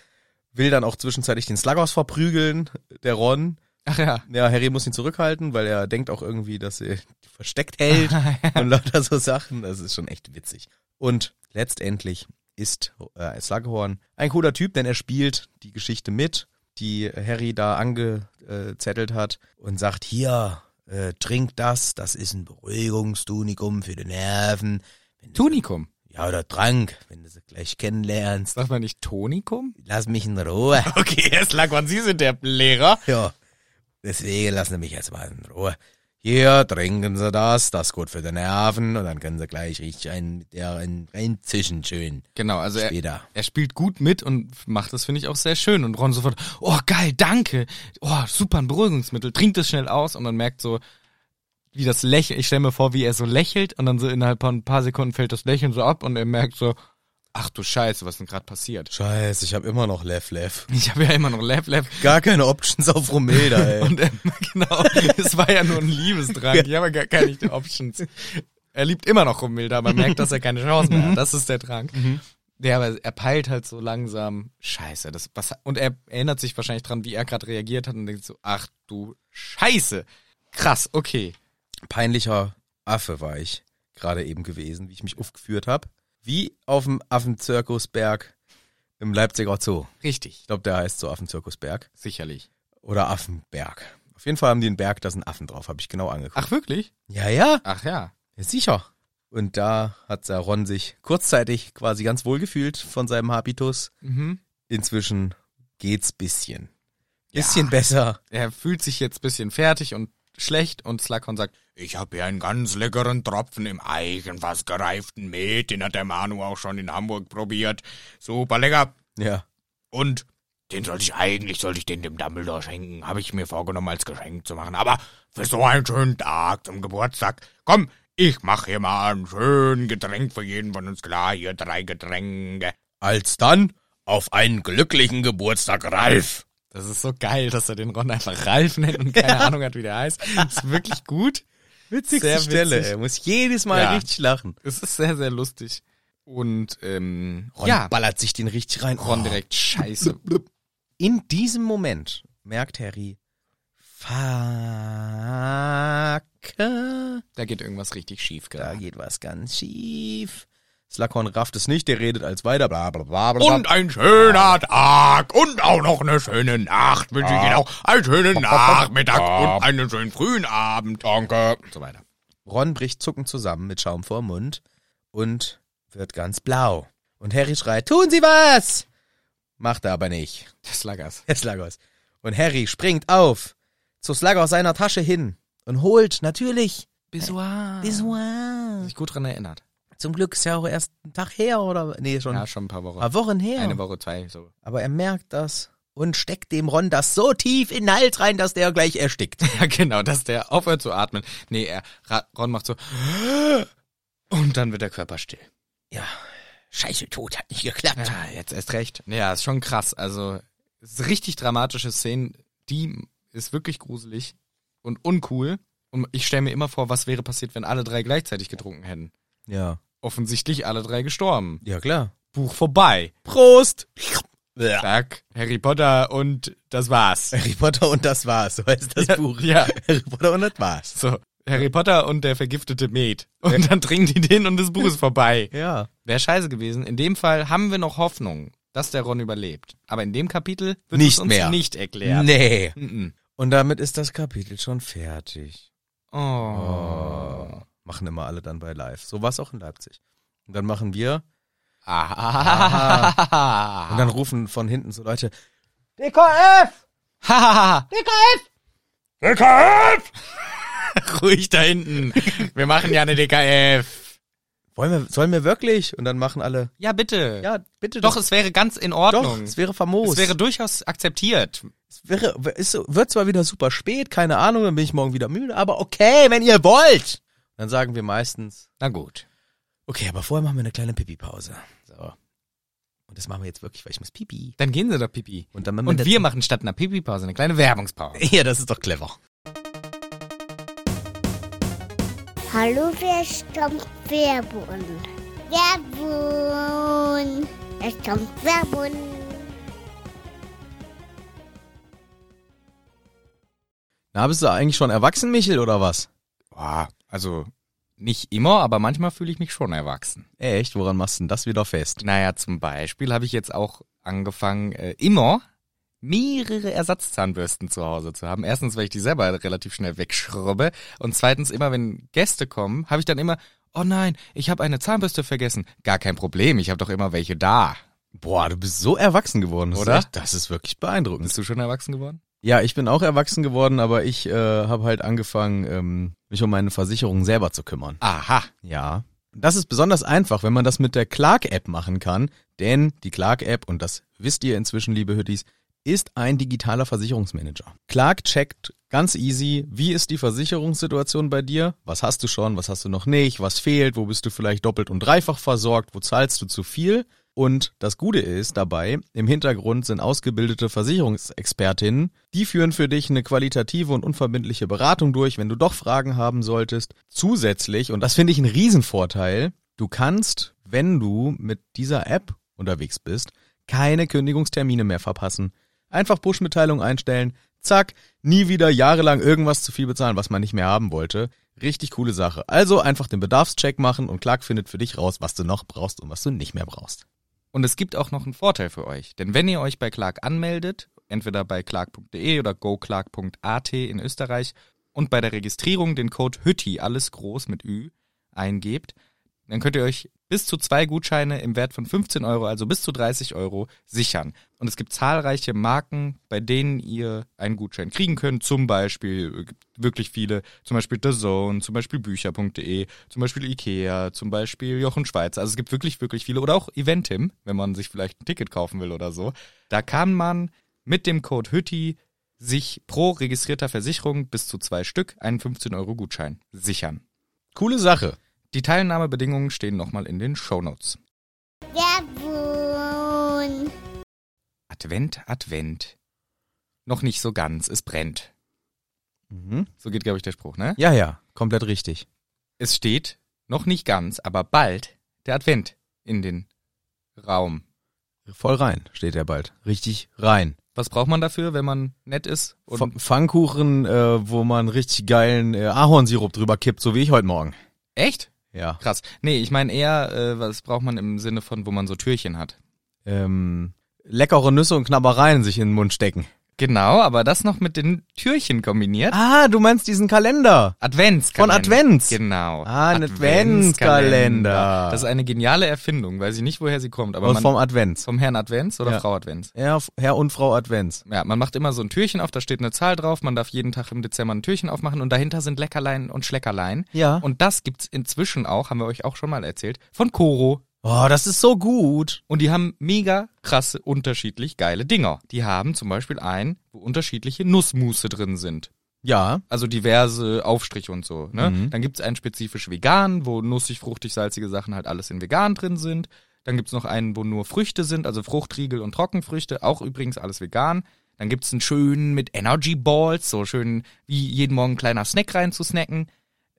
Speaker 1: Will dann auch zwischenzeitlich den Sluggers verprügeln, der Ron.
Speaker 2: Ach ja.
Speaker 1: Ja, Harry muss ihn zurückhalten, weil er denkt auch irgendwie, dass er die versteckt hält und lauter so Sachen. Das ist schon echt witzig. Und letztendlich ist äh, Slughorn ein cooler Typ, denn er spielt die Geschichte mit, die Harry da angezettelt hat und sagt, hier, äh, trink das, das ist ein Beruhigungstunikum für die Nerven. Wenn du,
Speaker 2: Tunikum.
Speaker 1: ja, oder Trank, wenn du sie gleich kennenlernst.
Speaker 2: Sagt man nicht Tonikum?
Speaker 1: Lass mich in Ruhe.
Speaker 2: Okay, Herr Slughorn, Sie sind der Lehrer.
Speaker 1: Ja, deswegen lassen Sie mich jetzt mal in Ruhe. Hier, trinken Sie das, das ist gut für die Nerven und dann können Sie gleich richtig einen, mit der einen reinzischen schön.
Speaker 2: Genau, also er,
Speaker 1: Später.
Speaker 2: er spielt gut mit und macht das, finde ich, auch sehr schön. Und Ron sofort, oh geil, danke. Oh, super ein Beruhigungsmittel. Trinkt es schnell aus und man merkt so, wie das Lächeln, ich stelle mir vor, wie er so lächelt und dann so innerhalb von ein paar Sekunden fällt das Lächeln so ab und er merkt so, ach du Scheiße, was ist denn gerade passiert?
Speaker 1: Scheiße, ich habe immer noch Lev Lev.
Speaker 2: Ich habe ja immer noch Lab Lab.
Speaker 1: Gar keine Options auf Romilda, <laughs> ey.
Speaker 2: Und ähm, <laughs> genau, es war ja nur ein Liebestrank. Ich habe gar keine Options. Er liebt immer noch Romilda, aber merkt, dass er keine Chance mehr hat. Das ist der Trank. Ja, aber er peilt halt so langsam, scheiße, das, was, und er erinnert sich wahrscheinlich dran, wie er gerade reagiert hat und denkt so, ach du Scheiße. Krass, okay.
Speaker 1: Peinlicher Affe war ich gerade eben gewesen, wie ich mich aufgeführt habe. Wie auf dem Affenzirkusberg im Leipziger Zoo.
Speaker 2: Richtig.
Speaker 1: Ich glaube, der heißt so Affenzirkusberg
Speaker 2: Sicherlich.
Speaker 1: oder Affenberg. Auf jeden Fall haben die einen Berg, da sind Affen drauf, habe ich genau angeguckt.
Speaker 2: Ach, wirklich?
Speaker 1: Ja, ja.
Speaker 2: Ach ja.
Speaker 1: Ja, sicher. Und da hat der Ron sich kurzzeitig quasi ganz wohl gefühlt von seinem Habitus.
Speaker 2: Mhm.
Speaker 1: Inzwischen geht's bisschen. Bisschen besser.
Speaker 2: Er fühlt sich jetzt bisschen fertig und schlecht und Slughorn sagt, ich habe hier einen ganz leckeren Tropfen im eigenwas gereiften Met, den hat der Manu auch schon in Hamburg probiert. Super lecker.
Speaker 1: Ja.
Speaker 2: Und den sollte ich eigentlich, sollte ich den dem Dumbledore schenken. Habe ich mir vorgenommen, als Geschenk zu machen. Aber für so einen schönen Tag zum Geburtstag. Komm, ich mache hier mal ein schönes Getränk für jeden von uns klar. Hier drei Getränke.
Speaker 1: Als dann auf einen glücklichen Geburtstag, Ralf.
Speaker 2: Das ist so geil, dass er den Ron einfach Ralf nennt und <laughs> keine Ahnung hat, wie der heißt. ist wirklich gut.
Speaker 1: Witzigste
Speaker 2: Sehr witzig.
Speaker 1: Stelle, ey. Muss jedes Mal
Speaker 2: Ja.
Speaker 1: richtig lachen.
Speaker 2: Es ist sehr, sehr lustig. Und ähm,
Speaker 1: Ron
Speaker 2: ja, Oh.
Speaker 1: ballert sich den richtig rein.
Speaker 2: Ron direkt scheiße.
Speaker 1: In diesem Moment merkt Harry, fuck.
Speaker 2: Da geht irgendwas richtig schief
Speaker 1: Da
Speaker 2: gerade.
Speaker 1: geht was ganz schief. Slughorn rafft es nicht, der redet als weiter. Bla, bla, bla, bla, bla.
Speaker 2: ein schöner Tag und auch noch eine schöne Nacht wünsche ich Ihnen auch. Einen schönen Nachmittag und einen schönen frühen Abend. Danke. Und so weiter.
Speaker 1: Ron bricht zuckend zusammen mit Schaum vor Mund und wird ganz blau. Und Harry schreit, tun Sie was! Macht er aber nicht. <laughs>
Speaker 2: Das Lagers.
Speaker 1: Der Slagos. Und Harry springt auf, zu Slagos seiner Tasche hin und holt natürlich
Speaker 2: Bissoir.
Speaker 1: Bissoir.
Speaker 2: Sich gut dran erinnert.
Speaker 1: Zum Glück ist ja auch erst ein Tag her oder, nee, schon
Speaker 2: Ja,
Speaker 1: ein
Speaker 2: schon ein paar Wochen.
Speaker 1: paar Wochen her.
Speaker 2: Eine Woche, zwei, so. <laughs>
Speaker 1: Aber er merkt das und steckt dem Ron das so tief in den Hals rein, dass der gleich erstickt.
Speaker 2: Ja, genau, dass der aufhört zu atmen. Nee, er, Ra- Ron macht so. Und dann wird der Körper still.
Speaker 1: Ja, <laughs> scheiße, Tod hat nicht geklappt.
Speaker 2: Ja, jetzt erst recht. Ja, ist schon krass. Also, es ist richtig dramatische Szenen. Die ist wirklich gruselig und uncool. Und ich stelle mir immer vor, was wäre passiert, wenn alle drei gleichzeitig getrunken hätten.
Speaker 1: Ja,
Speaker 2: Offensichtlich alle drei gestorben.
Speaker 1: ja klar.
Speaker 2: Buch vorbei.
Speaker 1: Prost!
Speaker 2: Zack, Harry Potter und das war's.
Speaker 1: Harry Potter und das war's, so heißt das
Speaker 2: Ja,
Speaker 1: Buch.
Speaker 2: ja.
Speaker 1: Harry Potter und das war's.
Speaker 2: So, Harry Potter und der vergiftete Met. Und dann trinken die den und das Buch ist vorbei.
Speaker 1: Ja.
Speaker 2: Wäre scheiße gewesen. In dem Fall haben wir noch Hoffnung. dass der Ron überlebt. Aber in dem Kapitel wird
Speaker 1: Nicht
Speaker 2: es uns
Speaker 1: mehr.
Speaker 2: nicht erklärt.
Speaker 1: Nee.
Speaker 2: Mhm.
Speaker 1: Und damit ist das Kapitel schon fertig.
Speaker 2: Oh.
Speaker 1: Machen immer alle dann bei live. So war es auch in Leipzig. Und dann machen wir
Speaker 2: Ah.
Speaker 1: und dann rufen von hinten so Leute, DKF!
Speaker 2: Ah. <laughs>
Speaker 1: DKF!
Speaker 2: Ruhig da hinten. Wir machen ja eine DKF.
Speaker 1: Wollen wir, sollen wir wirklich? Und dann machen alle,
Speaker 2: Ja, bitte.
Speaker 1: ja, bitte
Speaker 2: Doch, es wäre ganz in Ordnung.
Speaker 1: doch, es wäre famos.
Speaker 2: es wäre durchaus akzeptiert.
Speaker 1: Es wäre, ist, so- wird zwar wieder super spät, keine Ahnung, dann bin ich morgen wieder müde, aber okay, wenn ihr wollt. Dann sagen wir meistens,
Speaker 2: Na gut.
Speaker 1: okay, aber vorher machen wir eine kleine Pipi-Pause. So. Und das machen wir jetzt wirklich, weil ich muss Pipi.
Speaker 2: Dann gehen sie doch pipi.
Speaker 1: Und dann machen
Speaker 2: Und
Speaker 1: wir-
Speaker 2: wir machen statt einer Pipi-Pause eine kleine Werbungspause.
Speaker 1: <laughs> Ja, das ist doch clever.
Speaker 5: Hallo, wer stammt Werbun? Werbun! Es kommt Werbun!
Speaker 1: Na, bist du eigentlich schon erwachsen, Michel, oder was?
Speaker 2: Boah, also nicht immer, aber manchmal fühle ich mich schon erwachsen.
Speaker 1: Echt? Woran machst du denn das wieder fest?
Speaker 2: Naja, zum Beispiel habe ich jetzt auch angefangen, äh, immer mehrere Ersatzzahnbürsten zu Hause zu haben. Erstens, weil ich die selber relativ schnell wegschrubbe. Und zweitens, immer wenn Gäste kommen, habe ich dann immer, oh nein, ich habe eine Zahnbürste vergessen. Gar kein Problem, ich habe doch immer welche da.
Speaker 1: Boah, du bist so erwachsen geworden, das
Speaker 2: Oder?
Speaker 1: Ist echt, das ist wirklich beeindruckend.
Speaker 2: Bist du schon erwachsen geworden?
Speaker 1: Ja, ich bin auch erwachsen geworden, aber ich äh, habe halt angefangen, ähm, mich um meine Versicherung selber zu kümmern.
Speaker 2: Aha.
Speaker 1: Ja. Das ist besonders einfach, wenn man das mit der Clark-App machen kann, denn die Clark-App, und das wisst ihr inzwischen, liebe Hüttis, ist ein digitaler Versicherungsmanager. Clark checkt ganz easy, wie ist die Versicherungssituation bei dir? Was hast du schon, was hast du noch nicht, was fehlt, wo bist du vielleicht doppelt und dreifach versorgt, wo zahlst du zu viel? Und das Gute ist dabei, im Hintergrund sind ausgebildete Versicherungsexpertinnen, die führen für dich eine qualitative und unverbindliche Beratung durch, wenn du doch Fragen haben solltest. Zusätzlich, und das finde ich einen Riesenvorteil, du kannst, wenn du mit dieser App unterwegs bist, keine Kündigungstermine mehr verpassen. Einfach Push-Mitteilung einstellen, zack, nie wieder jahrelang irgendwas zu viel bezahlen, was man nicht mehr haben wollte. Richtig coole Sache. Also einfach den Bedarfscheck machen und Clark findet für dich raus, was du noch brauchst und was du nicht mehr brauchst.
Speaker 2: Und es gibt auch noch einen Vorteil für euch. Denn wenn ihr euch bei Clark anmeldet, entweder bei clark.de oder goclark.at in Österreich und bei der Registrierung den Code HÜTTI, alles groß mit Ü, eingebt, dann könnt ihr euch bis zu zwei Gutscheine im Wert von 15 Euro, also bis zu 30 Euro, sichern. Und es gibt zahlreiche Marken, bei denen ihr einen Gutschein kriegen könnt. Zum Beispiel, äh, gibt wirklich viele, zum Beispiel The Zone, zum Beispiel Bücher.de, zum Beispiel Ikea, zum Beispiel Jochen Schweizer. Also es gibt wirklich, wirklich viele. Oder auch Eventim, wenn man sich vielleicht ein Ticket kaufen will oder so. Da kann man mit dem Code HÜTTI sich pro registrierter Versicherung bis zu zwei Stück einen 15-Euro-Gutschein sichern.
Speaker 1: Coole Sache.
Speaker 2: Die Teilnahmebedingungen stehen nochmal in den Shownotes.
Speaker 5: Werbun!
Speaker 2: Advent, Advent. Noch nicht so ganz, es brennt.
Speaker 1: Mhm.
Speaker 2: So geht, glaube ich, der Spruch, ne?
Speaker 1: Ja, ja, komplett richtig.
Speaker 2: Es steht noch nicht ganz, aber bald der Advent in den Raum.
Speaker 1: Voll rein, steht er bald. Richtig rein.
Speaker 2: Was braucht man dafür, wenn man nett ist? Und
Speaker 1: F Pfannkuchen, äh, wo man richtig geilen äh, Ahornsirup drüber kippt, so wie ich heute Morgen.
Speaker 2: Echt?
Speaker 1: Ja.
Speaker 2: Krass. Nee, ich meine eher, äh, was braucht man im Sinne von, wo man so Türchen hat.
Speaker 1: Ähm, leckere Nüsse und Knabbereien sich in den Mund stecken.
Speaker 2: Genau, aber das noch mit den Türchen kombiniert.
Speaker 1: Ah, du meinst diesen Kalender.
Speaker 2: Adventskalender.
Speaker 1: Von Advents.
Speaker 2: Genau.
Speaker 1: Ah, ein Adventskalender.
Speaker 2: Das ist eine geniale Erfindung. Weiß ich nicht, woher sie kommt, aber
Speaker 1: Und
Speaker 2: man,
Speaker 1: vom Advents.
Speaker 2: vom Herrn Advents oder
Speaker 1: Ja.
Speaker 2: Frau Advents?
Speaker 1: Herr, Herr und Frau Advents.
Speaker 2: Ja, man macht immer so ein Türchen auf, da steht eine Zahl drauf, man darf jeden Tag im Dezember ein Türchen aufmachen und dahinter sind Leckerlein und Schleckerlein.
Speaker 1: Ja.
Speaker 2: Und das gibt's inzwischen auch, haben wir euch auch schon mal erzählt, von Koro.
Speaker 1: Oh, das ist so gut.
Speaker 2: Und die haben mega krasse, unterschiedlich geile Dinger. Die haben zum Beispiel einen, wo unterschiedliche Nussmuße drin sind.
Speaker 1: Ja.
Speaker 2: Also diverse Aufstriche und so. Ne?
Speaker 1: Mhm.
Speaker 2: Dann gibt's einen spezifisch vegan, wo nussig, fruchtig, salzige Sachen halt alles in vegan drin sind. Dann gibt's noch einen, wo nur Früchte sind, also Fruchtriegel und Trockenfrüchte, auch übrigens alles vegan. Dann gibt's einen schönen mit Energy Balls, so schön wie jeden Morgen ein kleiner Snack reinzusnacken.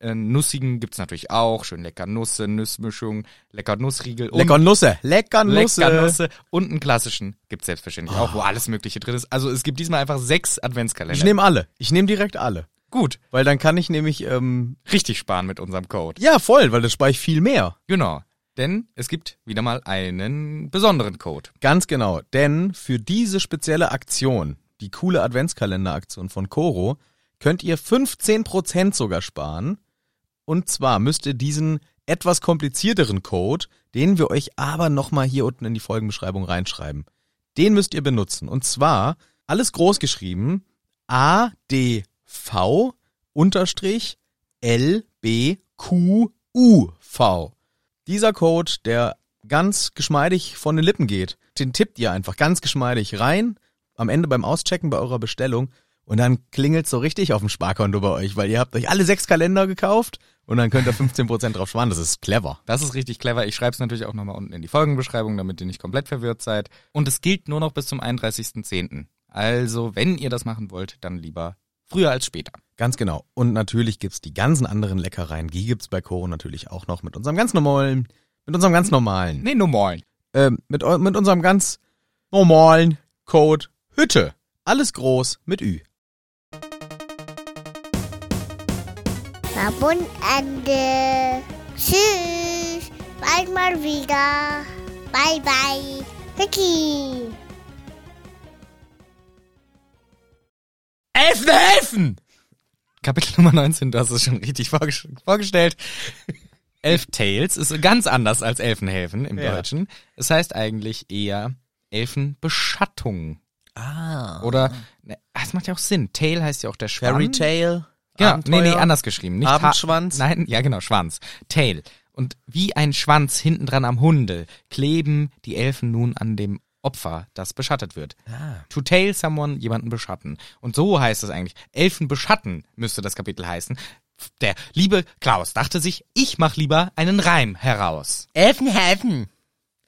Speaker 2: Äh, Nussigen gibt's natürlich auch, schön lecker Nüsse, Nussmischung, lecker Nussriegel. und-
Speaker 1: Lecker Nusse. Lecker Nusse. Oh.
Speaker 2: Lecker Nusse und einen klassischen gibt's selbstverständlich auch, wo alles Mögliche drin ist. Also es gibt diesmal einfach sechs Adventskalender.
Speaker 1: Ich nehme alle. Ich nehme direkt alle.
Speaker 2: gut,
Speaker 1: Weil dann kann ich nämlich, ähm,
Speaker 2: richtig sparen mit unserem Code.
Speaker 1: ja voll, weil das spare ich viel mehr.
Speaker 2: Genau. Denn es gibt wieder mal einen besonderen Code.
Speaker 1: Ganz genau, denn für diese spezielle Aktion, die coole Adventskalenderaktion von Coro, könnt ihr 15% sogar sparen. Und zwar müsst ihr diesen etwas komplizierteren Code, den wir euch aber nochmal hier unten in die Folgenbeschreibung reinschreiben. Den müsst ihr benutzen. Und zwar alles groß geschrieben ADV unterstrich LBQUV. Dieser Code, der ganz geschmeidig von den Lippen geht, den tippt ihr einfach ganz geschmeidig rein, am Ende beim Auschecken bei eurer Bestellung und dann klingelt so richtig auf dem Sparkonto bei euch, weil ihr habt euch alle sechs Kalender gekauft und dann könnt ihr 15% drauf sparen. Das ist clever.
Speaker 2: Das ist richtig clever. Ich schreibe es natürlich auch nochmal unten in die Folgenbeschreibung, damit ihr nicht komplett verwirrt seid. Und es gilt nur noch bis zum 31.10. Also, wenn ihr das machen wollt, dann lieber früher als später.
Speaker 1: Ganz genau. Und natürlich gibt's die ganzen anderen Leckereien, die gibt's bei Coro natürlich auch noch mit unserem ganz normalen, mit unserem ganz normalen,
Speaker 2: Nee, nur morgen.
Speaker 1: ähm, mit, eu- mit unserem ganz normalen Code Hütte. Alles groß mit Ü.
Speaker 5: Verbundende. Tschüss. Bald mal wieder. Bye, bye. Vicky.
Speaker 1: Elfen helfen!
Speaker 2: Kapitel <laughs> Nummer 19, du hast es schon richtig vorges vorgestellt. <laughs> Elf Tales ist ganz anders als Elfenhelfen im
Speaker 1: Ja.
Speaker 2: Deutschen. Es heißt eigentlich eher Elfenbeschattung.
Speaker 1: Ah.
Speaker 2: Oder, ne, das macht ja auch Sinn. Tail heißt ja auch der Schwanz.
Speaker 1: Fairy Tale.
Speaker 2: Ja,
Speaker 1: Abenteuer.
Speaker 2: nee, nee, anders geschrieben. Nicht
Speaker 1: Abendschwanz?
Speaker 2: Ha- Nein, ja genau, Schwanz. Tail. Und wie ein Schwanz hinten dran am Hunde kleben die Elfen nun an dem Opfer, das beschattet wird.
Speaker 1: Ah.
Speaker 2: To tail someone, jemanden beschatten. Und so heißt es eigentlich. Elfen beschatten müsste das Kapitel heißen. Der liebe Klaus dachte sich, ich mach lieber einen Reim heraus.
Speaker 1: Elfen helfen.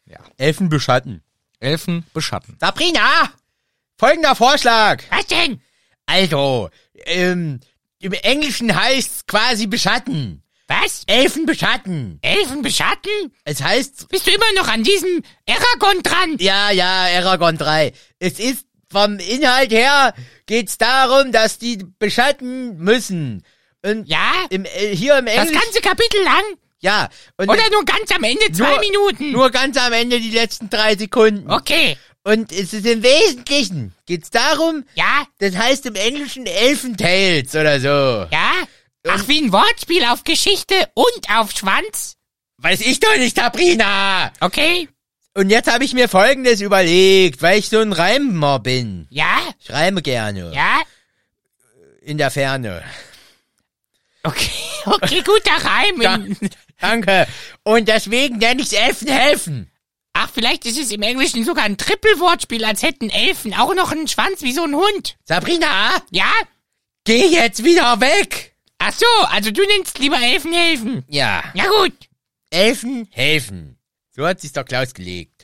Speaker 2: Ja.
Speaker 1: Elfen beschatten.
Speaker 2: Elfen beschatten.
Speaker 1: Sabrina! Folgender Vorschlag! Was denn? Also, ähm, im Englischen heißt's quasi beschatten. Was? Elfen beschatten.
Speaker 6: Elfen beschatten?
Speaker 1: Es heißt,
Speaker 6: Bist du immer noch an diesem Eragon dran?
Speaker 1: ja, ja, Aragon 3. Es ist vom Inhalt her geht's darum, dass die beschatten müssen. Und
Speaker 6: Ja?
Speaker 1: im, äh, hier im
Speaker 6: Das
Speaker 1: Englischen.
Speaker 6: ganze Kapitel lang?
Speaker 1: ja. Und
Speaker 6: Oder nur ganz am Ende? Zwei
Speaker 1: Nur-
Speaker 6: Minuten?
Speaker 1: nur ganz am Ende die letzten drei Sekunden.
Speaker 6: okay.
Speaker 1: Und es ist im Wesentlichen geht's darum,
Speaker 6: Ja?
Speaker 1: Das heißt im Englischen Elfentails oder so.
Speaker 6: Ja? Ach, wie ein Wortspiel auf Geschichte und auf Schwanz?
Speaker 1: Weiß ich doch nicht, Sabrina.
Speaker 6: Okay?
Speaker 1: Und jetzt habe ich mir Folgendes überlegt, weil ich so ein Reimer bin.
Speaker 6: Ja?
Speaker 1: Ich reime gerne.
Speaker 6: Ja?
Speaker 1: In der Ferne.
Speaker 6: Okay, <laughs> okay, guter Reim.
Speaker 1: Da, danke. Und deswegen nenne ich's Elfen helfen.
Speaker 6: Ach, vielleicht ist es im Englischen sogar ein Triple-Wortspiel, als hätten Elfen auch noch einen Schwanz wie so ein Hund.
Speaker 1: Sabrina,
Speaker 6: Ja?
Speaker 1: geh jetzt wieder weg.
Speaker 6: Ach so, also du nennst lieber Elfen helfen.
Speaker 1: Ja,
Speaker 6: Ja gut.
Speaker 1: Elfen helfen. So hat sich's doch Klaus gelegt.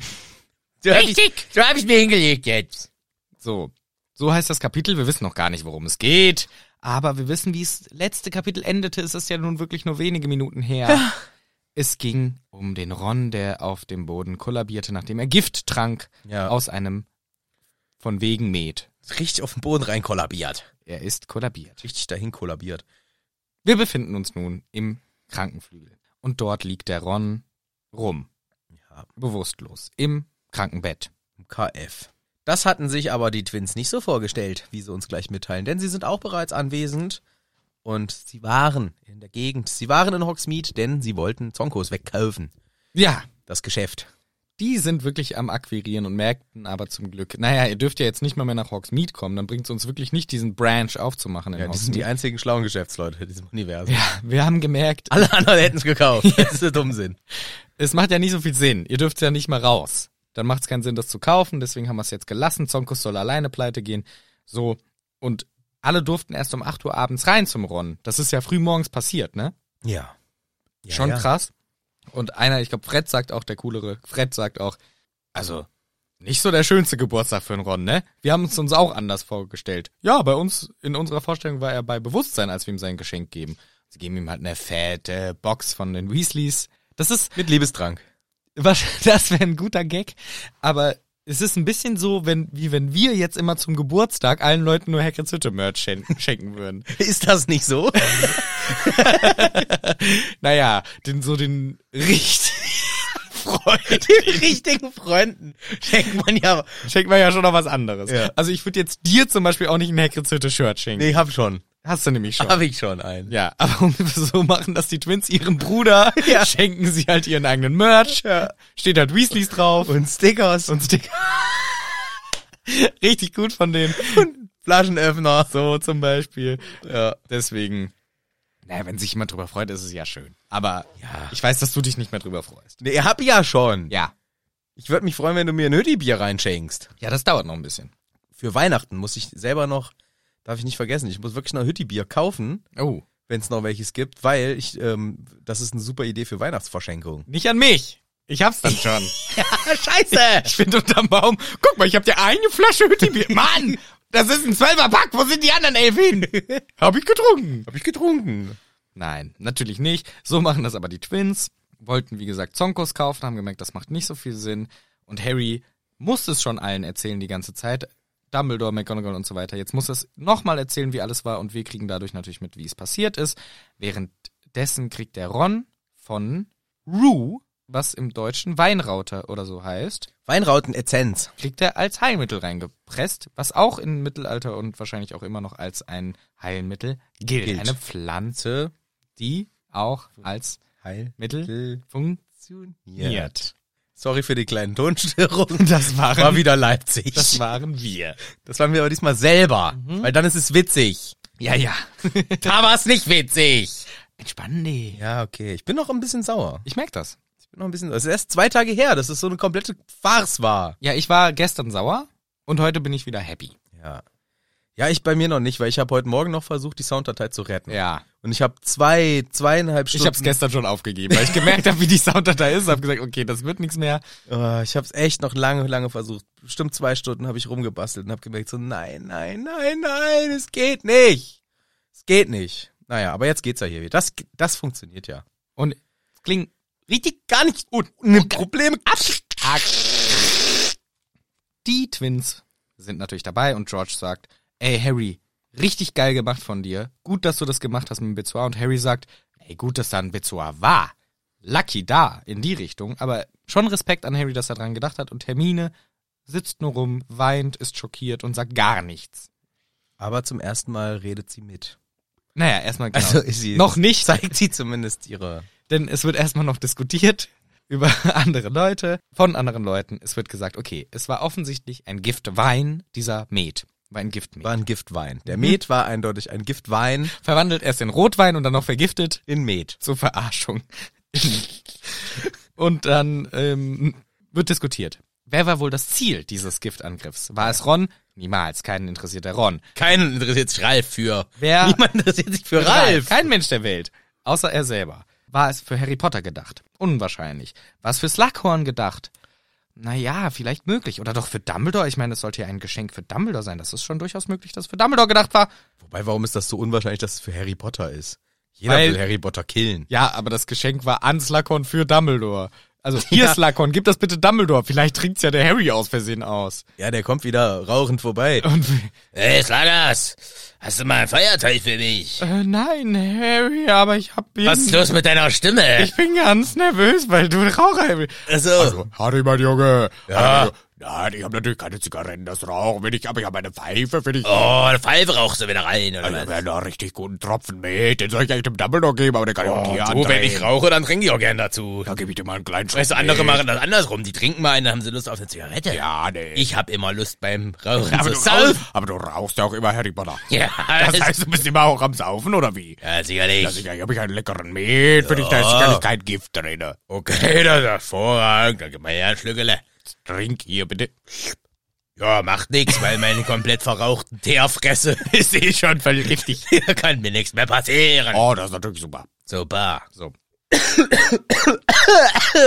Speaker 1: So hab ich,
Speaker 6: Richtig.
Speaker 1: so hab ich mir hingelegt jetzt.
Speaker 2: So. So heißt das Kapitel. Wir wissen noch gar nicht, worum es geht. Aber wir wissen, wie es letzte Kapitel endete. Es ist ja nun wirklich nur wenige Minuten her. Es ging um den Ron, der auf dem Boden kollabierte, nachdem er Gift trank
Speaker 1: Ja.
Speaker 2: aus einem von wegen Met.
Speaker 1: Richtig auf den Boden rein kollabiert.
Speaker 2: Er ist kollabiert.
Speaker 1: Richtig dahin kollabiert.
Speaker 2: Wir befinden uns nun im Krankenflügel. Und dort liegt der Ron rum.
Speaker 1: Ja.
Speaker 2: Bewusstlos. Im Krankenbett.
Speaker 1: KF. Das hatten sich aber die Twins nicht so vorgestellt, wie sie uns gleich mitteilen, denn sie sind auch bereits anwesend und sie waren in der Gegend. Sie waren in Hogsmeade, denn sie wollten Zonkos wegkaufen.
Speaker 2: Ja,
Speaker 1: Das Geschäft.
Speaker 2: Die sind wirklich am Akquirieren und merkten aber zum Glück, naja, ihr dürft ja jetzt nicht mal mehr nach Hogsmeade kommen, dann bringt es uns wirklich nicht, diesen Branch aufzumachen in ja, Hogsmeade.
Speaker 1: einzigen schlauen Geschäftsleute in diesem Universum.
Speaker 2: Ja, wir haben gemerkt,
Speaker 1: Alle anderen hätten es gekauft. Das ist der Dummsinn.
Speaker 2: es macht ja nicht so viel Sinn. Ihr dürft ja nicht mal raus. Dann macht es keinen Sinn, das zu kaufen, deswegen haben wir es jetzt gelassen. Zonkus soll alleine pleite gehen. So, und alle durften erst um 8 Uhr abends rein zum Ron. Das ist ja früh morgens passiert, ne?
Speaker 1: Ja. ja
Speaker 2: Schon
Speaker 1: ja.
Speaker 2: krass. Und einer, ich glaube, Fred sagt auch, der coolere, Fred sagt auch, also nicht so der schönste Geburtstag für einen Ron, ne? Wir haben es uns auch anders vorgestellt. Ja, bei uns, in unserer Vorstellung war er bei Bewusstsein, als wir ihm sein Geschenk geben. Sie geben ihm halt eine fette Box von den Weasleys. Das ist,
Speaker 1: Mit Liebestrank.
Speaker 2: was, <laughs> das wäre ein guter Gag, aber es ist ein bisschen so, wenn, wie wenn wir jetzt immer zum Geburtstag allen Leuten nur Hackett's Hütte Merch schenken, schenken würden.
Speaker 1: Ist das nicht so?
Speaker 2: <laughs> Naja, den, so den richtig,
Speaker 4: Freund.
Speaker 1: Den richtigen Freunden schenkt man ja.
Speaker 2: Schenkt man ja schon noch was anderes.
Speaker 1: Ja.
Speaker 2: Also ich würde jetzt dir zum Beispiel auch nicht ein Hackgezirrte Shirt schenken.
Speaker 1: Nee, hab schon.
Speaker 2: Hast du nämlich schon.
Speaker 1: Hab ich schon einen.
Speaker 2: Ja, aber um <laughs> es so machen, dass die Twins
Speaker 1: <laughs>
Speaker 2: ihrem Bruder schenken sie halt ihren eigenen Merch. Steht halt Weasleys drauf.
Speaker 1: Und Stickers.
Speaker 2: Und Sticker. <laughs> Richtig gut von denen.
Speaker 1: Flaschenöffner.
Speaker 2: So zum Beispiel.
Speaker 1: Ja.
Speaker 2: Deswegen. Naja, wenn sich jemand drüber freut, ist es ja schön. Aber ich weiß, dass du dich nicht mehr drüber freust.
Speaker 1: Nee, hab ich ja schon.
Speaker 2: Ja.
Speaker 1: Ich würde mich freuen, wenn du mir ein Ödi-Bier reinschenkst.
Speaker 2: Ja, das dauert noch ein bisschen.
Speaker 1: Für Weihnachten muss ich selber noch, darf ich nicht vergessen, ich muss wirklich noch Hütti-Bier kaufen,
Speaker 2: Oh.
Speaker 1: wenn es noch welches gibt, weil ich, ähm, das ist eine super Idee für Weihnachtsverschenkung.
Speaker 2: Nicht an mich. Ich hab's dann
Speaker 1: <laughs>
Speaker 2: schon.
Speaker 1: Scheiße!
Speaker 2: ich bin unterm Baum. Guck mal, ich hab dir eine Flasche Hüttibier. Mann! Das ist ein Zwölferpack. Wo sind die anderen elf hin? hab ich getrunken.
Speaker 1: Hab ich getrunken.
Speaker 2: Nein, natürlich nicht. So machen das aber die Twins. Wollten, wie gesagt, Zonkos kaufen, haben gemerkt, das macht nicht so viel Sinn. Und Harry musste es schon allen erzählen die ganze Zeit. Dumbledore, McGonagall und so weiter. Jetzt muss er es nochmal erzählen, wie alles war. Und wir kriegen dadurch natürlich mit, wie es passiert ist. Währenddessen kriegt der Ron von Rue, was im Deutschen Weinrauter oder so heißt,
Speaker 1: Weinrautenessenz.
Speaker 2: kriegt er als Heilmittel reingepresst, was auch im Mittelalter und wahrscheinlich auch immer noch als ein Heilmittel gilt.
Speaker 1: Gilt.
Speaker 2: Eine Pflanze, die auch als Mittel
Speaker 1: Funktioniert.
Speaker 2: funktioniert.
Speaker 1: Sorry für die kleinen <laughs> Tonstörungen.
Speaker 2: Das waren,
Speaker 1: War wieder Leipzig. Mhm.
Speaker 2: das waren wir.
Speaker 1: Das waren wir aber diesmal selber, weil dann ist es witzig.
Speaker 2: Ja, ja.
Speaker 1: Da war es nicht witzig.
Speaker 2: <laughs> Entspann dich.
Speaker 1: Ja, okay. Ich bin noch ein bisschen sauer.
Speaker 2: Ich merk das.
Speaker 1: Ich bin noch ein bisschen sauer. Es ist erst zwei Tage her, dass es so eine komplette Farce war.
Speaker 2: Ja, ich war gestern sauer und heute bin ich wieder happy.
Speaker 1: Ja. Ja, ich bei mir noch nicht, weil ich habe heute Morgen noch versucht, die Sounddatei zu retten.
Speaker 2: Ja.
Speaker 1: Und ich habe zwei, zweieinhalb Stunden.
Speaker 2: Ich hab's gestern schon aufgegeben, weil ich gemerkt habe, wie die Sounddatei ist. Hab gesagt, okay, das wird nichts mehr.
Speaker 1: Oh, ich habe es echt noch lange, lange versucht. Bestimmt zwei Stunden habe ich rumgebastelt und habe gemerkt, so nein, nein, nein, nein, es geht nicht. Es geht nicht. Naja, aber jetzt geht's ja hier wieder. Das, das funktioniert ja.
Speaker 2: Und es klingt
Speaker 1: Richtig gar nicht gut. Ne Problem.
Speaker 2: Die Twins sind natürlich dabei und George sagt, ey Harry, richtig geil gemacht von dir. Gut, dass du das gemacht hast mit dem Bezoar. Und Harry sagt, ey gut, dass da ein Bezoar war. Lucky da, in die Richtung. Aber schon Respekt an Harry, dass er dran gedacht hat. Und Hermine sitzt nur rum, weint, ist schockiert und sagt gar nichts.
Speaker 1: Aber zum ersten Mal redet sie mit. <laughs>
Speaker 2: Naja, erstmal genau.
Speaker 1: Also ist sie-
Speaker 2: noch nicht,
Speaker 1: Zeigt sie zumindest ihre.
Speaker 2: denn es wird erstmal noch diskutiert <laughs> über andere Leute, von anderen Leuten. Es wird gesagt, okay, es war offensichtlich ein Giftwein, dieser Met. War ein Giftmet.
Speaker 1: War ein Giftwein. Der Met war eindeutig ein Giftwein
Speaker 2: verwandelt erst in Rotwein und dann noch vergiftet
Speaker 1: in Met.
Speaker 2: zur Verarschung. <laughs> und dann ähm, wird diskutiert. Wer war wohl das Ziel dieses Giftangriffs? War es Ron? Niemals, keinen interessierter Ron.
Speaker 1: Keinen interessiert sich Ralf für. <laughs>
Speaker 2: Wer-
Speaker 1: Niemand interessiert sich für Ralf.
Speaker 2: Kein Mensch der Welt, außer er selber. War es für Harry Potter gedacht? Unwahrscheinlich. War es für Slughorn gedacht? Naja, vielleicht möglich. Oder doch für Dumbledore? Ich meine, es sollte ja ein Geschenk für Dumbledore sein. Das ist schon durchaus möglich, dass es für Dumbledore gedacht war.
Speaker 1: Wobei, warum ist das so unwahrscheinlich, dass es für Harry Potter ist? Jeder
Speaker 2: Weil-
Speaker 1: will Harry Potter killen.
Speaker 2: Ja, aber das Geschenk war an Slughorn für Dumbledore. <laughs> Also hier
Speaker 1: Ja.
Speaker 2: Slughorn, gib das bitte Dumbledore. Vielleicht trinkt's ja der Harry aus Versehen aus.
Speaker 1: Ja, der kommt wieder rauchend vorbei. <laughs>
Speaker 2: Und
Speaker 1: Hey, Slagers, hast du mal einen Feierteil für mich?
Speaker 2: äh, nein, Harry, aber ich hab ihn,
Speaker 1: los mit deiner Stimme?
Speaker 2: ich bin ganz nervös, weil du Raucher bist.
Speaker 1: Also,
Speaker 7: Harry, mein Junge.
Speaker 1: Ja.
Speaker 7: Harry, nein, ich habe natürlich keine Zigaretten, das rauchen will ich, aber ich habe eine Pfeife für dich.
Speaker 1: oh, eine Pfeife rauchst du wieder rein,
Speaker 2: Ah,
Speaker 7: Ich habe einen richtig guten Tropfen mit, den soll ich echt dem Dumbledore geben, aber den kann ich auch dir
Speaker 1: Oh, du, wenn
Speaker 7: andrehen.
Speaker 1: ich rauche, dann trinke ich auch gern dazu.
Speaker 7: Dann gebe ich dir mal einen kleinen Schluck
Speaker 1: Weißt du, andere
Speaker 7: mit.
Speaker 1: machen das andersrum. Die trinken mal einen, dann haben sie Lust auf eine Zigarette.
Speaker 7: Ja, nee.
Speaker 1: Ich hab immer Lust beim Rauchen
Speaker 7: aber,
Speaker 1: zu
Speaker 7: du rauchst,
Speaker 1: saufen.
Speaker 7: aber du rauchst ja auch immer Harry Potter.
Speaker 1: Ja,
Speaker 7: Das heißt, du bist immer auch am Saufen, oder wie?
Speaker 1: ja,
Speaker 7: Ja,
Speaker 1: sicherlich.
Speaker 7: sicher, hier habe ich einen leckeren Met für dich, da ist sicherlich kein Gift drin.
Speaker 1: Okay, das ist hervorragend. Dann gib mal her ein Schlückele.
Speaker 7: Trink hier bitte.
Speaker 1: Ja, macht nix, weil meine komplett verrauchten <laughs> Teerfresse ist eh schon
Speaker 8: <laughs>
Speaker 1: vergiftigt. Hier kann mir nichts mehr passieren.
Speaker 7: Oh, das ist natürlich super.
Speaker 1: Super.
Speaker 2: So.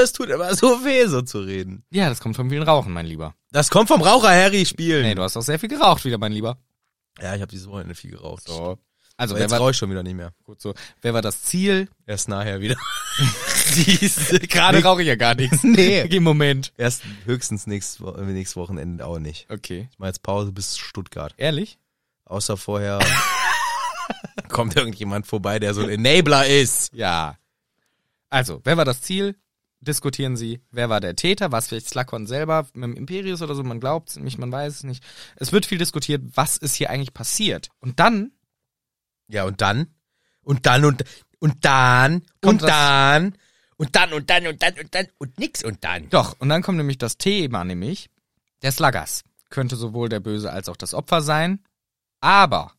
Speaker 1: Es tut immer so weh, so zu reden.
Speaker 2: Ja, das kommt vom vielen Rauchen, mein Lieber.
Speaker 1: Das kommt vom Raucher Harry spielen.
Speaker 2: Nee, du hast auch sehr viel geraucht wieder, mein Lieber.
Speaker 1: ja, ich habe dieses Wochenende viel geraucht. So.
Speaker 2: Also,
Speaker 1: Aber
Speaker 2: wer
Speaker 1: jetzt
Speaker 2: war,
Speaker 1: rauche ich schon wieder nicht mehr.
Speaker 2: gut, so, wer war das Ziel?
Speaker 1: Erst nachher <laughs> wieder.
Speaker 2: Diese,
Speaker 1: Ah,
Speaker 2: gerade rauche ich ja gar <laughs> nichts.
Speaker 1: Nee.
Speaker 2: Im Moment.
Speaker 1: Erst höchstens nächstes, Wo- äh, nächstes Wochenende auch nicht.
Speaker 2: Okay.
Speaker 1: Ich mache jetzt Pause bis Stuttgart.
Speaker 2: Ehrlich?
Speaker 1: Außer <laughs> vorher kommt irgendjemand vorbei, der so ein Enabler ist.
Speaker 2: Ja. Also, wer war das Ziel? diskutieren sie, wer war der Täter, was vielleicht Slakon selber mit dem Imperius oder so, man glaubt es nicht, man weiß es nicht. Es wird viel diskutiert, was ist hier eigentlich passiert. Und dann
Speaker 1: Ja, und dann? Und dann und, und dann? Und
Speaker 2: Kommt das-
Speaker 1: dann? Und dann und dann und dann und dann und nix und dann.
Speaker 2: Doch, und dann kommt nämlich das Thema, nämlich der Slaggers. Könnte sowohl der Böse als auch das Opfer sein. Aber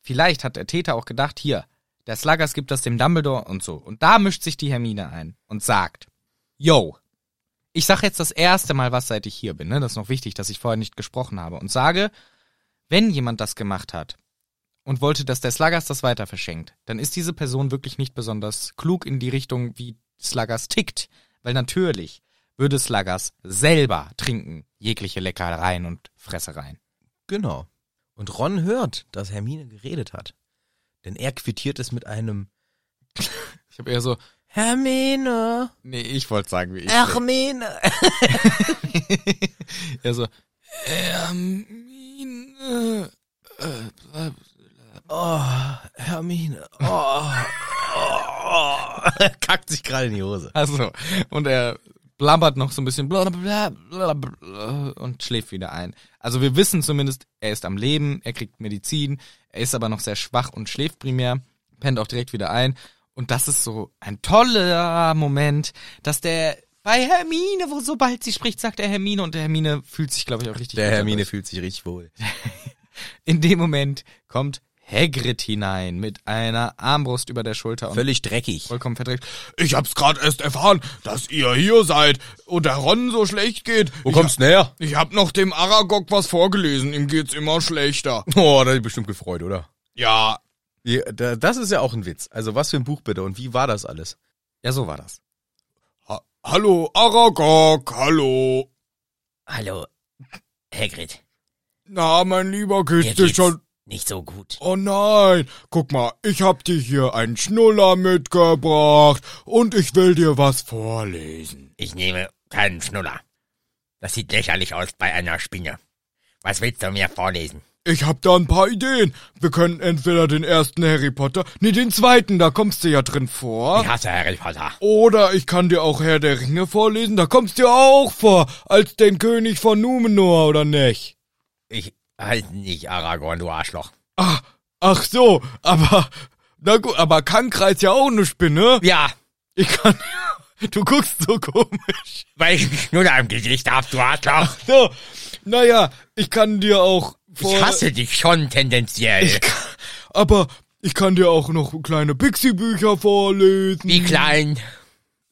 Speaker 2: vielleicht hat der Täter auch gedacht, hier, der Slaggers gibt das dem Dumbledore und so. Und da mischt sich die Hermine ein und sagt, yo, ich sag jetzt das erste Mal was, seit ich hier bin, ne? Das ist noch wichtig, dass ich vorher nicht gesprochen habe. Und sage, wenn jemand das gemacht hat und wollte, dass der Slaggers das weiter verschenkt, dann ist diese Person wirklich nicht besonders klug in die Richtung, wie Slaggers tickt. Weil natürlich würde Slaggers selber trinken jegliche Leckereien und Fressereien.
Speaker 1: Genau. Und Ron hört, dass Hermine geredet hat. Denn er quittiert es mit einem
Speaker 2: Ich habe eher so,
Speaker 1: Hermine,
Speaker 2: nee, ich wollte sagen, wie ich. <laughs>
Speaker 1: Hermine.
Speaker 2: Eher so, Hermine.
Speaker 1: Oh, Hermine. Oh. oh. <laughs> Kackt sich gerade in die Hose.
Speaker 2: Also, und er blabbert noch so ein bisschen bla bla bla bla und schläft wieder ein. Also wir wissen zumindest, er ist am Leben, er kriegt Medizin, er ist aber noch sehr schwach und schläft primär, pennt auch direkt wieder ein. Und das ist so ein toller Moment, dass der bei Hermine, wo sobald sie spricht, sagt er Hermine und der Hermine fühlt sich, glaube ich, auch richtig
Speaker 1: Der
Speaker 2: gut
Speaker 1: Hermine
Speaker 2: dadurch.
Speaker 1: fühlt sich richtig wohl.
Speaker 2: In dem Moment kommt Hagrid hinein mit einer Armbrust über der Schulter und
Speaker 1: Völlig dreckig.
Speaker 2: vollkommen verdreckt.
Speaker 7: Ich hab's grad erst erfahren, dass ihr hier seid und der Ron so schlecht geht.
Speaker 1: Wo kommst du her?
Speaker 7: Ich hab noch dem Aragog was vorgelesen, ihm geht's immer schlechter.
Speaker 1: <laughs> Oh, da hat ich bestimmt gefreut, oder?
Speaker 7: Ja,
Speaker 1: Ja, da- Das ist ja auch ein Witz. Also was für ein Buch bitte und wie war das alles?
Speaker 2: Ja, so war das.
Speaker 7: ha hallo Aragog, hallo.
Speaker 8: Hallo, Hagrid.
Speaker 7: Na, mein Lieber, geht's
Speaker 8: Mir
Speaker 7: dir
Speaker 8: geht's
Speaker 7: schon?
Speaker 8: nicht so gut.
Speaker 7: Oh nein, guck mal, ich hab dir hier einen Schnuller mitgebracht und ich will dir was vorlesen.
Speaker 8: Ich nehme keinen Schnuller. Das sieht lächerlich aus bei einer Spinne. Was willst du mir vorlesen?
Speaker 7: Ich hab da ein paar Ideen. Wir können entweder den ersten Harry Potter, nee, den zweiten, da kommst du ja drin vor.
Speaker 1: Oh.
Speaker 8: Ich hasse Harry Potter.
Speaker 7: Oder ich kann dir auch Herr der Ringe vorlesen, da kommst du ja auch vor, als den König von Numenor, oder nicht?
Speaker 8: Ich heiße nicht Aragorn, du Arschloch.
Speaker 7: Ah, ach so, aber, na gut, aber Kankra ist ja auch eine Spinne.
Speaker 8: Ja,
Speaker 7: Ich kann, du guckst so komisch.
Speaker 8: weil ich einen Schnuller im Gesicht hab, du Arschloch.
Speaker 7: So, naja, ich kann dir auch vor,
Speaker 8: Ich
Speaker 7: <laughs>
Speaker 8: hasse dich schon tendenziell.
Speaker 7: aber ich kann dir auch noch kleine Pixie-Bücher vorlesen.
Speaker 8: Wie klein.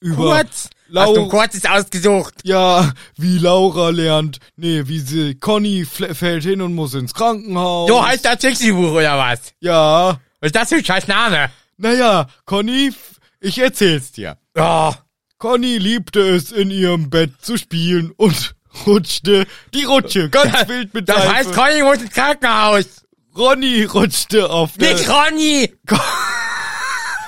Speaker 7: über
Speaker 8: Kurz. Hast du ein
Speaker 7: Laura,
Speaker 8: kurzes ausgesucht?
Speaker 7: ja, wie Laura lernt, nee, wie sie, Conny fl- fällt hin und muss ins Krankenhaus.
Speaker 8: So heißt das Pixie-Buch oder was?
Speaker 7: Ja,
Speaker 8: Was ist das für ein scheiß Name?
Speaker 7: Naja, Conny, f- ich erzähl's dir.
Speaker 8: Ja.
Speaker 7: Conny liebte es, in ihrem Bett zu spielen und <laughs> rutschte die Rutsche ganz wild mit
Speaker 8: Oh. Das
Speaker 7: Seife.
Speaker 8: heißt, Conny muss ins Krankenhaus.
Speaker 7: Ronny rutschte auf der...
Speaker 8: Nicht Ronny.
Speaker 7: <laughs>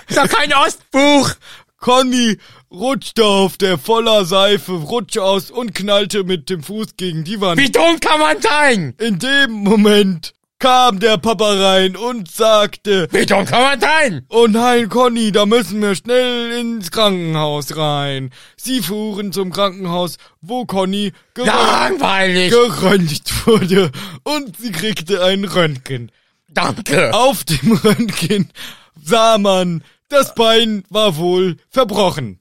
Speaker 8: ist doch kein Ostbuch.
Speaker 7: Conny rutschte auf der voller Seife Rutsche aus und knallte mit dem Fuß gegen die Wand.
Speaker 8: Wie dumm kann man sein?
Speaker 7: In dem Moment kam der Papa rein und sagte...
Speaker 8: Wie dumm kann man sein?
Speaker 7: Oh nein, Conny, da müssen wir schnell ins Krankenhaus rein. Sie fuhren zum Krankenhaus, wo Conny gewa-
Speaker 8: Langweilig.
Speaker 7: geröntgt wurde und sie kriegte ein Röntgen.
Speaker 8: Danke.
Speaker 7: Auf dem <laughs> Röntgen sah man, das Bein war wohl verbrochen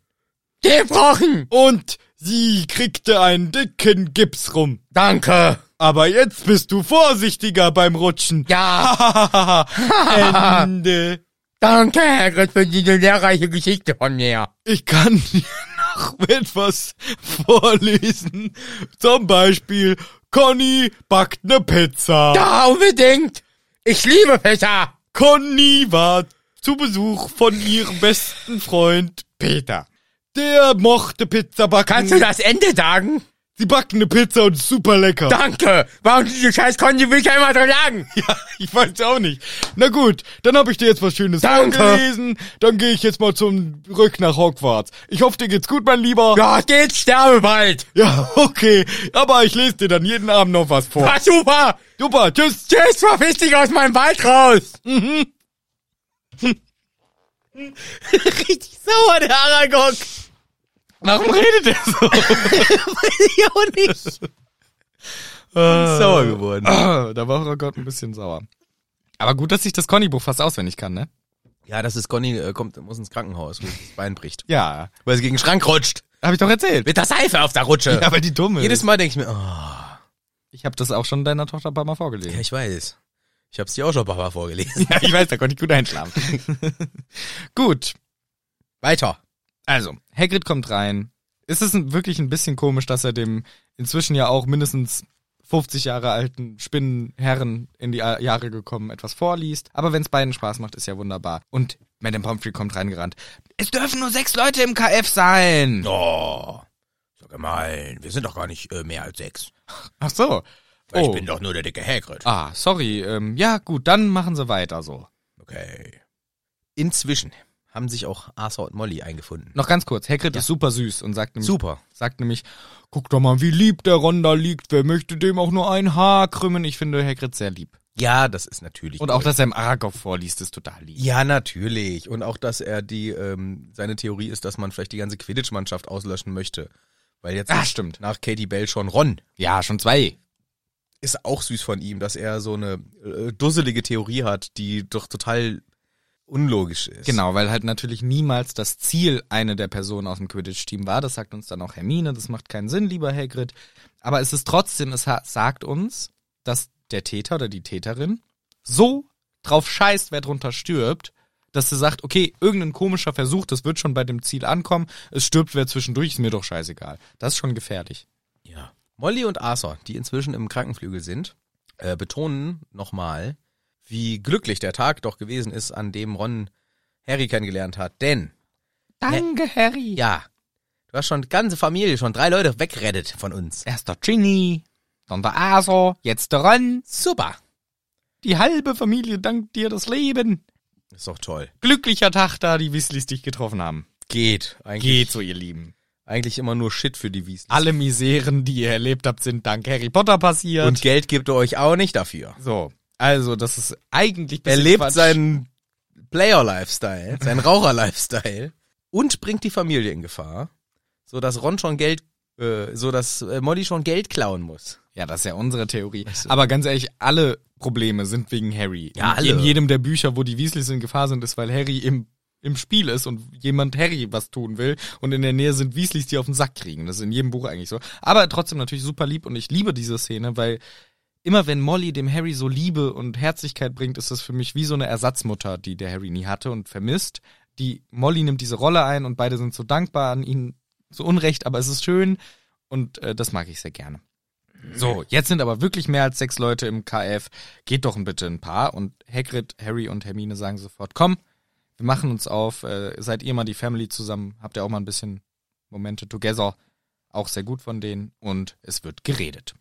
Speaker 8: Gebrochen.
Speaker 7: und sie kriegte einen dicken Gips rum.
Speaker 8: Danke.
Speaker 7: Aber jetzt bist du vorsichtiger beim Rutschen.
Speaker 8: Ja.
Speaker 7: <laughs> Ende.
Speaker 8: Danke, Herr Gritz, für diese lehrreiche Geschichte von mir.
Speaker 7: Ich kann <laughs> dir noch etwas vorlesen. Zum Beispiel, Conny backt ne Pizza.
Speaker 8: Ja, unbedingt. Ich liebe Peter.
Speaker 7: Conny war zu Besuch von ihrem besten Freund Peter. Der mochte Pizza backen.
Speaker 8: Kannst du das Ende sagen?
Speaker 7: Sie backen ne Pizza und ist super lecker.
Speaker 8: Danke. Warum diese scheiß Conny will ich ja immer so sagen?
Speaker 7: Ja, <laughs> ich weiß auch nicht. Na gut, dann habe ich dir jetzt was Schönes
Speaker 8: Danke.
Speaker 7: vorgelesen. Dann gehe ich jetzt mal zum Rück nach Hogwarts. Ich hoffe, dir geht's gut, mein Lieber.
Speaker 8: Ja, geht, sterbe bald.
Speaker 7: ja <laughs> okay. Aber ich lese dir dann jeden Abend noch was vor.
Speaker 8: War super.
Speaker 7: Super, tschüss.
Speaker 8: Tschüss, verpiss dich aus meinem Wald raus.
Speaker 1: Sauer, der Aragog.
Speaker 2: Warum redet er so?
Speaker 1: ja, und nicht. Sauer geworden.
Speaker 2: da war oh Gott ein bisschen sauer. Aber gut, dass ich das Conny-Buch fast auswendig kann, ne?
Speaker 1: <laughs> Ja, das ist Conny, äh, kommt, muss ins Krankenhaus, wo sich das Bein bricht.
Speaker 2: Ja.
Speaker 1: Weil sie gegen den Schrank rutscht.
Speaker 2: Habe ich doch erzählt.
Speaker 1: Mit der Seife auf der Rutsche.
Speaker 2: Ja, weil die dumme
Speaker 1: Jedes
Speaker 2: ist.
Speaker 1: Mal denke ich mir, oh,
Speaker 2: Ich habe das auch schon deiner Tochter ein paar Mal vorgelesen.
Speaker 1: ja, ich weiß. Ich hab's dir auch schon Papa vorgelesen.
Speaker 2: Ja, <laughs> ich weiß, da konnte ich gut einschlafen. <laughs> gut,
Speaker 1: Weiter.
Speaker 2: also, Hagrid kommt rein. Es ist ein- wirklich ein bisschen komisch, dass er dem inzwischen ja auch mindestens 50 Jahre alten Spinnenherren in die A- Jahre gekommen etwas vorliest. Aber wenn es beiden Spaß macht, ist ja wunderbar. Und Madame Pomfrey kommt reingerannt. Es dürfen nur sechs Leute im KF sein.
Speaker 8: Oh, so gemein. Wir sind doch gar nicht äh, mehr als sechs.
Speaker 2: Ach so.
Speaker 8: Weil
Speaker 2: Oh.
Speaker 8: Ich bin doch nur der dicke Hagrid.
Speaker 2: Ah, sorry. Ähm, ja, gut, dann machen sie weiter so.
Speaker 8: Okay.
Speaker 1: Inzwischen haben sich auch Arthur und Molly eingefunden.
Speaker 2: Noch ganz kurz. Hagrid ist super süß und sagt nämlich,
Speaker 1: Super.
Speaker 2: sagt nämlich, guck doch mal, wie lieb der Ron da liegt. Wer möchte dem auch nur ein Haar krümmen? Ich finde Hagrid sehr lieb.
Speaker 1: Ja, das ist natürlich.
Speaker 2: Und auch,
Speaker 1: cool.
Speaker 2: dass er im Aragog vorliest, ist total lieb.
Speaker 1: Ja, natürlich. Und auch, dass er die, ähm, seine Theorie ist, dass man vielleicht die ganze Quidditch-Mannschaft auslöschen möchte. Weil jetzt
Speaker 2: Ah,
Speaker 1: ist
Speaker 2: stimmt.
Speaker 1: nach Katie Bell schon Ron.
Speaker 2: Ja, schon zwei.
Speaker 1: Ist auch süß von ihm, dass er so eine äh, dusselige Theorie hat, die doch total unlogisch ist.
Speaker 2: Genau, weil halt natürlich niemals das Ziel eine der Personen aus dem Quidditch-Team war. Das sagt uns dann auch Hermine. Das macht keinen Sinn, lieber Hagrid. Aber es ist trotzdem, es ha- sagt uns, dass der Täter oder die Täterin so drauf scheißt, wer drunter stirbt, dass sie sagt, okay, irgendein komischer Versuch, das wird schon bei dem Ziel ankommen. Es stirbt wer zwischendurch, ist mir doch scheißegal. Das ist schon gefährlich.
Speaker 1: Molly und Arthur, die inzwischen im Krankenflügel sind, äh, betonen nochmal, wie glücklich der Tag doch gewesen ist, an dem Ron Harry kennengelernt hat. Denn,
Speaker 2: Danke, Harry. Ja.
Speaker 1: ja, du hast schon die ganze Familie, schon drei Leute weggerettet von uns.
Speaker 2: Erst der Ginny, dann der Aso, jetzt der Ron.
Speaker 1: Super.
Speaker 2: Die halbe Familie dankt dir das Leben.
Speaker 1: Ist doch toll.
Speaker 2: glücklicher Tag da, die Weasleys dich getroffen haben.
Speaker 1: Geht. Eigentlich,
Speaker 2: Geht so, ihr Lieben.
Speaker 1: eigentlich immer nur Shit für die Wiesen.
Speaker 2: Alle Miseren, die ihr erlebt habt, sind dank Harry Potter passiert.
Speaker 1: Und Geld gibt er euch auch nicht dafür.
Speaker 2: so. Also, das ist eigentlich
Speaker 1: Er
Speaker 2: bisschen
Speaker 1: lebt
Speaker 2: Quatsch.
Speaker 1: seinen Player-Lifestyle,
Speaker 2: <laughs>
Speaker 1: seinen Raucher-Lifestyle und bringt die Familie in Gefahr, so dass Ron schon Geld, äh, so dass äh, Molly schon Geld klauen muss.
Speaker 2: Ja, das ist ja unsere Theorie. Aber ganz ehrlich, alle Probleme sind wegen Harry.
Speaker 1: Ja,
Speaker 2: In-
Speaker 1: alle.
Speaker 2: In jedem der Bücher, wo die Weasleys in Gefahr sind, ist, weil Harry im, im Spiel ist und jemand Harry was tun will. Und in der Nähe sind Weasleys, die auf den Sack kriegen. Das ist in jedem Buch eigentlich so. Aber trotzdem natürlich super lieb und ich liebe diese Szene, weil immer wenn Molly dem Harry so Liebe und Herzlichkeit bringt, ist das für mich wie so eine Ersatzmutter, die der Harry nie hatte und vermisst. Die Molly nimmt diese Rolle ein und beide sind so dankbar an ihn, so unrecht, aber es ist schön und äh, das mag ich sehr gerne. So, jetzt sind aber wirklich mehr als sechs Leute im KF. Geht doch bitte ein paar. Und Hagrid, Harry und Hermine sagen sofort, komm, wir machen uns auf. Äh, seid ihr mal die Family zusammen. Habt ihr auch mal ein bisschen Momente together. Auch sehr gut von denen. Und es wird geredet.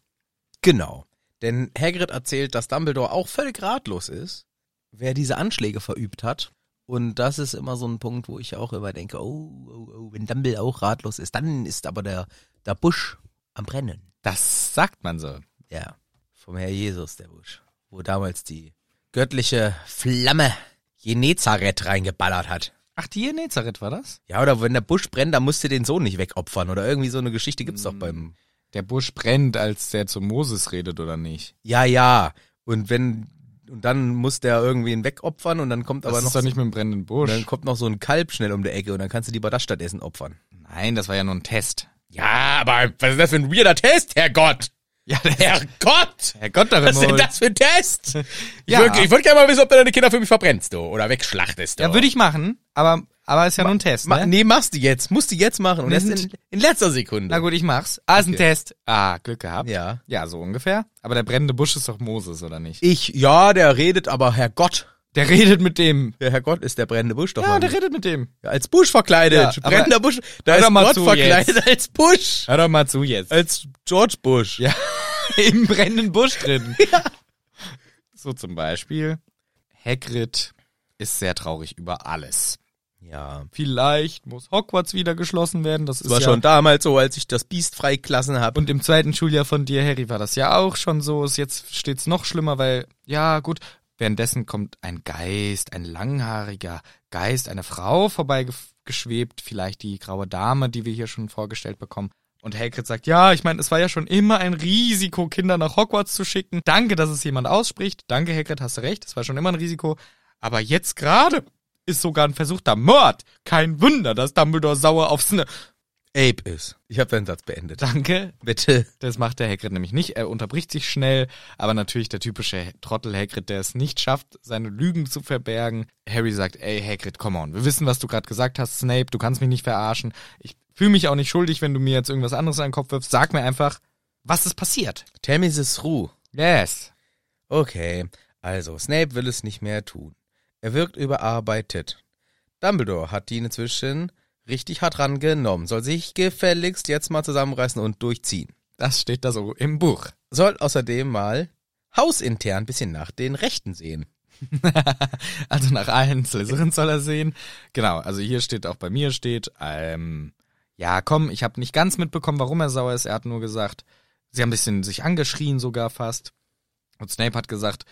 Speaker 1: Genau. Denn Hagrid erzählt, dass Dumbledore auch völlig ratlos ist, wer diese Anschläge verübt hat. Und das ist immer so ein Punkt, wo ich auch immer denke, oh, oh, oh wenn Dumbledore auch ratlos ist, dann ist aber der, der Busch am Brennen.
Speaker 2: Das sagt man so.
Speaker 1: Ja, vom Herr Jesus, der Busch. Wo damals die göttliche Flamme Genezareth reingeballert hat.
Speaker 2: Ach, die in Nazareth war das?
Speaker 1: Ja, oder wenn der Busch brennt, dann musst du den Sohn nicht wegopfern. Oder irgendwie so eine Geschichte gibt's doch beim...
Speaker 2: Der Busch brennt, als der zu Moses redet, oder nicht?
Speaker 1: Ja, ja. Und wenn... Und dann muss der irgendwie ihn wegopfern und dann kommt
Speaker 2: Das
Speaker 1: aber
Speaker 2: ist
Speaker 1: noch... Ne?
Speaker 2: doch nicht mit dem brennenden Busch.
Speaker 1: und dann kommt noch so ein Kalb schnell um die Ecke und dann kannst du lieber das stattdessen opfern.
Speaker 2: Nein, das war ja nur ein Test.
Speaker 8: Ja, aber was ist das für ein weirder Test, Herrgott?
Speaker 2: Ja, der
Speaker 8: Herrgott!
Speaker 2: Herr Gott
Speaker 8: Was ist denn das für ein Test?
Speaker 2: Ja.
Speaker 8: Ich würde würd gerne mal wissen, ob du deine Kinder für mich verbrennst, du. Oder wegschlachtest, du.
Speaker 2: Ja, würde ich machen, aber, aber ist ja nur ein Test,
Speaker 1: Ma
Speaker 2: ne?
Speaker 1: nee, machst du jetzt. Musst du jetzt machen. Und
Speaker 2: Wir
Speaker 1: erst in,
Speaker 2: sind-
Speaker 1: in letzter Sekunde.
Speaker 2: Na gut, ich mach's. Ah, ist ein Test. Ah, Glück gehabt.
Speaker 1: Ja.
Speaker 2: Ja, so ungefähr. Aber der brennende Busch ist doch Moses, oder nicht?
Speaker 1: Ich, ja, der redet, aber Herrgott.
Speaker 2: <laughs> Der redet mit dem.
Speaker 1: Der Herrgott ist der brennende Busch doch
Speaker 2: Ja,
Speaker 1: mal
Speaker 2: der
Speaker 1: nicht.
Speaker 2: redet mit dem.
Speaker 1: Ja, als Busch verkleidet.
Speaker 2: Ja, aber-
Speaker 1: Brennender Busch. Da
Speaker 2: Hör
Speaker 1: ist
Speaker 2: doch mal
Speaker 1: Gott
Speaker 2: zu
Speaker 1: verkleidet als Busch.
Speaker 2: Hör doch mal zu jetzt.
Speaker 1: Als George Bush.
Speaker 2: Ja, <laughs> im brennenden Busch drin. <laughs> ja. So zum Beispiel. Hagrid ist sehr traurig über alles.
Speaker 1: Ja.
Speaker 2: Vielleicht muss Hogwarts wieder geschlossen werden. Das ist
Speaker 1: Das war
Speaker 2: ja
Speaker 1: schon damals so, als ich das Biest freigelassen habe.
Speaker 2: Und im zweiten Schuljahr von dir, Harry, war das ja auch schon so. Ist Jetzt steht's noch schlimmer, weil, ja, gut, Währenddessen kommt ein Geist, ein langhaariger Geist, eine Frau vorbeigeschwebt, vielleicht die graue Dame, die wir hier schon vorgestellt bekommen. Und Hagrid sagt, ja, ich meine, es war ja schon immer ein Risiko, Kinder nach Hogwarts zu schicken. Danke, dass es jemand ausspricht. Danke, Hagrid, hast du recht, es war schon immer ein Risiko. Aber jetzt gerade ist sogar ein versuchter Mord. Kein Wunder, dass Dumbledore sauer ne, auf Snape...
Speaker 1: Ape ist. Ich habe deinen Satz beendet.
Speaker 2: Danke,
Speaker 1: Bitte.
Speaker 2: das macht der Hagrid nämlich nicht. Er unterbricht sich schnell, aber natürlich der typische Trottel Hagrid, der es nicht schafft, seine Lügen zu verbergen. Harry sagt, ey Hagrid, come on, wir wissen, was du gerade gesagt hast, Snape, du kannst mich nicht verarschen. Ich fühle mich auch nicht schuldig, wenn du mir jetzt irgendwas anderes an den Kopf wirfst. Sag mir einfach, was ist passiert?
Speaker 1: Tell me this through.
Speaker 2: Yes.
Speaker 1: Okay, also Snape will es nicht mehr tun. Er wirkt überarbeitet. Dumbledore hat ihn inzwischen richtig hart rangenommen, soll sich gefälligst jetzt mal zusammenreißen und durchziehen.
Speaker 2: Das steht da so im Buch.
Speaker 1: Soll außerdem mal hausintern ein bisschen nach den Rechten sehen.
Speaker 2: <laughs> also nach allen Slytherin soll er sehen. Genau, also hier steht auch bei mir steht, ähm, ja komm, ich habe nicht ganz mitbekommen, warum er sauer ist. Er hat nur gesagt, sie haben ein bisschen sich angeschrien sogar fast. Und Snape hat gesagt,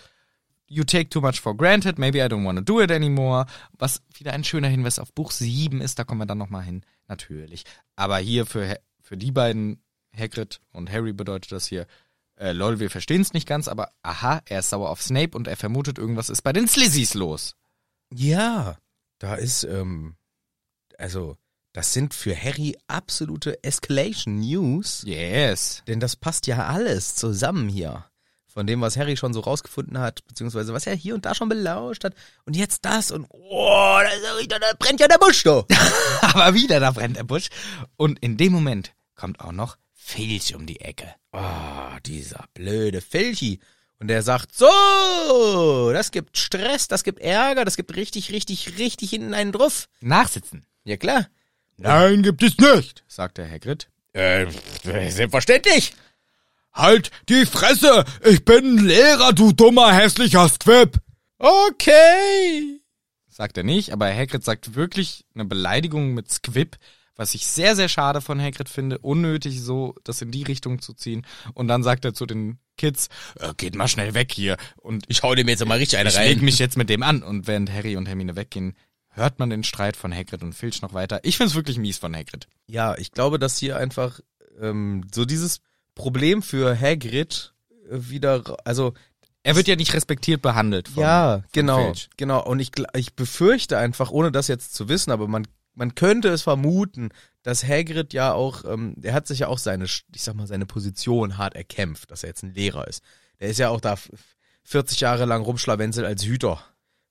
Speaker 2: you take too much for granted, maybe I don't want to do it anymore. Was wieder ein schöner Hinweis auf Buch 7 ist, da kommen wir dann nochmal hin, natürlich. Aber hier für, Ha- für die beiden, Hagrid und Harry, bedeutet das hier, äh, lol, wir verstehen es nicht ganz, aber aha, er ist sauer auf Snape und er vermutet, irgendwas ist bei den Slizzys los.
Speaker 1: Ja, da ist, ähm, also, das sind für Harry absolute Escalation News.
Speaker 2: Yes. <laughs>
Speaker 1: Denn das passt ja alles zusammen hier. Von dem, was Harry schon so rausgefunden hat, beziehungsweise was er hier und da schon belauscht hat. Und jetzt das und oh, da, ist ja richtig- da brennt ja der Busch, du.
Speaker 2: Aber wieder, da brennt der Busch. Und in dem Moment kommt auch noch Filch um die Ecke.
Speaker 1: Ah, dieser blöde Filchi. Und der sagt, so, das gibt Stress, das gibt Ärger, das gibt richtig, richtig, richtig hinten einen drauf.
Speaker 2: Nachsitzen,
Speaker 1: Ja klar.
Speaker 7: Nein, gibt es nicht.
Speaker 2: sagt der Hagrid.
Speaker 8: Äh, selbstverständlich.
Speaker 7: Halt die Fresse. Ich bin ein Lehrer, du dummer, hässlicher Squib.
Speaker 2: Okay. Sagt er nicht, aber Hagrid sagt wirklich eine Beleidigung mit Squib, was ich sehr, sehr schade von Hagrid finde. Unnötig so, das in die Richtung zu ziehen. Und dann sagt er zu den Kids, äh, geht mal schnell weg hier. Und
Speaker 8: Ich hau dem jetzt mal richtig eine
Speaker 2: ich leg
Speaker 8: rein.
Speaker 2: mich jetzt mit dem an. Und während Harry und Hermine weggehen, hört man den Streit von Hagrid und Filch noch weiter. Ich find's wirklich mies von Hagrid.
Speaker 1: Ja, ich glaube, dass hier einfach ähm, so dieses Problem für Hagrid äh, wieder, ra- also
Speaker 2: Er wird ja nicht respektiert behandelt. Von,
Speaker 1: ja,
Speaker 2: von
Speaker 1: genau,
Speaker 2: Filch.
Speaker 1: genau. Und ich, gl- ich befürchte einfach, ohne das jetzt zu wissen, aber man, man könnte es vermuten, dass Hagrid ja auch, ähm, er hat sich ja auch seine, Sch- ich sag mal, seine Position hart erkämpft, dass er jetzt ein Lehrer ist. Der ist ja auch da f- 40 Jahre lang rumschlawenzelt als Hüter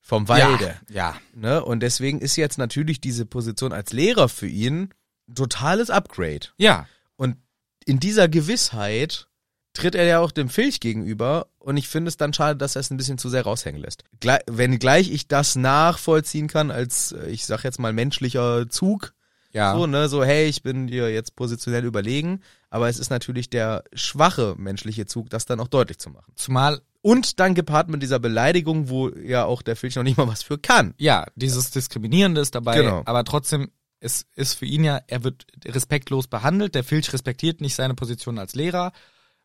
Speaker 1: vom Walde.
Speaker 2: Ja, ja.
Speaker 1: Ne? Und deswegen ist jetzt natürlich diese Position als Lehrer für ihn ein totales Upgrade.
Speaker 2: ja.
Speaker 1: Und in dieser Gewissheit tritt er ja auch dem Filch gegenüber. Und ich finde es dann schade, dass er es ein bisschen zu sehr raushängen lässt. Gle wenn gleich ich das nachvollziehen kann als, äh, ich sag jetzt mal, menschlicher Zug.
Speaker 2: Ja.
Speaker 1: So, ne, so, hey, ich bin dir jetzt positionell überlegen. Aber es ist natürlich der schwache menschliche Zug, das dann auch deutlich zu machen.
Speaker 2: Zumal
Speaker 1: Und dann gepaart mit dieser Beleidigung, wo ja auch der Filch noch nicht mal was für kann.
Speaker 2: ja, dieses Diskriminierende ist dabei,
Speaker 1: Genau.
Speaker 2: aber trotzdem, es ist für ihn ja, er wird respektlos behandelt. Der Filch respektiert nicht seine Position als Lehrer,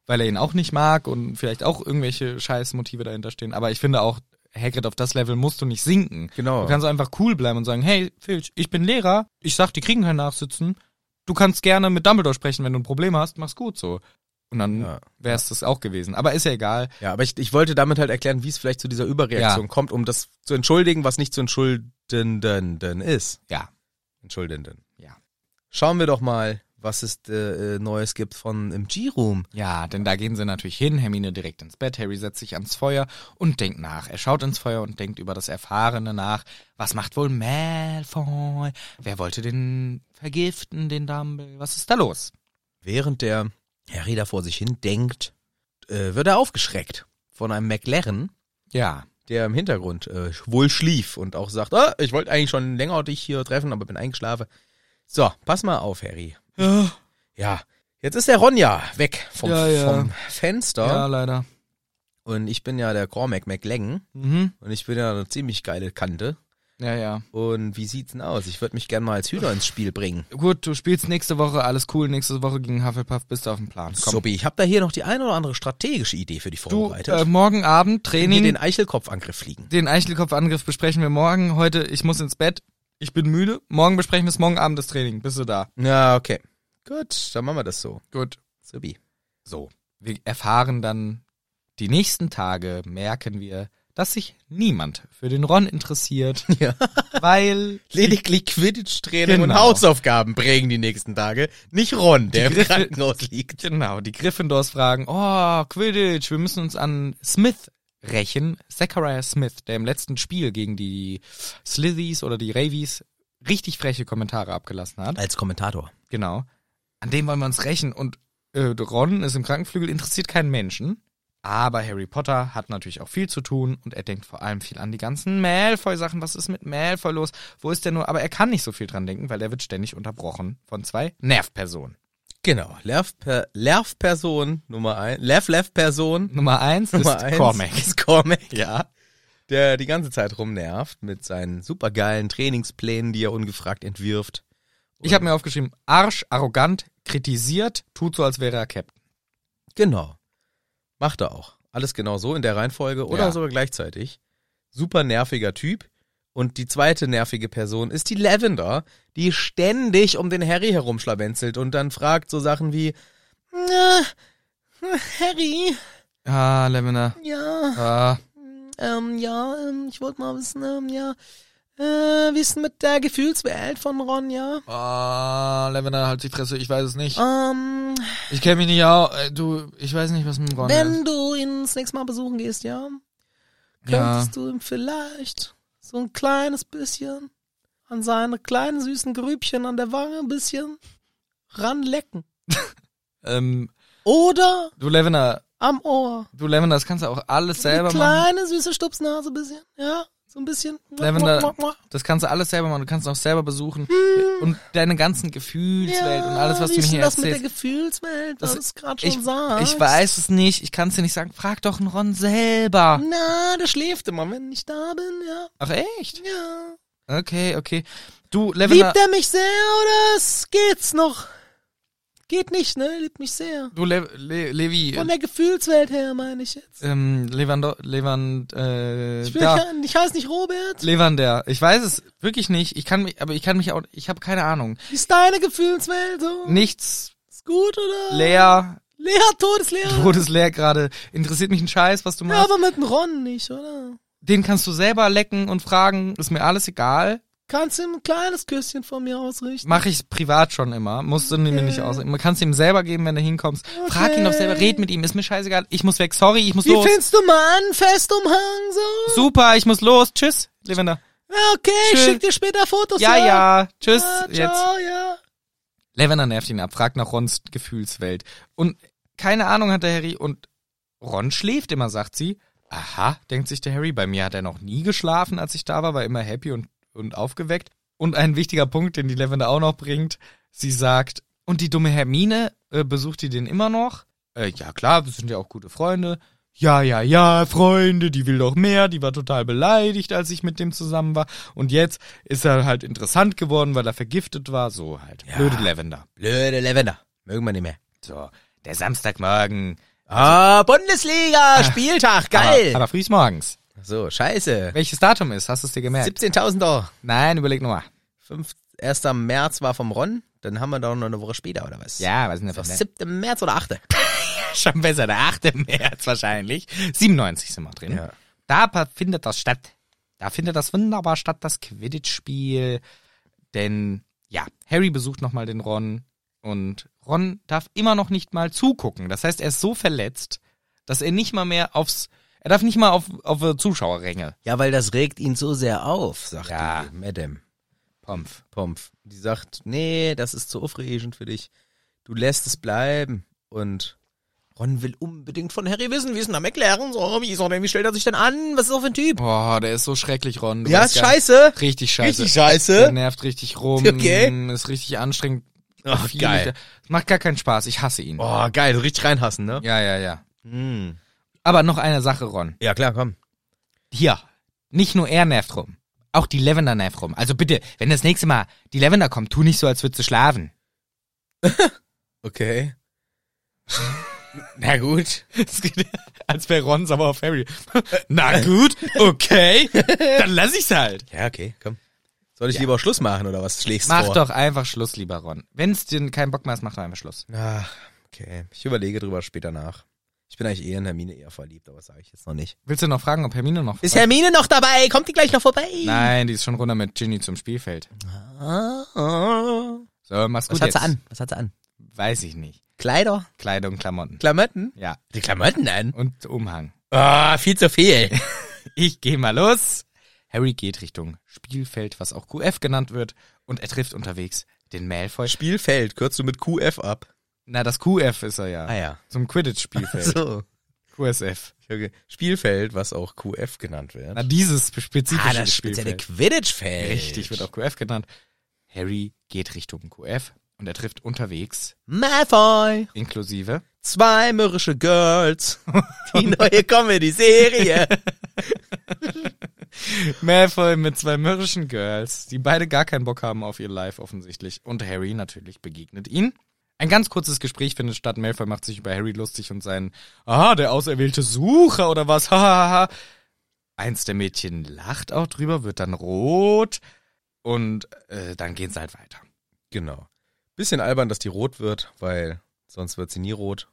Speaker 2: weil er ihn auch nicht mag und vielleicht auch irgendwelche Scheißmotive dahinter stehen. Aber ich finde auch, Hagrid, auf das Level musst du nicht sinken.
Speaker 1: Genau.
Speaker 2: Du kannst einfach cool bleiben und sagen, hey, Filch, ich bin Lehrer, ich sag, die kriegen kein Nachsitzen. Du kannst gerne mit Dumbledore sprechen, wenn du ein Problem hast, mach's gut so. Und dann
Speaker 1: Ja.
Speaker 2: wär's das auch gewesen. Aber ist ja egal.
Speaker 1: Ja, aber ich, ich wollte damit halt erklären, wie es vielleicht zu dieser Überreaktion kommt, um das zu entschuldigen, was nicht zu entschuldigen ist.
Speaker 2: Ja.
Speaker 1: Entschuldenden.
Speaker 2: Ja.
Speaker 1: Schauen wir doch mal, was es äh, äh, Neues gibt von im G-Room.
Speaker 2: Ja, denn da gehen sie natürlich hin, Hermine direkt ins Bett, Harry setzt sich ans Feuer und denkt nach. Er schaut ins Feuer und denkt über das Erfahrene nach. Was macht wohl Malfoy? Wer wollte den vergiften, den Dumbledore? Was ist da los?
Speaker 1: Während der Harry da vor sich hin denkt, äh, wird er aufgeschreckt von einem McLaren,
Speaker 2: Ja,
Speaker 1: der im Hintergrund äh, wohl schlief und auch sagt, ah, ich wollte eigentlich schon länger dich hier treffen, aber bin eingeschlafen. So, pass mal auf, Harry. Ja, jetzt ist der Ronja weg vom,
Speaker 2: Ja, ja.
Speaker 1: vom Fenster.
Speaker 2: ja, leider.
Speaker 1: Und ich bin ja der Cormac McLengen
Speaker 2: Mhm.
Speaker 1: und ich bin ja eine ziemlich geile Kante.
Speaker 2: Ja, ja.
Speaker 1: Und wie sieht's denn aus? Ich würde mich gerne mal als Hüter ins Spiel bringen.
Speaker 2: Gut, du spielst nächste Woche, alles cool. Nächste Woche gegen Hufflepuff bist du auf dem Plan. Komm.
Speaker 1: Sobi, ich habe da hier noch die eine oder andere strategische Idee für dich
Speaker 2: du,
Speaker 1: vorbereitet.
Speaker 2: äh, morgen Abend
Speaker 1: nee,
Speaker 2: Training.
Speaker 1: den Eichelkopfangriff fliegen.
Speaker 2: Den Eichelkopfangriff besprechen wir morgen. Heute, ich muss ins Bett. Ich bin müde. Morgen besprechen wir es. Morgen Abend das Training. Bist du da?
Speaker 1: Ja, okay. Gut, dann machen wir das so.
Speaker 2: Gut.
Speaker 1: Sobi.
Speaker 2: So. Wir erfahren dann die nächsten Tage, merken wir, dass sich niemand für den Ron interessiert,
Speaker 1: <laughs> Ja.
Speaker 2: weil
Speaker 1: Lediglich Quidditch-Training und
Speaker 2: Genau.
Speaker 1: Hausaufgaben prägen die nächsten Tage. Nicht Ron, der im
Speaker 2: Griffe-
Speaker 1: Krankenhaus liegt.
Speaker 2: genau die Gryffindors fragen, oh, Quidditch, wir müssen uns an Smith rächen. Zachariah Smith, der im letzten Spiel gegen die Slithys oder die Ravies richtig freche Kommentare abgelassen hat.
Speaker 1: Als Kommentator.
Speaker 2: Genau. An dem wollen wir uns rächen. Und äh, Ron ist im Krankenflügel, interessiert keinen Menschen. Aber Harry Potter hat natürlich auch viel zu tun und er denkt vor allem viel an die ganzen Malfoy-Sachen. Was ist mit Malfoy los? Wo ist der nur? Aber er kann nicht so viel dran denken, weil er wird ständig unterbrochen von zwei Nervpersonen.
Speaker 1: Genau. Lerf-Per- Lerf-Person Nummer eins. Lerf-Lerf-Person
Speaker 2: Nummer eins
Speaker 1: Nummer
Speaker 2: ist
Speaker 1: eins
Speaker 2: Cormac.
Speaker 1: ist Cormac. Ja. Der die ganze Zeit rumnervt mit seinen supergeilen Trainingsplänen, die er ungefragt entwirft.
Speaker 2: Ich habe mir aufgeschrieben, Arsch, arrogant, kritisiert, tut so, als wäre er Captain.
Speaker 1: Genau. Macht er auch. Alles genau so in der Reihenfolge oder
Speaker 2: Ja.
Speaker 1: sogar gleichzeitig. Super nerviger Typ. Und die zweite nervige Person ist die Lavender, die ständig um den Harry herumschlawenzelt und dann fragt so Sachen wie, "Na, Harry,
Speaker 2: Ah, Lavender.
Speaker 1: ja,
Speaker 2: Ah,
Speaker 1: ähm, ja, ähm, ich wollte mal wissen, ähm, ja, äh, wie ist denn mit der Gefühlswelt von Ron, ja?
Speaker 2: Oh ah, Lavender, halt die Fresse, ich weiß es nicht.
Speaker 1: Ähm,
Speaker 2: Ich kenne mich nicht aus. Äh, Du, ich weiß nicht, was mit dem Ron ist.
Speaker 1: wenn du ihn das nächste Mal besuchen gehst, ja,
Speaker 2: Ja.
Speaker 1: könntest du ihm vielleicht so ein kleines bisschen an seine kleinen süßen Grübchen an der Wange ein bisschen ranlecken.
Speaker 2: Ähm,
Speaker 1: Oder
Speaker 2: du Lavender,
Speaker 1: am Ohr.
Speaker 2: du Lavender, das kannst du auch alles
Speaker 1: Eine
Speaker 2: selber machen.
Speaker 1: kleine süße Stupsnase ein bisschen, ja, so ein bisschen.
Speaker 2: Lavender, das kannst du alles selber machen. Du kannst ihn auch selber besuchen und deine ganzen Gefühlswelt und alles, was
Speaker 1: Hm. wie
Speaker 2: du mir
Speaker 1: ist denn
Speaker 2: hier
Speaker 1: das mit der
Speaker 2: erzählst.
Speaker 1: Gefühlswelt,
Speaker 2: Das-
Speaker 1: das ist gerade schon
Speaker 2: Ich,
Speaker 1: sagst.
Speaker 2: ich weiß es nicht. Ich kann es dir nicht sagen. Frag doch einen Ron selber.
Speaker 1: Na, der schläft immer, wenn ich da bin, ja.
Speaker 2: Ach echt?
Speaker 1: Ja.
Speaker 2: Okay, okay. Du Lavender,
Speaker 1: Liebt er mich sehr oder es geht's noch? Geht nicht, ne? Liebt mich sehr.
Speaker 2: du Le Le Levi,
Speaker 1: Von der Gefühlswelt her, meine ich jetzt.
Speaker 2: ähm, Levando, Levand, äh,
Speaker 1: Ich, bin
Speaker 2: da.
Speaker 1: kein, ich heiße nicht Robert.
Speaker 2: Levander. Ich weiß es wirklich nicht. Ich kann mich, aber ich kann mich auch, ich habe keine Ahnung.
Speaker 1: Wie ist deine Gefühlswelt so?
Speaker 2: Nichts
Speaker 1: Ist gut oder?
Speaker 2: leer,
Speaker 1: Lea, Todesleer.
Speaker 2: Brot ist leer gerade. Interessiert mich ein Scheiß, was du
Speaker 1: Ja,
Speaker 2: machst.
Speaker 1: aber mit dem Ron nicht, oder?
Speaker 2: Den kannst du selber lecken und fragen. Ist mir alles egal.
Speaker 1: Kannst ihm ein kleines Küsschen von mir ausrichten?
Speaker 2: Mache ich privat schon immer. Musst du mir nicht aus. Man kann's ihm selber geben, wenn du hinkommst. Frag ihn doch selber. Red mit ihm. Ist mir scheißegal. Ich muss weg. Sorry, ich muss
Speaker 1: Wie
Speaker 2: los.
Speaker 1: findest du meinen Festumhang so?
Speaker 2: Super, ich muss los. Tschüss, Levender.
Speaker 1: Ja, okay, ich
Speaker 2: Schön.
Speaker 1: schick dir später Fotos.
Speaker 2: Ja, ja. Tschüss.
Speaker 1: ja
Speaker 2: Jetzt.
Speaker 1: ciao, ja.
Speaker 2: Levender nervt ihn ab. Fragt nach Rons Gefühlswelt. Und keine Ahnung hat der Harry. Und Ron schläft immer, sagt sie. Aha, denkt sich der Harry. Bei mir hat er noch nie geschlafen, als ich da war, war immer happy und, und aufgeweckt. Und ein wichtiger Punkt, den die Lavender auch noch bringt, sie sagt, und die dumme Hermine, äh, besucht die den immer noch? Äh, ja klar, wir sind ja auch gute Freunde. Ja, ja, ja, Freunde, die will doch mehr, die war total beleidigt, als ich mit dem zusammen war. Und jetzt ist er halt interessant geworden, weil er vergiftet war, so halt. Blöde Lavender.
Speaker 1: Blöde Lavender. Mögen wir nicht mehr.
Speaker 2: So, der Samstagmorgen.
Speaker 1: Ah, ah. Bundesliga, Spieltag, geil.
Speaker 2: Aber, aber frühs morgens.
Speaker 1: so, scheiße.
Speaker 2: Welches Datum ist? Hast du es dir gemerkt?
Speaker 1: 17.000 Euro.
Speaker 2: Nein, überleg nochmal.
Speaker 1: 5, 1. März war vom Ron, dann haben wir doch noch eine Woche später, oder was?
Speaker 2: Ja, was sind
Speaker 1: Ist doch
Speaker 2: das?
Speaker 1: 7. März oder 8.
Speaker 2: Schon besser, der 8. März wahrscheinlich. 97 sind wir drin.
Speaker 1: Ja.
Speaker 2: Da pa- findet das statt. Da findet das wunderbar statt, das Quidditch-Spiel. Denn, ja, Harry besucht nochmal den Ron und Ron darf immer noch nicht mal zugucken. Das heißt, er ist so verletzt, dass er nicht mal mehr aufs, er darf nicht mal auf, auf äh, Zuschauerränge.
Speaker 1: Ja, weil das regt ihn so sehr auf, sagt
Speaker 2: Ja.
Speaker 1: die Madame
Speaker 2: Pomf.
Speaker 1: Pomf. Die sagt, nee, das ist zu aufregend für dich. Du lässt es bleiben. Und Ron will unbedingt von Harry wissen, wie ist denn da McLaren? So, wie, ist er denn, wie stellt er sich denn an? Was ist das für ein Typ?
Speaker 2: Boah, der ist so schrecklich, Ron. Du
Speaker 1: ja,
Speaker 2: weißt
Speaker 1: ist
Speaker 2: gar nicht-
Speaker 1: scheiße.
Speaker 2: Richtig scheiße.
Speaker 1: Richtig scheiße.
Speaker 2: Der nervt richtig rum.
Speaker 1: Okay.
Speaker 2: Ist richtig anstrengend.
Speaker 1: Ach,
Speaker 2: Viel-
Speaker 1: geil. Oh.
Speaker 2: Das macht gar keinen Spaß. Ich hasse ihn.
Speaker 1: Boah, geil, richtig reinhassen, ne?
Speaker 2: Ja, ja, ja.
Speaker 1: Mm.
Speaker 2: Aber noch eine Sache, Ron.
Speaker 1: Ja, klar, komm.
Speaker 2: Hier. Nicht nur er nervt rum. Auch die Lavender Knife rum. Also bitte, wenn das nächste Mal die Lavender kommt, tu nicht so, als würdest
Speaker 1: <laughs>
Speaker 2: du schlafen.
Speaker 1: Okay.
Speaker 8: Na gut.
Speaker 2: Das geht als wäre Ron sauer auf <laughs> Harry. Na gut, okay, dann lass ich's halt.
Speaker 1: Ja, okay, komm. Soll ich lieber auch Schluss machen oder was schlägst du
Speaker 2: Mach
Speaker 1: vor?
Speaker 2: doch einfach Schluss, lieber Ron. Wenn's dir keinen Bock mehr ist, mach doch einfach Schluss.
Speaker 1: Ach, Ah, okay. Ich überlege drüber später nach. Ich bin eigentlich eher in Hermine eher verliebt, aber das sage ich jetzt noch nicht.
Speaker 2: Willst du noch fragen, ob Hermine noch...
Speaker 1: Ist Hermine noch dabei? Kommt die gleich noch vorbei?
Speaker 2: Nein, die ist schon runter mit Ginny zum Spielfeld. So, mach's
Speaker 1: Ah. Was
Speaker 2: gut
Speaker 1: hat sie
Speaker 2: jetzt.
Speaker 1: an? Was hat sie an?
Speaker 2: Weiß ich nicht.
Speaker 1: Kleider?
Speaker 2: Kleidung, Klamotten.
Speaker 1: Klamotten?
Speaker 2: Ja,
Speaker 8: Die Klamotten an.
Speaker 2: und Umhang.
Speaker 8: Oh, viel
Speaker 1: <laughs>
Speaker 8: zu viel.
Speaker 2: Ich geh mal los. Harry geht Richtung Spielfeld, was auch QF genannt wird, und er trifft unterwegs den Malfoy.
Speaker 1: Spielfeld, kürzt du mit QF ab.
Speaker 2: Na, das QF ist er ja.
Speaker 8: Ah,
Speaker 1: ja.
Speaker 2: Zum
Speaker 8: <laughs>
Speaker 2: Quidditch-Spielfeld.
Speaker 1: So.
Speaker 2: QSF.
Speaker 1: Okay. Spielfeld, was auch QF genannt wird.
Speaker 2: Na, dieses spezifische
Speaker 8: Ah, das spezielle
Speaker 2: Spielfeld.
Speaker 8: Quidditch-Feld.
Speaker 2: Richtig, wird auch QF genannt. Harry geht Richtung QF und er trifft unterwegs,
Speaker 1: Malfoy.
Speaker 2: inklusive
Speaker 1: Zwei mürrische Girls. Die neue Comedy-Serie.
Speaker 2: Malfoy mit zwei mürrischen Girls, die beide gar keinen Bock haben auf ihr Life offensichtlich. Und Harry natürlich begegnet ihnen. Ein ganz kurzes Gespräch findet statt. Malfoy macht sich über Harry lustig und seinen, ah, der auserwählte Sucher oder was, hahaha. Eins der Mädchen lacht auch drüber, wird dann rot und äh, dann gehen sie halt weiter.
Speaker 1: genau. Bisschen albern, dass die rot wird, weil sonst wird sie nie rot.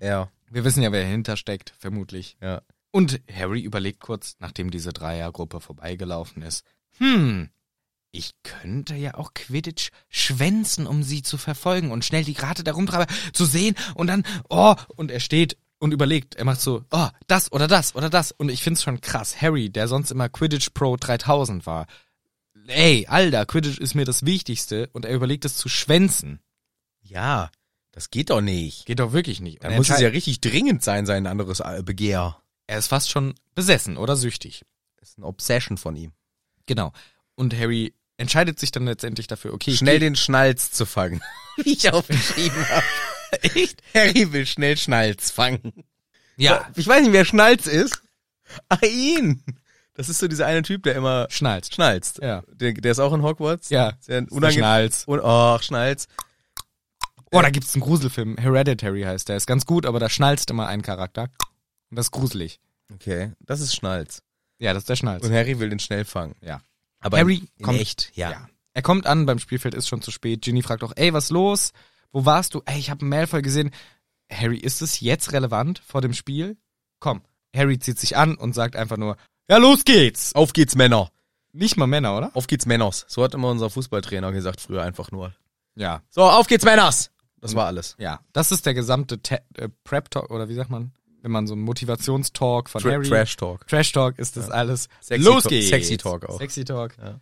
Speaker 1: Er.
Speaker 2: Wir wissen ja, wer dahinter steckt, vermutlich.
Speaker 1: Ja.
Speaker 2: Und Harry überlegt kurz, nachdem diese Dreiergruppe vorbeigelaufen ist, hm, ich könnte ja auch Quidditch schwänzen, um sie zu verfolgen und schnell die Rate darum zu sehen und dann, oh, und er steht und überlegt, er macht so, oh, das oder das oder das. Und ich find's schon krass, Harry, der sonst immer Quidditch Pro 3000 war, ey, Alter, Quidditch ist mir das Wichtigste und er überlegt es zu schwänzen.
Speaker 1: Ja, das geht doch nicht.
Speaker 2: Geht doch wirklich nicht. Und
Speaker 1: Da
Speaker 2: er
Speaker 1: muss es
Speaker 2: entscheidet-
Speaker 1: ja richtig dringend sein, sein anderes äh, Begehr.
Speaker 2: er ist fast schon besessen oder süchtig.
Speaker 1: Das ist eine Obsession von ihm.
Speaker 2: Genau. Und Harry entscheidet sich dann letztendlich dafür, okay, ich
Speaker 1: Schnell
Speaker 2: geh-
Speaker 1: den Schnalz zu <laughs> fangen.
Speaker 8: Wie ich aufgeschrieben habe.
Speaker 1: <laughs> Echt?
Speaker 8: Harry will schnell Schnalz fangen.
Speaker 2: ja,
Speaker 1: Ich weiß nicht, wer Schnalz ist. Ach, ihn. Das ist so dieser eine Typ, der immer
Speaker 2: schnallt.
Speaker 1: schnalzt.
Speaker 2: Ja.
Speaker 1: Der, der ist auch in Hogwarts.
Speaker 2: Ja.
Speaker 1: Sehr unangenehm.
Speaker 2: Schnallt.
Speaker 1: Und, ach, Schnalz.
Speaker 2: Oh, da gibt's einen Gruselfilm, Hereditary heißt der, ist ganz gut, aber da schnalzt immer ein Charakter. Und das ist gruselig.
Speaker 1: Okay, das ist Schnalz.
Speaker 2: Ja, das ist der Schnalz.
Speaker 1: Und Harry will den schnell fangen.
Speaker 2: Ja.
Speaker 1: Aber
Speaker 2: Harry
Speaker 1: in
Speaker 2: kommt-
Speaker 1: echt, ja.
Speaker 2: Er kommt an, beim Spielfeld ist schon zu spät. Ginny fragt auch, ey, was los? Wo warst du? Ey, ich habe einen Malfoy gesehen. Harry, ist es jetzt relevant vor dem Spiel? Komm. Harry zieht sich an und sagt einfach nur, ja, los geht's.
Speaker 1: Auf geht's, Männer.
Speaker 2: Nicht mal Männer, oder?
Speaker 1: Auf geht's, Männers. So hat immer unser Fußballtrainer gesagt, früher einfach nur.
Speaker 2: Ja.
Speaker 1: So, auf geht's, Männers. Das war alles.
Speaker 2: Ja, das ist der gesamte Te äh, Prep Talk oder wie sagt man, wenn man so einen Motivationstalk von
Speaker 1: Tra
Speaker 2: Harry
Speaker 1: Trash Talk.
Speaker 2: Trash Talk ist das alles.
Speaker 1: Sexy
Speaker 2: Los
Speaker 1: Talk-
Speaker 2: geht's.
Speaker 1: Sexy Talk auch.
Speaker 2: Sexy Talk.
Speaker 1: Ja.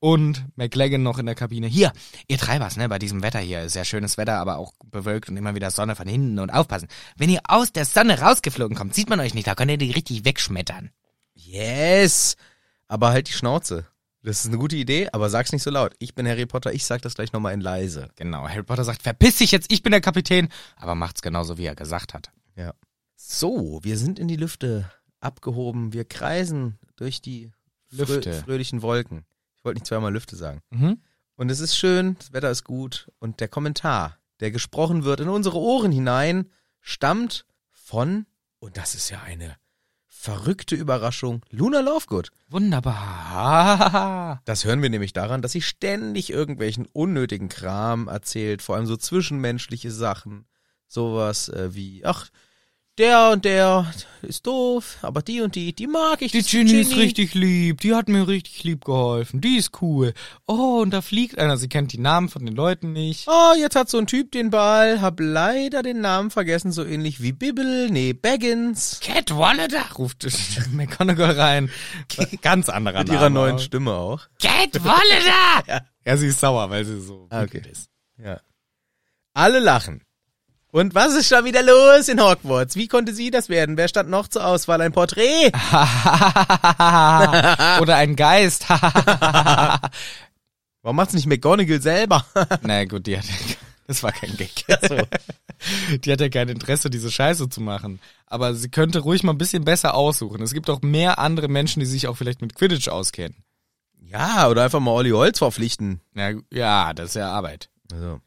Speaker 2: Und McLaggen noch in der Kabine. Hier, ihr Treibers, ne, bei diesem Wetter hier ist ja schönes Wetter, aber auch bewölkt und immer wieder Sonne von hinten und aufpassen. Wenn ihr aus der Sonne rausgeflogen kommt, sieht man euch nicht, da könnt ihr die richtig wegschmettern.
Speaker 1: Yes. Aber halt die Schnauze. Das ist eine gute Idee, aber sag's nicht so laut. Ich bin Harry Potter, ich sag das gleich nochmal in leise.
Speaker 2: Genau, Harry Potter sagt, verpiss dich jetzt, ich bin der Kapitän, aber macht's genauso, wie er gesagt hat.
Speaker 1: So, wir sind in die Lüfte abgehoben. Wir kreisen durch die frö
Speaker 2: Lüfte.
Speaker 1: fröhlichen Wolken. Ich wollte nicht zweimal Lüfte sagen.
Speaker 2: Mhm.
Speaker 1: Und es ist schön, das Wetter ist gut. Und der Kommentar, der gesprochen wird in unsere Ohren hinein, stammt von, und das ist ja eine verrückte Überraschung, Luna Lovegood.
Speaker 2: Wunderbar.
Speaker 1: Das hören wir nämlich daran, dass sie ständig irgendwelchen unnötigen Kram erzählt, vor allem so zwischenmenschliche Sachen. Sowas äh, wie, ach, der und der ist doof, aber die und die, die mag ich.
Speaker 2: Die
Speaker 1: das
Speaker 2: Ginny ist richtig lieb, die hat mir richtig lieb geholfen, die ist cool. Oh, und da fliegt einer, sie kennt die Namen von den Leuten nicht.
Speaker 1: Oh, jetzt hat so ein Typ den Ball, hab leider den Namen vergessen, so ähnlich wie Bibble, nee, Baggins.
Speaker 2: Cat Wallader ruft <laughs> McGonagall rein. Ganz anderer
Speaker 1: Mit
Speaker 2: Name.
Speaker 1: ihrer neuen
Speaker 2: aber-
Speaker 1: Stimme auch.
Speaker 6: Cat
Speaker 1: <laughs>
Speaker 6: Wallader!
Speaker 2: Ja, sie ist sauer, weil sie so
Speaker 1: Ah, okay.
Speaker 2: wütend ist.
Speaker 1: Ja. Alle lachen. Und was ist schon wieder los in Hogwarts? Wie konnte sie das werden? Wer stand noch zur Auswahl? Ein Porträt? Ah.
Speaker 2: Oder ein Geist. <laughs>
Speaker 1: Warum macht's nicht McGonagall selber?
Speaker 2: Na gut, die hat <laughs> ja, das war kein Gag. <laughs> Die hat ja kein Interesse, diese Scheiße zu machen. Aber sie könnte ruhig mal ein bisschen besser aussuchen. Es gibt auch mehr andere Menschen, die sich auch vielleicht mit Quidditch auskennen.
Speaker 1: Ja, oder einfach mal Olli Holz verpflichten.
Speaker 2: Ja, ja, das ist ja Arbeit.
Speaker 1: Also.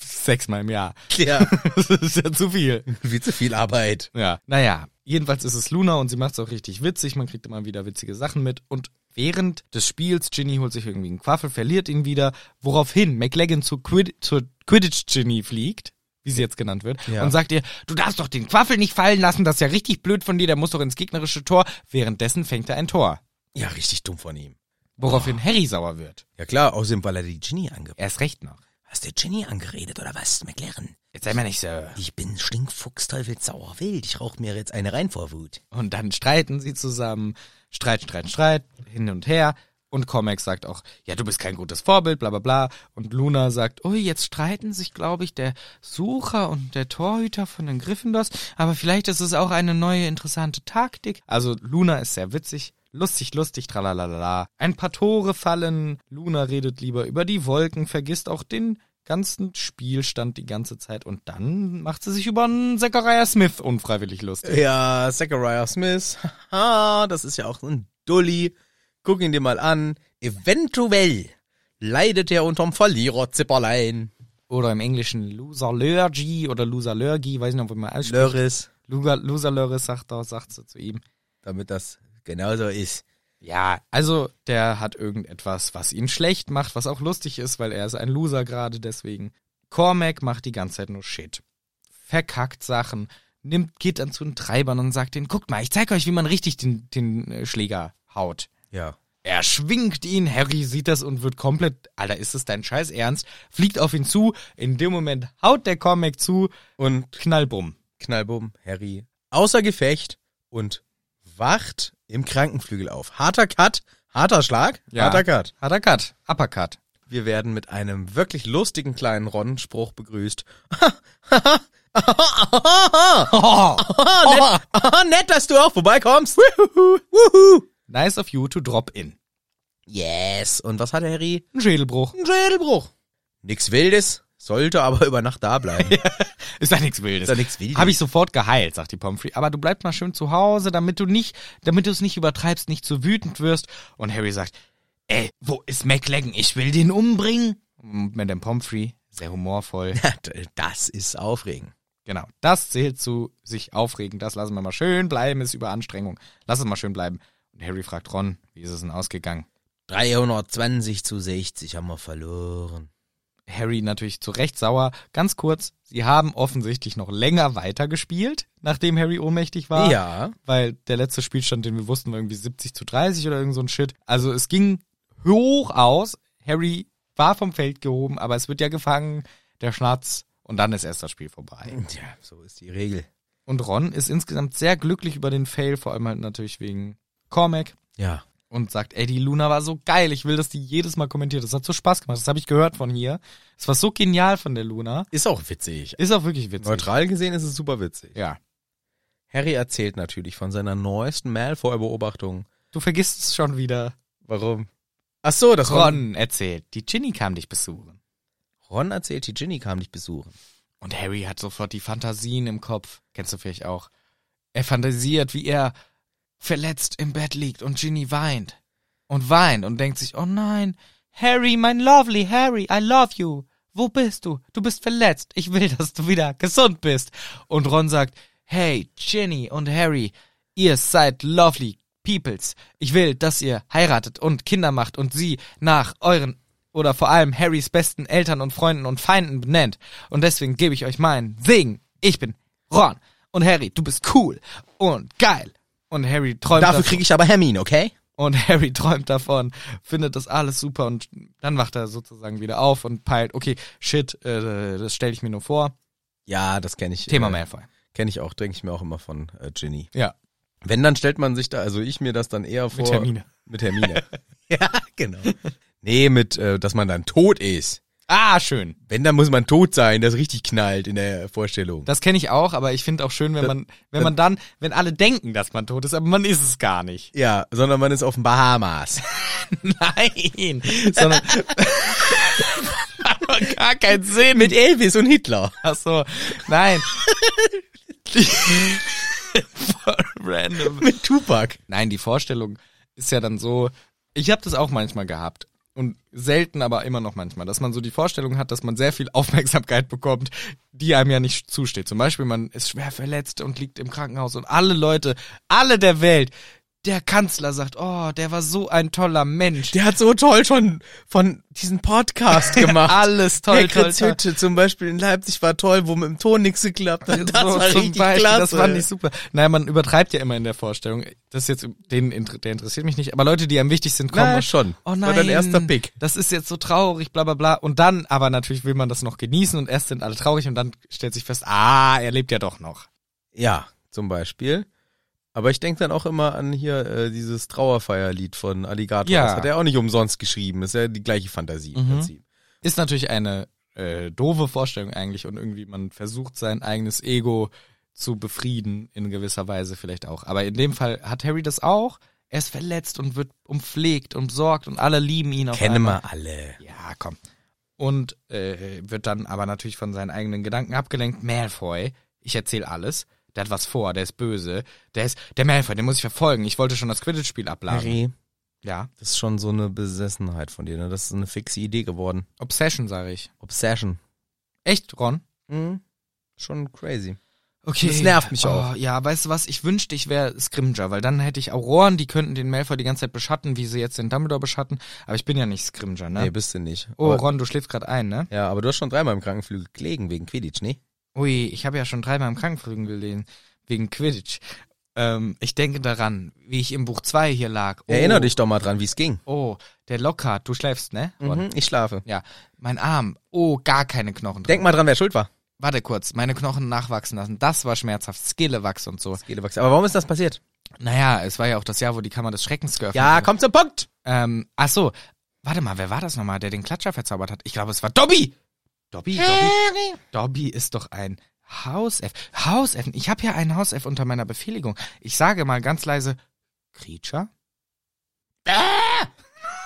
Speaker 2: Sechsmal im Jahr.
Speaker 1: Ja,
Speaker 2: <laughs> Das ist ja zu viel.
Speaker 1: viel zu viel Arbeit.
Speaker 2: Ja. Naja, jedenfalls ist es Luna und sie macht es auch richtig witzig. Man kriegt immer wieder witzige Sachen mit. Und während des Spiels, Ginny holt sich irgendwie einen Quaffel, verliert ihn wieder, woraufhin McLaggen zu Quid zur Quidditch-Ginny fliegt, wie sie jetzt genannt wird,
Speaker 1: Ja.
Speaker 2: und sagt ihr, du darfst doch den Quaffel nicht fallen lassen, das ist ja richtig blöd von dir, der muss doch ins gegnerische Tor. Währenddessen fängt er ein Tor.
Speaker 1: Ja, richtig dumm von ihm.
Speaker 2: Woraufhin
Speaker 1: Oh.
Speaker 2: Harry sauer wird.
Speaker 1: Ja klar, außerdem, weil er die Ginny ange...
Speaker 2: Erst recht noch.
Speaker 1: Hast du Ginny angeredet oder was, McLaren?
Speaker 2: Jetzt sei mal nicht so.
Speaker 1: Ich bin Stinkfuchsteufel sauer wild. Ich rauch mir jetzt eine rein vor Wut.
Speaker 2: Und dann streiten sie zusammen. Streit, Streit, Streit, hin und her. Und Cormac sagt auch, ja, du bist kein gutes Vorbild, bla bla bla. Und Luna sagt, ui, jetzt streiten sich, glaube ich, der Sucher und der Torhüter von den Gryffindors. Aber vielleicht ist es auch eine neue interessante Taktik. Also Luna ist sehr witzig. Lustig, lustig, tralalala. Ein paar Tore fallen. Luna redet lieber über die Wolken, vergisst auch den ganzen Spielstand die ganze Zeit. Und dann macht sie sich über einen Zachariah Smith unfreiwillig lustig.
Speaker 1: Ja, Zachariah Smith. <laughs> Haha, das ist ja auch ein Dulli. Guck ihn dir mal an. Eventuell leidet er unterm Verliererzipperlein.
Speaker 2: oder im Englischen Loserlurgy oder Loserlurgy, weiß nicht, ob man ausspricht.
Speaker 1: Lörris,
Speaker 2: Luger- Loserlurry sagt er, sagt sie zu ihm.
Speaker 1: damit das genauso ist.
Speaker 2: Ja, also der hat irgendetwas, was ihn schlecht macht, was auch lustig ist, weil er ist ein Loser gerade, deswegen. Cormac macht die ganze Zeit nur Shit. Verkackt Sachen, nimmt, geht dann zu den Treibern und sagt denen, guckt mal, ich zeig euch, wie man richtig den, den äh, Schläger haut.
Speaker 1: Ja.
Speaker 2: Er schwingt ihn, Harry sieht das und wird komplett, Alter, ist das dein Scheiß Ernst? Fliegt auf ihn zu, in dem Moment haut der Cormac zu und knallbumm.
Speaker 1: Knallbumm, Harry. Außer Gefecht und wacht im Krankenflügel auf. Harter Cut, harter Schlag,
Speaker 2: Ja.
Speaker 1: harter Cut.
Speaker 2: Harter Cut, Uppercut.
Speaker 1: Wir werden mit einem wirklich lustigen kleinen Ron-Spruch begrüßt. <laughs> nett, nett, dass du auch vorbeikommst. Wuhu, wuhu.
Speaker 2: Nice of you to drop in.
Speaker 1: Yes. Und was hat Harry?
Speaker 2: Ein Schädelbruch.
Speaker 1: Ein Schädelbruch. Nix Wildes, sollte aber über Nacht da bleiben.
Speaker 2: Ist ja nichts Wildes.
Speaker 1: Ist ja nichts Wildes.
Speaker 2: Habe ich sofort geheilt, sagt die Pomfrey. Aber du bleibst mal schön zu Hause, damit du nicht, damit du es nicht übertreibst, nicht zu wütend wirst. Und Harry sagt, ey, wo ist McLaggen? Ich will den umbringen. Und Madame Pomfrey, sehr humorvoll.
Speaker 1: <laughs> Das ist aufregend.
Speaker 2: Genau, das zählt zu sich aufregen. Das lassen wir mal schön bleiben, ist Überanstrengung. Lass es mal schön bleiben. Und Harry fragt Ron, wie ist es denn ausgegangen?
Speaker 1: 320 zu 60 haben wir verloren.
Speaker 2: Harry natürlich zu Recht sauer. Ganz kurz, sie haben offensichtlich noch länger weitergespielt, nachdem Harry ohnmächtig war.
Speaker 1: Ja.
Speaker 2: Weil der letzte Spielstand, den wir wussten, war irgendwie 70 zu 30 oder irgend so ein Shit. Also es ging hoch aus. Harry war vom Feld gehoben, aber es wird ja gefangen, der Schnatz. Und dann ist erst das Spiel vorbei.
Speaker 1: Tja, so ist die Regel.
Speaker 2: Und Ron ist insgesamt sehr glücklich über den Fail, vor allem halt natürlich wegen Cormac.
Speaker 1: Ja.
Speaker 2: Und sagt, ey, die Luna war so geil. Ich will, dass die jedes Mal kommentiert. Das hat so Spaß gemacht. Das habe ich gehört von hier. Es war so genial von der Luna.
Speaker 1: Ist auch witzig.
Speaker 2: Ist auch wirklich witzig.
Speaker 1: Neutral gesehen ist es super witzig.
Speaker 2: Ja.
Speaker 1: Harry erzählt natürlich von seiner neuesten Malfoy-Beobachtung.
Speaker 2: Du vergisst es schon wieder.
Speaker 1: Warum? Ach so, das Ron.
Speaker 2: Ron erzählt, die Ginny kam dich besuchen.
Speaker 1: Ron erzählt, die Ginny kam dich besuchen.
Speaker 2: Und Harry hat sofort die Fantasien im Kopf. Kennst du vielleicht auch. Er fantasiert, wie er verletzt im Bett liegt und Ginny weint. Und weint und denkt sich, oh nein, Harry, mein lovely Harry, I love you. Wo bist du? Du bist verletzt. Ich will, dass du wieder gesund bist. Und Ron sagt, hey, Ginny und Harry, ihr seid lovely peoples. Ich will, dass ihr heiratet und Kinder macht und sie nach euren oder vor allem Harrys besten Eltern und Freunden und Feinden benennt. Und deswegen gebe ich euch meinen Segen. Ich bin Ron. Und Harry, du bist cool und geil. Und Harry träumt
Speaker 1: Dafür
Speaker 2: davon-
Speaker 1: kriege ich aber Hermine, okay?
Speaker 2: und <laughs> Harry träumt davon, findet das alles super und dann wacht er sozusagen wieder auf und peilt, okay, shit, äh, das stelle ich mir nur vor.
Speaker 1: Ja, das kenne ich.
Speaker 2: Thema
Speaker 1: äh,
Speaker 2: Malfoy.
Speaker 1: Kenne ich auch, denke ich mir auch immer von äh, Ginny.
Speaker 2: Ja.
Speaker 1: Wenn, dann stellt man sich da, also ich mir das dann eher vor.
Speaker 2: Hermine.
Speaker 1: Mit Hermine. <laughs> ja, genau. Nee, mit, äh, dass man dann tot ist.
Speaker 2: Ah, schön.
Speaker 1: Wenn, dann muss man tot sein, das richtig knallt in der Vorstellung.
Speaker 2: Das kenne ich auch, aber ich finde auch schön, wenn man, wenn man dann, wenn alle denken, dass man tot ist, aber man ist es gar nicht.
Speaker 1: ja, sondern man ist auf den Bahamas.
Speaker 2: Nein. Sondern. aber gar keinen Sinn.
Speaker 1: mit Elvis und Hitler.
Speaker 2: Ach so. Nein. Voll random.
Speaker 1: Mit Tupac.
Speaker 2: Nein, die Vorstellung ist ja dann so, Ich habe das auch manchmal gehabt. Und selten, aber immer noch manchmal, dass man so die Vorstellung hat, dass man sehr viel <laughs> Aufmerksamkeit bekommt, die einem ja nicht zusteht. Zum Beispiel, man ist schwer verletzt und liegt im Krankenhaus und alle Leute, alle der Welt, der Kanzler sagt, oh, der war so ein toller Mensch.
Speaker 1: Der hat so toll schon von diesem
Speaker 2: <laughs>
Speaker 1: Podcast gemacht.
Speaker 2: Alles toll, toll,
Speaker 1: Heckritz
Speaker 2: toll.
Speaker 1: Hütte zum Beispiel in Leipzig war toll, wo mit dem Ton nichts geklappt <laughs> hat. Das
Speaker 2: So
Speaker 1: war
Speaker 2: zum
Speaker 1: richtig
Speaker 2: Beispiel,
Speaker 1: klasse.
Speaker 2: Das fand ich super. Naja, man übertreibt ja immer in der Vorstellung. Das ist jetzt, den, inter- der interessiert mich nicht. Aber Leute, die einem wichtig sind, kommen.
Speaker 1: Na,
Speaker 2: und-
Speaker 1: schon.
Speaker 2: Oh
Speaker 1: War
Speaker 2: nein.
Speaker 1: dein erster Pick.
Speaker 2: Das ist jetzt so traurig, bla, bla, bla. Und dann, aber natürlich will man das noch genießen und erst sind alle traurig und dann stellt sich fest, ah, er lebt ja doch noch.
Speaker 1: Ja, zum Beispiel. Aber ich denke dann auch immer an hier äh, dieses Trauerfeierlied von Alligator.
Speaker 2: Ja.
Speaker 1: Das hat er auch nicht umsonst geschrieben. Ist ja die gleiche Fantasie im
Speaker 2: Mhm.
Speaker 1: Prinzip.
Speaker 2: Ist natürlich eine äh, doofe Vorstellung eigentlich und irgendwie man versucht sein eigenes Ego zu befrieden in gewisser Weise vielleicht auch. Aber in dem Fall hat Harry das auch. Er ist verletzt und wird umpflegt und sorgt und alle lieben ihn auf
Speaker 1: Kennen
Speaker 2: einmal.
Speaker 1: wir alle.
Speaker 2: Ja, komm. Und äh, wird dann aber natürlich von seinen eigenen Gedanken abgelenkt. Malfoy, ich erzähle alles. Der hat was vor, der ist böse. Der ist, der Malfoy, den muss ich verfolgen. Ich wollte schon das Quidditch-Spiel abladen.
Speaker 1: Harry,
Speaker 2: Ja,
Speaker 1: das ist schon so eine Besessenheit von dir. Ne? Das ist eine fixe Idee geworden.
Speaker 2: Obsession, sage ich.
Speaker 1: Obsession.
Speaker 2: Echt, Ron?
Speaker 1: Mhm. Schon crazy.
Speaker 2: Okay.
Speaker 1: Das nervt mich
Speaker 2: oh,
Speaker 1: auch.
Speaker 2: Ja, weißt du was? Ich wünschte, ich wäre Scrimger, weil dann hätte ich Auroren, die könnten den Malfoy die ganze Zeit beschatten, wie sie jetzt den Dumbledore beschatten. Aber ich bin ja nicht Scrimger, ne?
Speaker 1: Nee, bist du nicht.
Speaker 2: oh,
Speaker 1: aber,
Speaker 2: Ron, du schläfst gerade ein, ne?
Speaker 1: ja, aber du hast schon dreimal im Krankenflügel gelegen wegen Quidditch, ne?
Speaker 2: Ui, ich habe ja schon dreimal im Krankenflügel gelegen, wegen Quidditch. Ähm, ich denke daran, wie ich im Buch 2 hier lag. Oh,
Speaker 1: Erinner dich Mhm. doch mal dran, wie es ging.
Speaker 2: Oh, der Lockhart, du schläfst, ne? Ron?
Speaker 1: Ich schlafe.
Speaker 2: Ja, mein Arm. Oh, gar keine Knochen drin.
Speaker 1: Denk mal dran, wer schuld war.
Speaker 2: Warte kurz, meine Knochen nachwachsen lassen. Das war schmerzhaft. Skillewachs und so.
Speaker 1: Skelewachs. Aber warum ist das passiert?
Speaker 2: Naja, es war ja auch das Jahr, wo die Kammer des Schreckens geöffnet
Speaker 1: Ja, komm zum Punkt.
Speaker 2: Ähm, ach so, warte mal, wer war das nochmal, der den Klatscher verzaubert hat? Ich glaube, es war Dobby. Dobby, Dobby. Dobby ist doch ein Hauself. Hauself. Ich habe ja einen Hauself unter meiner Befehligung. Ich sage mal ganz leise, Creature?
Speaker 1: Ah!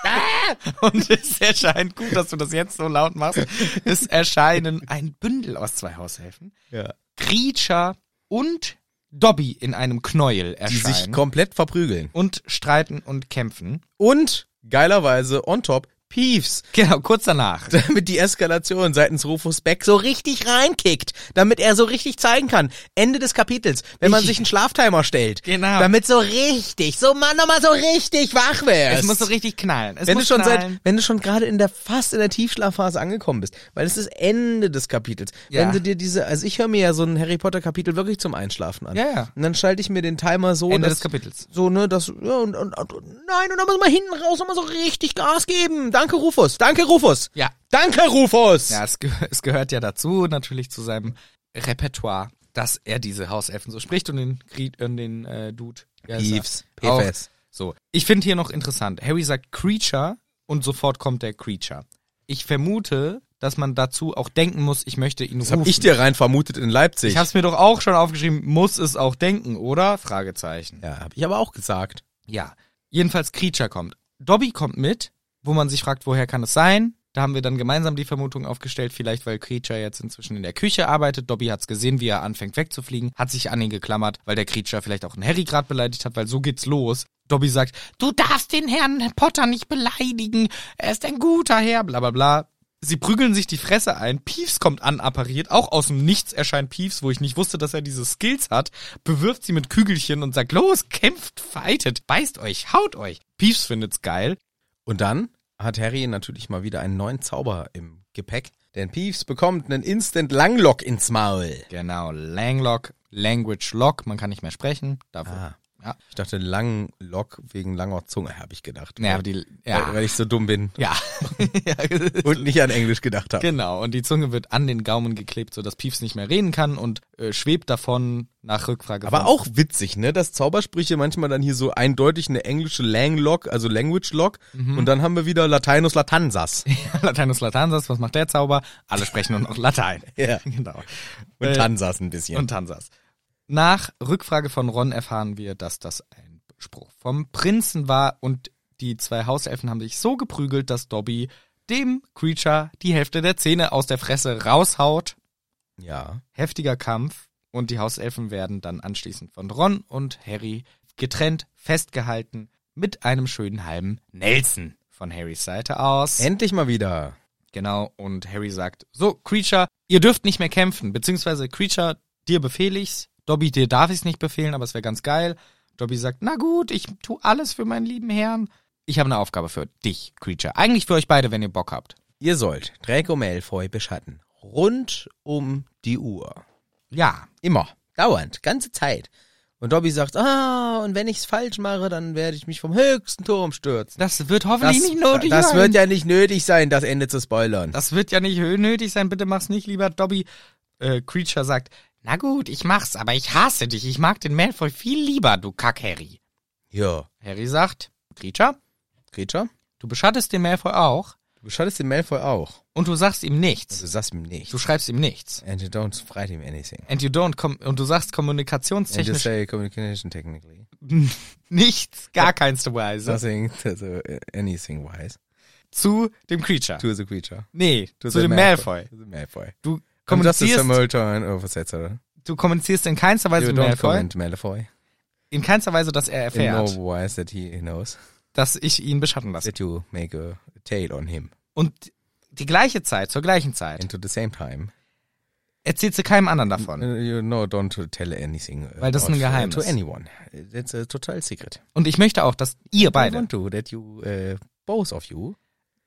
Speaker 2: <laughs> Und es erscheint, gut, dass du das jetzt so laut machst, es erscheinen ein Bündel aus zwei Haushelfen.
Speaker 1: Ja.
Speaker 2: Creature und Dobby in einem Knäuel
Speaker 1: Die sich
Speaker 2: erscheinen.
Speaker 1: komplett verprügeln.
Speaker 2: und streiten und kämpfen.
Speaker 1: Und geilerweise on top Peeves, <laughs>
Speaker 2: Genau, kurz danach.
Speaker 1: damit die Eskalation seitens Rufus Beck so richtig reinkickt, damit er so richtig zeigen kann. Ende des Kapitels, wenn man
Speaker 2: Ich-
Speaker 1: sich einen Schlaftimer stellt.
Speaker 2: Genau.
Speaker 1: Damit so richtig, so Mann, nochmal so richtig wach wärst.
Speaker 2: Es muss so richtig knallen. Es
Speaker 1: wenn du
Speaker 2: muss
Speaker 1: schon
Speaker 2: knallen.
Speaker 1: seit, wenn du schon gerade in der fast in der Tiefschlafphase angekommen bist, weil es ist Ende des Kapitels.
Speaker 2: Ja.
Speaker 1: Wenn du dir diese, also ich höre mir ja so ein Harry Potter Kapitel wirklich zum Einschlafen an.
Speaker 2: Ja, ja.
Speaker 1: Und dann schalte ich mir den Timer so,
Speaker 2: Ende
Speaker 1: dass,
Speaker 2: des Kapitels.
Speaker 1: so ne, das ja, und, und, und nein und dann muss man hinten raus nochmal so richtig Gas geben. Danke Rufus, danke Rufus,
Speaker 2: Ja.
Speaker 1: danke Rufus.
Speaker 2: Ja, es, geh- es gehört ja dazu, natürlich zu seinem Repertoire, dass er diese Hauselfen so spricht und den, Creed, und den äh, Dude. wie heißt er?
Speaker 1: Peeves,
Speaker 2: Auch-
Speaker 1: Pfeffes.
Speaker 2: So. Ich finde hier noch interessant. Harry sagt Creature und sofort kommt der Creature. Ich vermute, dass man dazu auch denken muss, ich möchte ihn
Speaker 1: hab
Speaker 2: rufen.
Speaker 1: rein vermutet in Leipzig.
Speaker 2: ich hab's mir doch auch schon aufgeschrieben, muss es auch denken, oder? Fragezeichen.
Speaker 1: ja, hab ich aber auch gesagt.
Speaker 2: Ja. Jedenfalls Creature kommt. Dobby kommt mit, wo man sich fragt, woher kann es sein? Da haben wir dann gemeinsam die Vermutung aufgestellt, vielleicht weil Creature jetzt inzwischen in der Küche arbeitet. Dobby hat's gesehen, wie er anfängt wegzufliegen, hat sich an ihn geklammert, weil der Creature vielleicht auch einen Harry grad beleidigt hat, weil so geht's los. Dobby sagt, du darfst den Herrn Potter nicht beleidigen, er ist ein guter Herr, bla bla bla. Sie prügeln sich die Fresse ein. Peeves kommt an, appariert. Auch aus dem Nichts erscheint Peeves, wo ich nicht wusste, dass er diese Skills hat. Bewirft sie mit Kügelchen und sagt, los, kämpft, fightet, beißt euch, haut euch. Peeves findet's geil.
Speaker 1: Und dann hat Harry natürlich mal wieder einen neuen Zauber im Gepäck, denn Peeves bekommt einen Instant Langlock ins Maul.
Speaker 2: Genau, Langlock, Language Lock. Man kann nicht mehr sprechen. Dafür.
Speaker 1: Ah.
Speaker 2: Ja.
Speaker 1: Ich dachte Langlock wegen langer Zunge, habe ich gedacht.
Speaker 2: Nee,
Speaker 1: Weil-
Speaker 2: aber die,
Speaker 1: weil,
Speaker 2: ja.
Speaker 1: weil ich so dumm bin
Speaker 2: Ja. <laughs> ja.
Speaker 1: Äh, und nicht an Englisch gedacht habe.
Speaker 2: Genau, und die Zunge wird an den Gaumen geklebt, sodass Peeves nicht mehr reden kann und äh, schwebt davon nach Rückfrage.
Speaker 1: Aber
Speaker 2: von-
Speaker 1: auch witzig, ne? Dass Zaubersprüche manchmal dann hier so eindeutig eine englische Langlock, also Language Lock,
Speaker 2: Mhm.
Speaker 1: und dann haben wir wieder Lateinus Latansas.
Speaker 2: <laughs> Lateinus Latansas, was macht der Zauber? Alle sprechen nur noch Latein.
Speaker 1: <laughs> Ja.
Speaker 2: <laughs> Genau.
Speaker 1: Und
Speaker 2: Äh,
Speaker 1: Tansas ein bisschen.
Speaker 2: Und Tansas. Nach Rückfrage von Ron erfahren wir, dass das ein Spruch vom Prinzen war und die zwei Hauselfen haben sich so geprügelt, dass Dobby dem Creature die Hälfte der Zähne aus der Fresse raushaut.
Speaker 1: ja.
Speaker 2: Heftiger Kampf und die Hauselfen werden dann anschließend von Ron und Harry getrennt, festgehalten. mit einem schönen halben Nelson von Harrys Seite aus.
Speaker 1: Endlich mal wieder.
Speaker 2: Genau, und Harry sagt, so, Creature, ihr dürft nicht mehr kämpfen, beziehungsweise Creature, dir befehle ich's, Dobby, dir darf ich's nicht befehlen, aber es wäre ganz geil. Dobby sagt, na gut, ich tu alles für meinen lieben Herrn. Ich habe eine Aufgabe für dich, Creature. Eigentlich für euch beide, wenn ihr Bock habt.
Speaker 1: Ihr sollt Draco Malfoy beschatten. Rund um die Uhr.
Speaker 2: Ja,
Speaker 1: Immer. Dauernd. Ganze Zeit. Und Dobby sagt, ah, und wenn ich's falsch mache, dann werde ich mich vom höchsten Turm stürzen.
Speaker 2: das wird hoffentlich nicht nötig
Speaker 1: das
Speaker 2: sein.
Speaker 1: wird ja nicht nötig sein, das Ende zu spoilern.
Speaker 2: das wird ja nicht nötig sein, bitte mach's nicht, lieber Dobby. Äh, Creature sagt, na gut, ich mach's, aber ich hasse dich, ich mag den Malfoy viel lieber, du Kack-Harry.
Speaker 1: ja.
Speaker 2: Harry sagt, Creature,
Speaker 1: Creature,
Speaker 2: du beschattest den Malfoy auch,
Speaker 1: du beschattest den Malfoy auch.
Speaker 2: und du sagst ihm
Speaker 1: Du
Speaker 2: nichts.
Speaker 1: sagst ihm nichts.
Speaker 2: Du schreibst ihm nichts.
Speaker 1: And you don't write him anything.
Speaker 2: And you don't com und du sagst
Speaker 1: And you
Speaker 2: kommunikationstechnisch
Speaker 1: say communication technically.
Speaker 2: nichts, gar keinste Weise
Speaker 1: Nothing, <laughs> also uh, anything wise.
Speaker 2: zu dem Creature.
Speaker 1: To the creature.
Speaker 2: nee,
Speaker 1: To
Speaker 2: zu
Speaker 1: the
Speaker 2: dem Malfoy.
Speaker 1: To the Malfoy.
Speaker 2: Du
Speaker 1: Und das ist
Speaker 2: kommunizierst,
Speaker 1: der Müllton, oh, was jetzt, oder?
Speaker 2: du kommunizierst in keinster Weise
Speaker 1: You
Speaker 2: mit
Speaker 1: don't
Speaker 2: Malfoy,
Speaker 1: comment Malfoy.
Speaker 2: in keinster Weise, dass
Speaker 1: In
Speaker 2: er
Speaker 1: no
Speaker 2: erfährt,
Speaker 1: wise that he knows
Speaker 2: dass ich ihn beschatten lasse.
Speaker 1: that you make a tale on him.
Speaker 2: Und die gleiche Zeit, zur gleichen Zeit,
Speaker 1: And to the same time.
Speaker 2: erzählst du keinem anderen davon.
Speaker 1: Uh, You know, don't tell anything.
Speaker 2: Weil das ist
Speaker 1: about,
Speaker 2: ein
Speaker 1: uh,
Speaker 2: Geheimnis.
Speaker 1: To anyone. It's a total secret.
Speaker 2: Und ich möchte auch, dass ihr
Speaker 1: I
Speaker 2: beide
Speaker 1: want to that you, uh, both of you,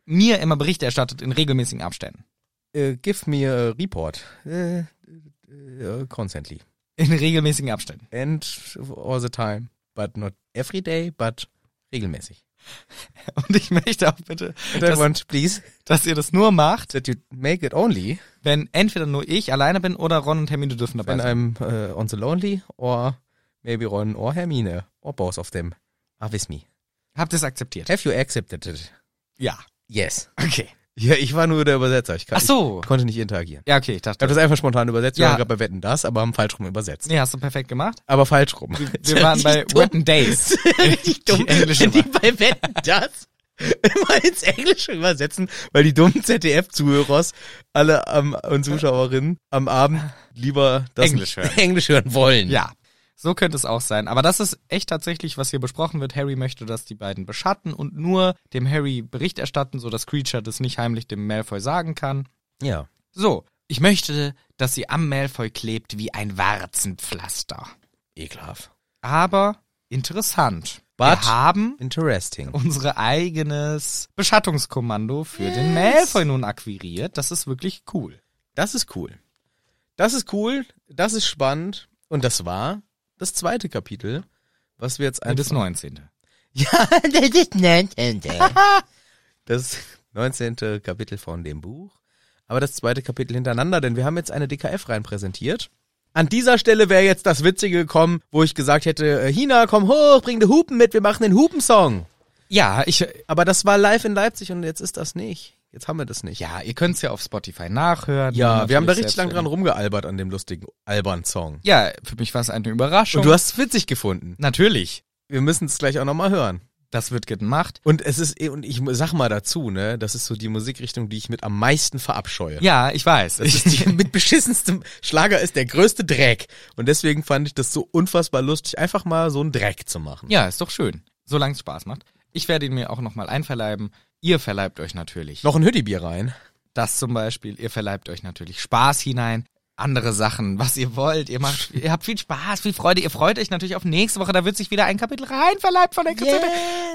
Speaker 2: mir immer Berichte erstattet in regelmäßigen Abständen.
Speaker 1: uh, give me a report. Uh, uh, constantly.
Speaker 2: In regelmäßigen Abständen.
Speaker 1: And all the time. But not every day, but regelmäßig.
Speaker 2: Und ich möchte auch bitte,
Speaker 1: And I
Speaker 2: dass,
Speaker 1: want, please,
Speaker 2: dass ihr das nur macht,
Speaker 1: that you make it only
Speaker 2: wenn entweder nur ich alleine bin oder Ron und Hermine dürfen dabei
Speaker 1: when
Speaker 2: sein.
Speaker 1: I'm uh, on the lonely or maybe Ron or Hermine or both of them are with me.
Speaker 2: Habt ihr es akzeptiert?
Speaker 1: Have you accepted it?
Speaker 2: Ja.
Speaker 1: Yes.
Speaker 2: Okay.
Speaker 1: Ja, ich war nur der Übersetzer. Ich, kann,
Speaker 2: Ach so.
Speaker 1: ich konnte nicht interagieren.
Speaker 2: Ja, okay, ich
Speaker 1: Ich habe
Speaker 2: dachte.
Speaker 1: das einfach spontan übersetzt.
Speaker 2: Ja.
Speaker 1: Wir waren gerade bei Wetten das, aber haben falsch rum übersetzt.
Speaker 2: Nee, hast du perfekt gemacht.
Speaker 1: Aber falsch rum.
Speaker 2: Wir waren bei Wetten
Speaker 1: <laughs>
Speaker 2: Days.
Speaker 1: Richtig dumm,
Speaker 2: Die
Speaker 8: <laughs>
Speaker 2: englische
Speaker 1: wenn die bei Wetten das immer ins Englische übersetzen, <laughs> weil die dummen ZDF-Zuhörers alle am, und Zuschauerinnen am Abend lieber das
Speaker 2: Englisch hören.
Speaker 1: Englisch hören wollen.
Speaker 2: Ja. So könnte es auch sein. Aber das ist echt tatsächlich, was hier besprochen wird. Harry möchte, dass die beiden beschatten und nur dem Harry Bericht erstatten, sodass Creature das nicht heimlich dem Malfoy sagen kann.
Speaker 1: Ja.
Speaker 2: So, ich möchte, dass sie am Malfoy klebt wie ein Warzenpflaster.
Speaker 1: Ekelhaft.
Speaker 2: Aber interessant.
Speaker 1: But-
Speaker 2: Wir haben
Speaker 1: Interesting.
Speaker 2: unsere eigenes Beschattungskommando für den Malfoy nun akquiriert. Das ist wirklich cool.
Speaker 1: Das ist cool. Das ist cool, das ist spannend und das war das zweite Kapitel, was wir jetzt
Speaker 2: Und das
Speaker 1: einfach
Speaker 2: 19.
Speaker 1: Ja, das ist 19. <laughs> das 19. Kapitel von dem Buch. Aber das zweite Kapitel hintereinander, denn wir haben jetzt eine DKF rein präsentiert. An dieser Stelle wäre jetzt das Witzige gekommen, wo ich gesagt hätte, äh, Hina, komm hoch, bring die Hupen mit, wir machen den Hupensong.
Speaker 2: Ja, ich,
Speaker 1: Aber das war live in Leipzig und jetzt ist das nicht. Jetzt haben wir das nicht.
Speaker 2: ja, ihr könnt's ja auf Spotify nachhören.
Speaker 1: Ja, wir haben da
Speaker 2: Natürlich
Speaker 1: richtig lang dran
Speaker 2: selbst-
Speaker 1: rumgealbert an dem lustigen Albern-Song.
Speaker 2: Ja, für mich war es eine Überraschung.
Speaker 1: Und du hast es witzig gefunden.
Speaker 2: Natürlich.
Speaker 1: Wir müssen es gleich auch nochmal hören.
Speaker 2: Das wird gemacht.
Speaker 1: Und es ist, eh- und ich sag mal dazu, ne, das ist so die Musikrichtung, die ich mit am meisten verabscheue.
Speaker 2: Ja, ich weiß.
Speaker 1: Das <laughs> ist die mit beschissenstem Schlager ist der größte Dreck. Und deswegen fand ich das so unfassbar lustig, einfach mal so einen Dreck zu machen.
Speaker 2: ja, ist doch schön. Solange es Spaß macht. Ich werde ihn mir auch nochmal einverleiben. Ihr verleibt euch natürlich.
Speaker 1: Noch ein Hüttibier rein.
Speaker 2: Das zum Beispiel, ihr verleibt euch natürlich Spaß hinein, andere Sachen, was ihr wollt. Ihr macht, ihr habt viel Spaß, viel Freude. Ihr freut euch natürlich auf nächste Woche. Da wird sich wieder ein Kapitel rein verleibt von der Christine.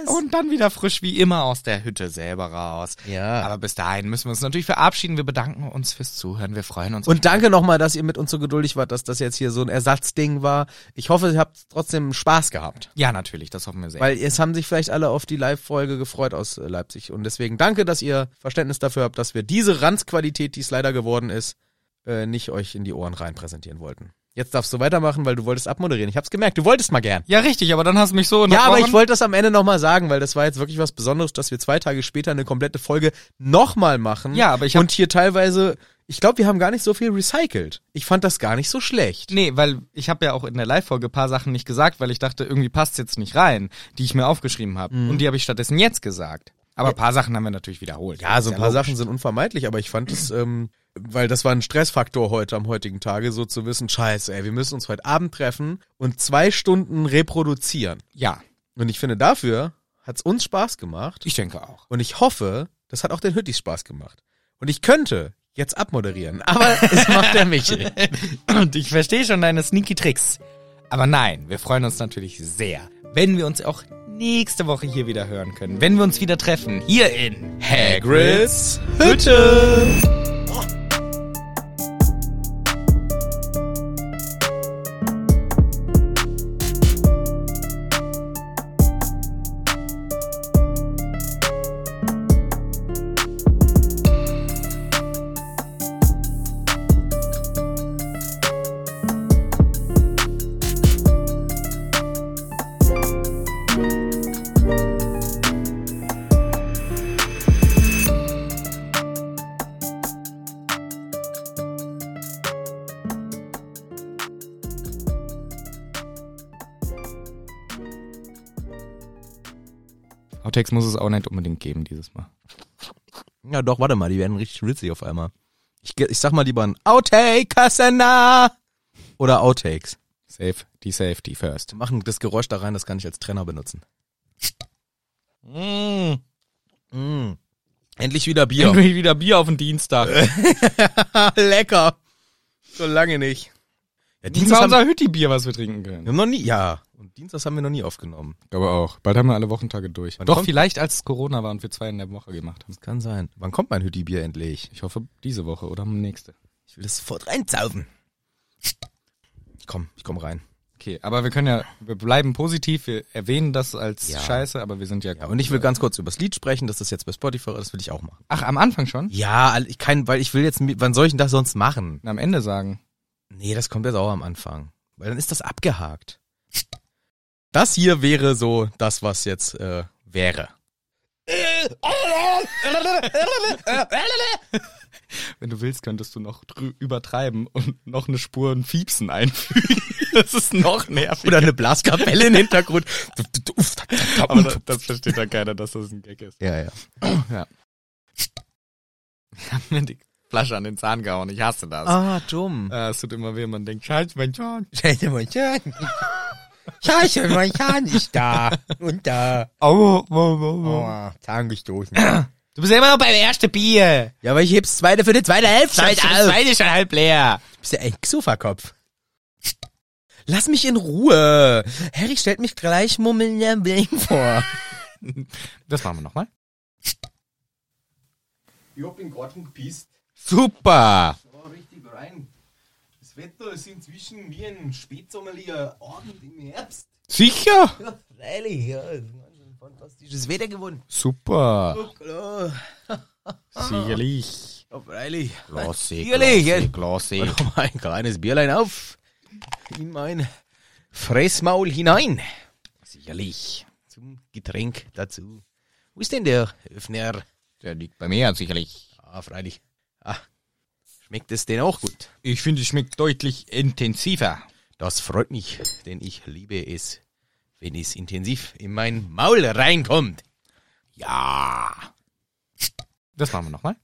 Speaker 2: Und dann wieder frisch wie immer aus der Hütte selber raus.
Speaker 1: Ja.
Speaker 2: Aber bis dahin müssen wir uns natürlich verabschieden. Wir bedanken uns fürs Zuhören. Wir freuen uns.
Speaker 1: Und danke nochmal, dass ihr mit uns so geduldig wart, dass das jetzt hier so ein Ersatzding war. Ich hoffe, ihr habt trotzdem Spaß gehabt.
Speaker 2: ja, natürlich, das hoffen wir sehr.
Speaker 1: Weil es haben sich vielleicht alle auf die Live-Folge gefreut aus äh, Leipzig. Und deswegen danke, dass ihr Verständnis dafür habt, dass wir diese Ranzqualität, die es leider geworden ist, äh, nicht euch in die Ohren rein präsentieren wollten. Jetzt darfst du weitermachen, weil du wolltest abmoderieren. Ich hab's gemerkt, du wolltest mal gern.
Speaker 2: ja, richtig, aber dann hast du mich
Speaker 1: Ja,
Speaker 2: so
Speaker 1: aber ich
Speaker 2: unterbrochen.
Speaker 1: wollte das am Ende nochmal sagen, weil das war jetzt wirklich was Besonderes, dass wir zwei Tage später eine komplette Folge nochmal machen.
Speaker 2: Ja, aber ich hab-
Speaker 1: Und hier teilweise, ich glaube, wir haben gar nicht so viel recycelt. Ich fand das gar nicht so schlecht.
Speaker 2: Nee, weil ich habe ja auch in der Live-Folge paar Sachen nicht gesagt, weil ich dachte, irgendwie passt jetzt nicht rein, die ich mir aufgeschrieben habe.
Speaker 1: Mhm.
Speaker 2: Und die habe ich stattdessen jetzt gesagt. Aber ein paar Sachen haben wir natürlich wiederholt.
Speaker 1: Ja, so ein
Speaker 2: Ist
Speaker 1: paar
Speaker 2: logisch.
Speaker 1: Sachen sind unvermeidlich, aber ich fand es, ähm, weil das war ein Stressfaktor heute am heutigen Tage, so zu wissen, scheiße, ey, wir müssen uns heute Abend treffen und zwei Stunden reproduzieren.
Speaker 2: Ja,
Speaker 1: Und ich finde, dafür hat's uns Spaß gemacht.
Speaker 2: Ich denke auch.
Speaker 1: Und ich hoffe, das hat auch den Hüttis Spaß gemacht. Und ich könnte jetzt abmoderieren, aber es macht der Michel.
Speaker 2: Und ich verstehe schon deine sneaky Tricks. Aber nein, wir freuen uns natürlich sehr, wenn wir uns auch nächste Woche hier wieder hören können. Wenn wir uns wieder treffen, hier in Hagrid's Hütte. Outtakes muss es auch nicht unbedingt geben dieses Mal.
Speaker 1: Ja, doch, warte mal, die werden richtig witzig auf einmal. Ich, ge- ich sag mal lieber ein Outtake, Cassandra! Oder Outtakes.
Speaker 2: Safe, die safe, die first.
Speaker 1: Machen das Geräusch da rein, das kann ich als Trenner benutzen. Mmh. Mm. Endlich wieder Bier.
Speaker 2: Endlich wieder Bier auf den Dienstag.
Speaker 1: <laughs> Lecker. So lange nicht. Ja,
Speaker 2: Das war
Speaker 1: Dienstags haben, wir
Speaker 2: unser Hütti-Bier, was wir trinken können.
Speaker 1: haben noch nie, ja. Und Dienstags haben wir noch nie aufgenommen.
Speaker 2: Aber auch. Bald haben wir alle Wochentage durch.
Speaker 1: Wann
Speaker 2: Doch,
Speaker 1: kommt-
Speaker 2: vielleicht als es Corona war und wir zwei in der Woche gemacht haben.
Speaker 1: Das kann sein. Wann kommt mein Hütti-Bier endlich?
Speaker 2: Ich hoffe, diese Woche oder nächste.
Speaker 1: Ich will das sofort reinzaufen. Komm, ich komm rein.
Speaker 2: Okay, aber wir können ja, wir bleiben positiv, wir erwähnen das als
Speaker 1: Ja.
Speaker 2: Scheiße, aber wir sind ja,
Speaker 1: Ja, und ich will ganz kurz über das Lied sprechen, dass das jetzt bei Spotify ist, das will ich auch machen.
Speaker 2: Ach, am Anfang schon?
Speaker 1: Ja, all- ich kann, weil ich will jetzt, mi- wann soll ich denn das sonst machen?
Speaker 2: Und am Ende sagen.
Speaker 1: Nee, das kommt jetzt auch am Anfang. Weil dann ist das abgehakt. Das hier wäre so das, was jetzt äh, wäre.
Speaker 2: Wenn du willst, könntest du noch drü- übertreiben und noch eine Spur ein Fiepsen einfügen. <laughs> Das ist noch nerviger.
Speaker 1: Oder eine Blaskapelle im <laughs> Hintergrund.
Speaker 2: Aber das, das versteht dann keiner, dass das ein Gag ist.
Speaker 1: ja, ja.
Speaker 2: Ich hab mir die Flasche an den Zahn gehauen, ich hasse das.
Speaker 1: Ah, dumm.
Speaker 2: Äh, es tut immer weh, man denkt, scheiße, mein Zahn.
Speaker 8: Scheiße, mein Zahn. Scheiße, mein Zahn ist da. Und da.
Speaker 2: Aua, aua, aua.
Speaker 8: Aua, Zahn gestoßen.
Speaker 2: Du bist ja immer noch beim ersten Bier.
Speaker 1: Ja, aber ich heb's zweite für die zweite Hälfte.
Speaker 2: Scheiße, das zweite ist schon halb leer.
Speaker 1: Bist ja ein Xuferkopf. Lass mich in Ruhe. Harry stellt mich gleich mummelnder Bling vor.
Speaker 2: Das machen wir nochmal.
Speaker 1: Ich hab den Garten gepisst.
Speaker 2: Super.
Speaker 1: Da richtig rein. Das Wetter ist inzwischen wie ein spätsommerlicher Abend im Herbst.
Speaker 2: Sicher.
Speaker 1: Ja, freilich, ja. Das ist ganz schön fantastisches Wetter gewonnen.
Speaker 2: Super.
Speaker 1: Oh, klar. <laughs>
Speaker 2: Sicherlich.
Speaker 1: Ja, freilich.
Speaker 8: Klasse,
Speaker 1: Ehrlich, gell?
Speaker 8: klasse.
Speaker 1: Mach mal ein kleines Bierlein auf. In mein Fressmaul hinein. Sicherlich. Zum Getränk dazu. Wo ist denn der Öffner?
Speaker 2: Der liegt bei mir, sicherlich.
Speaker 1: Ah, freilich. Ah, schmeckt es denn auch gut?
Speaker 2: Ich finde, es schmeckt deutlich intensiver.
Speaker 1: Das freut mich, denn ich liebe es, wenn es intensiv in mein Maul reinkommt.
Speaker 2: Das machen wir nochmal.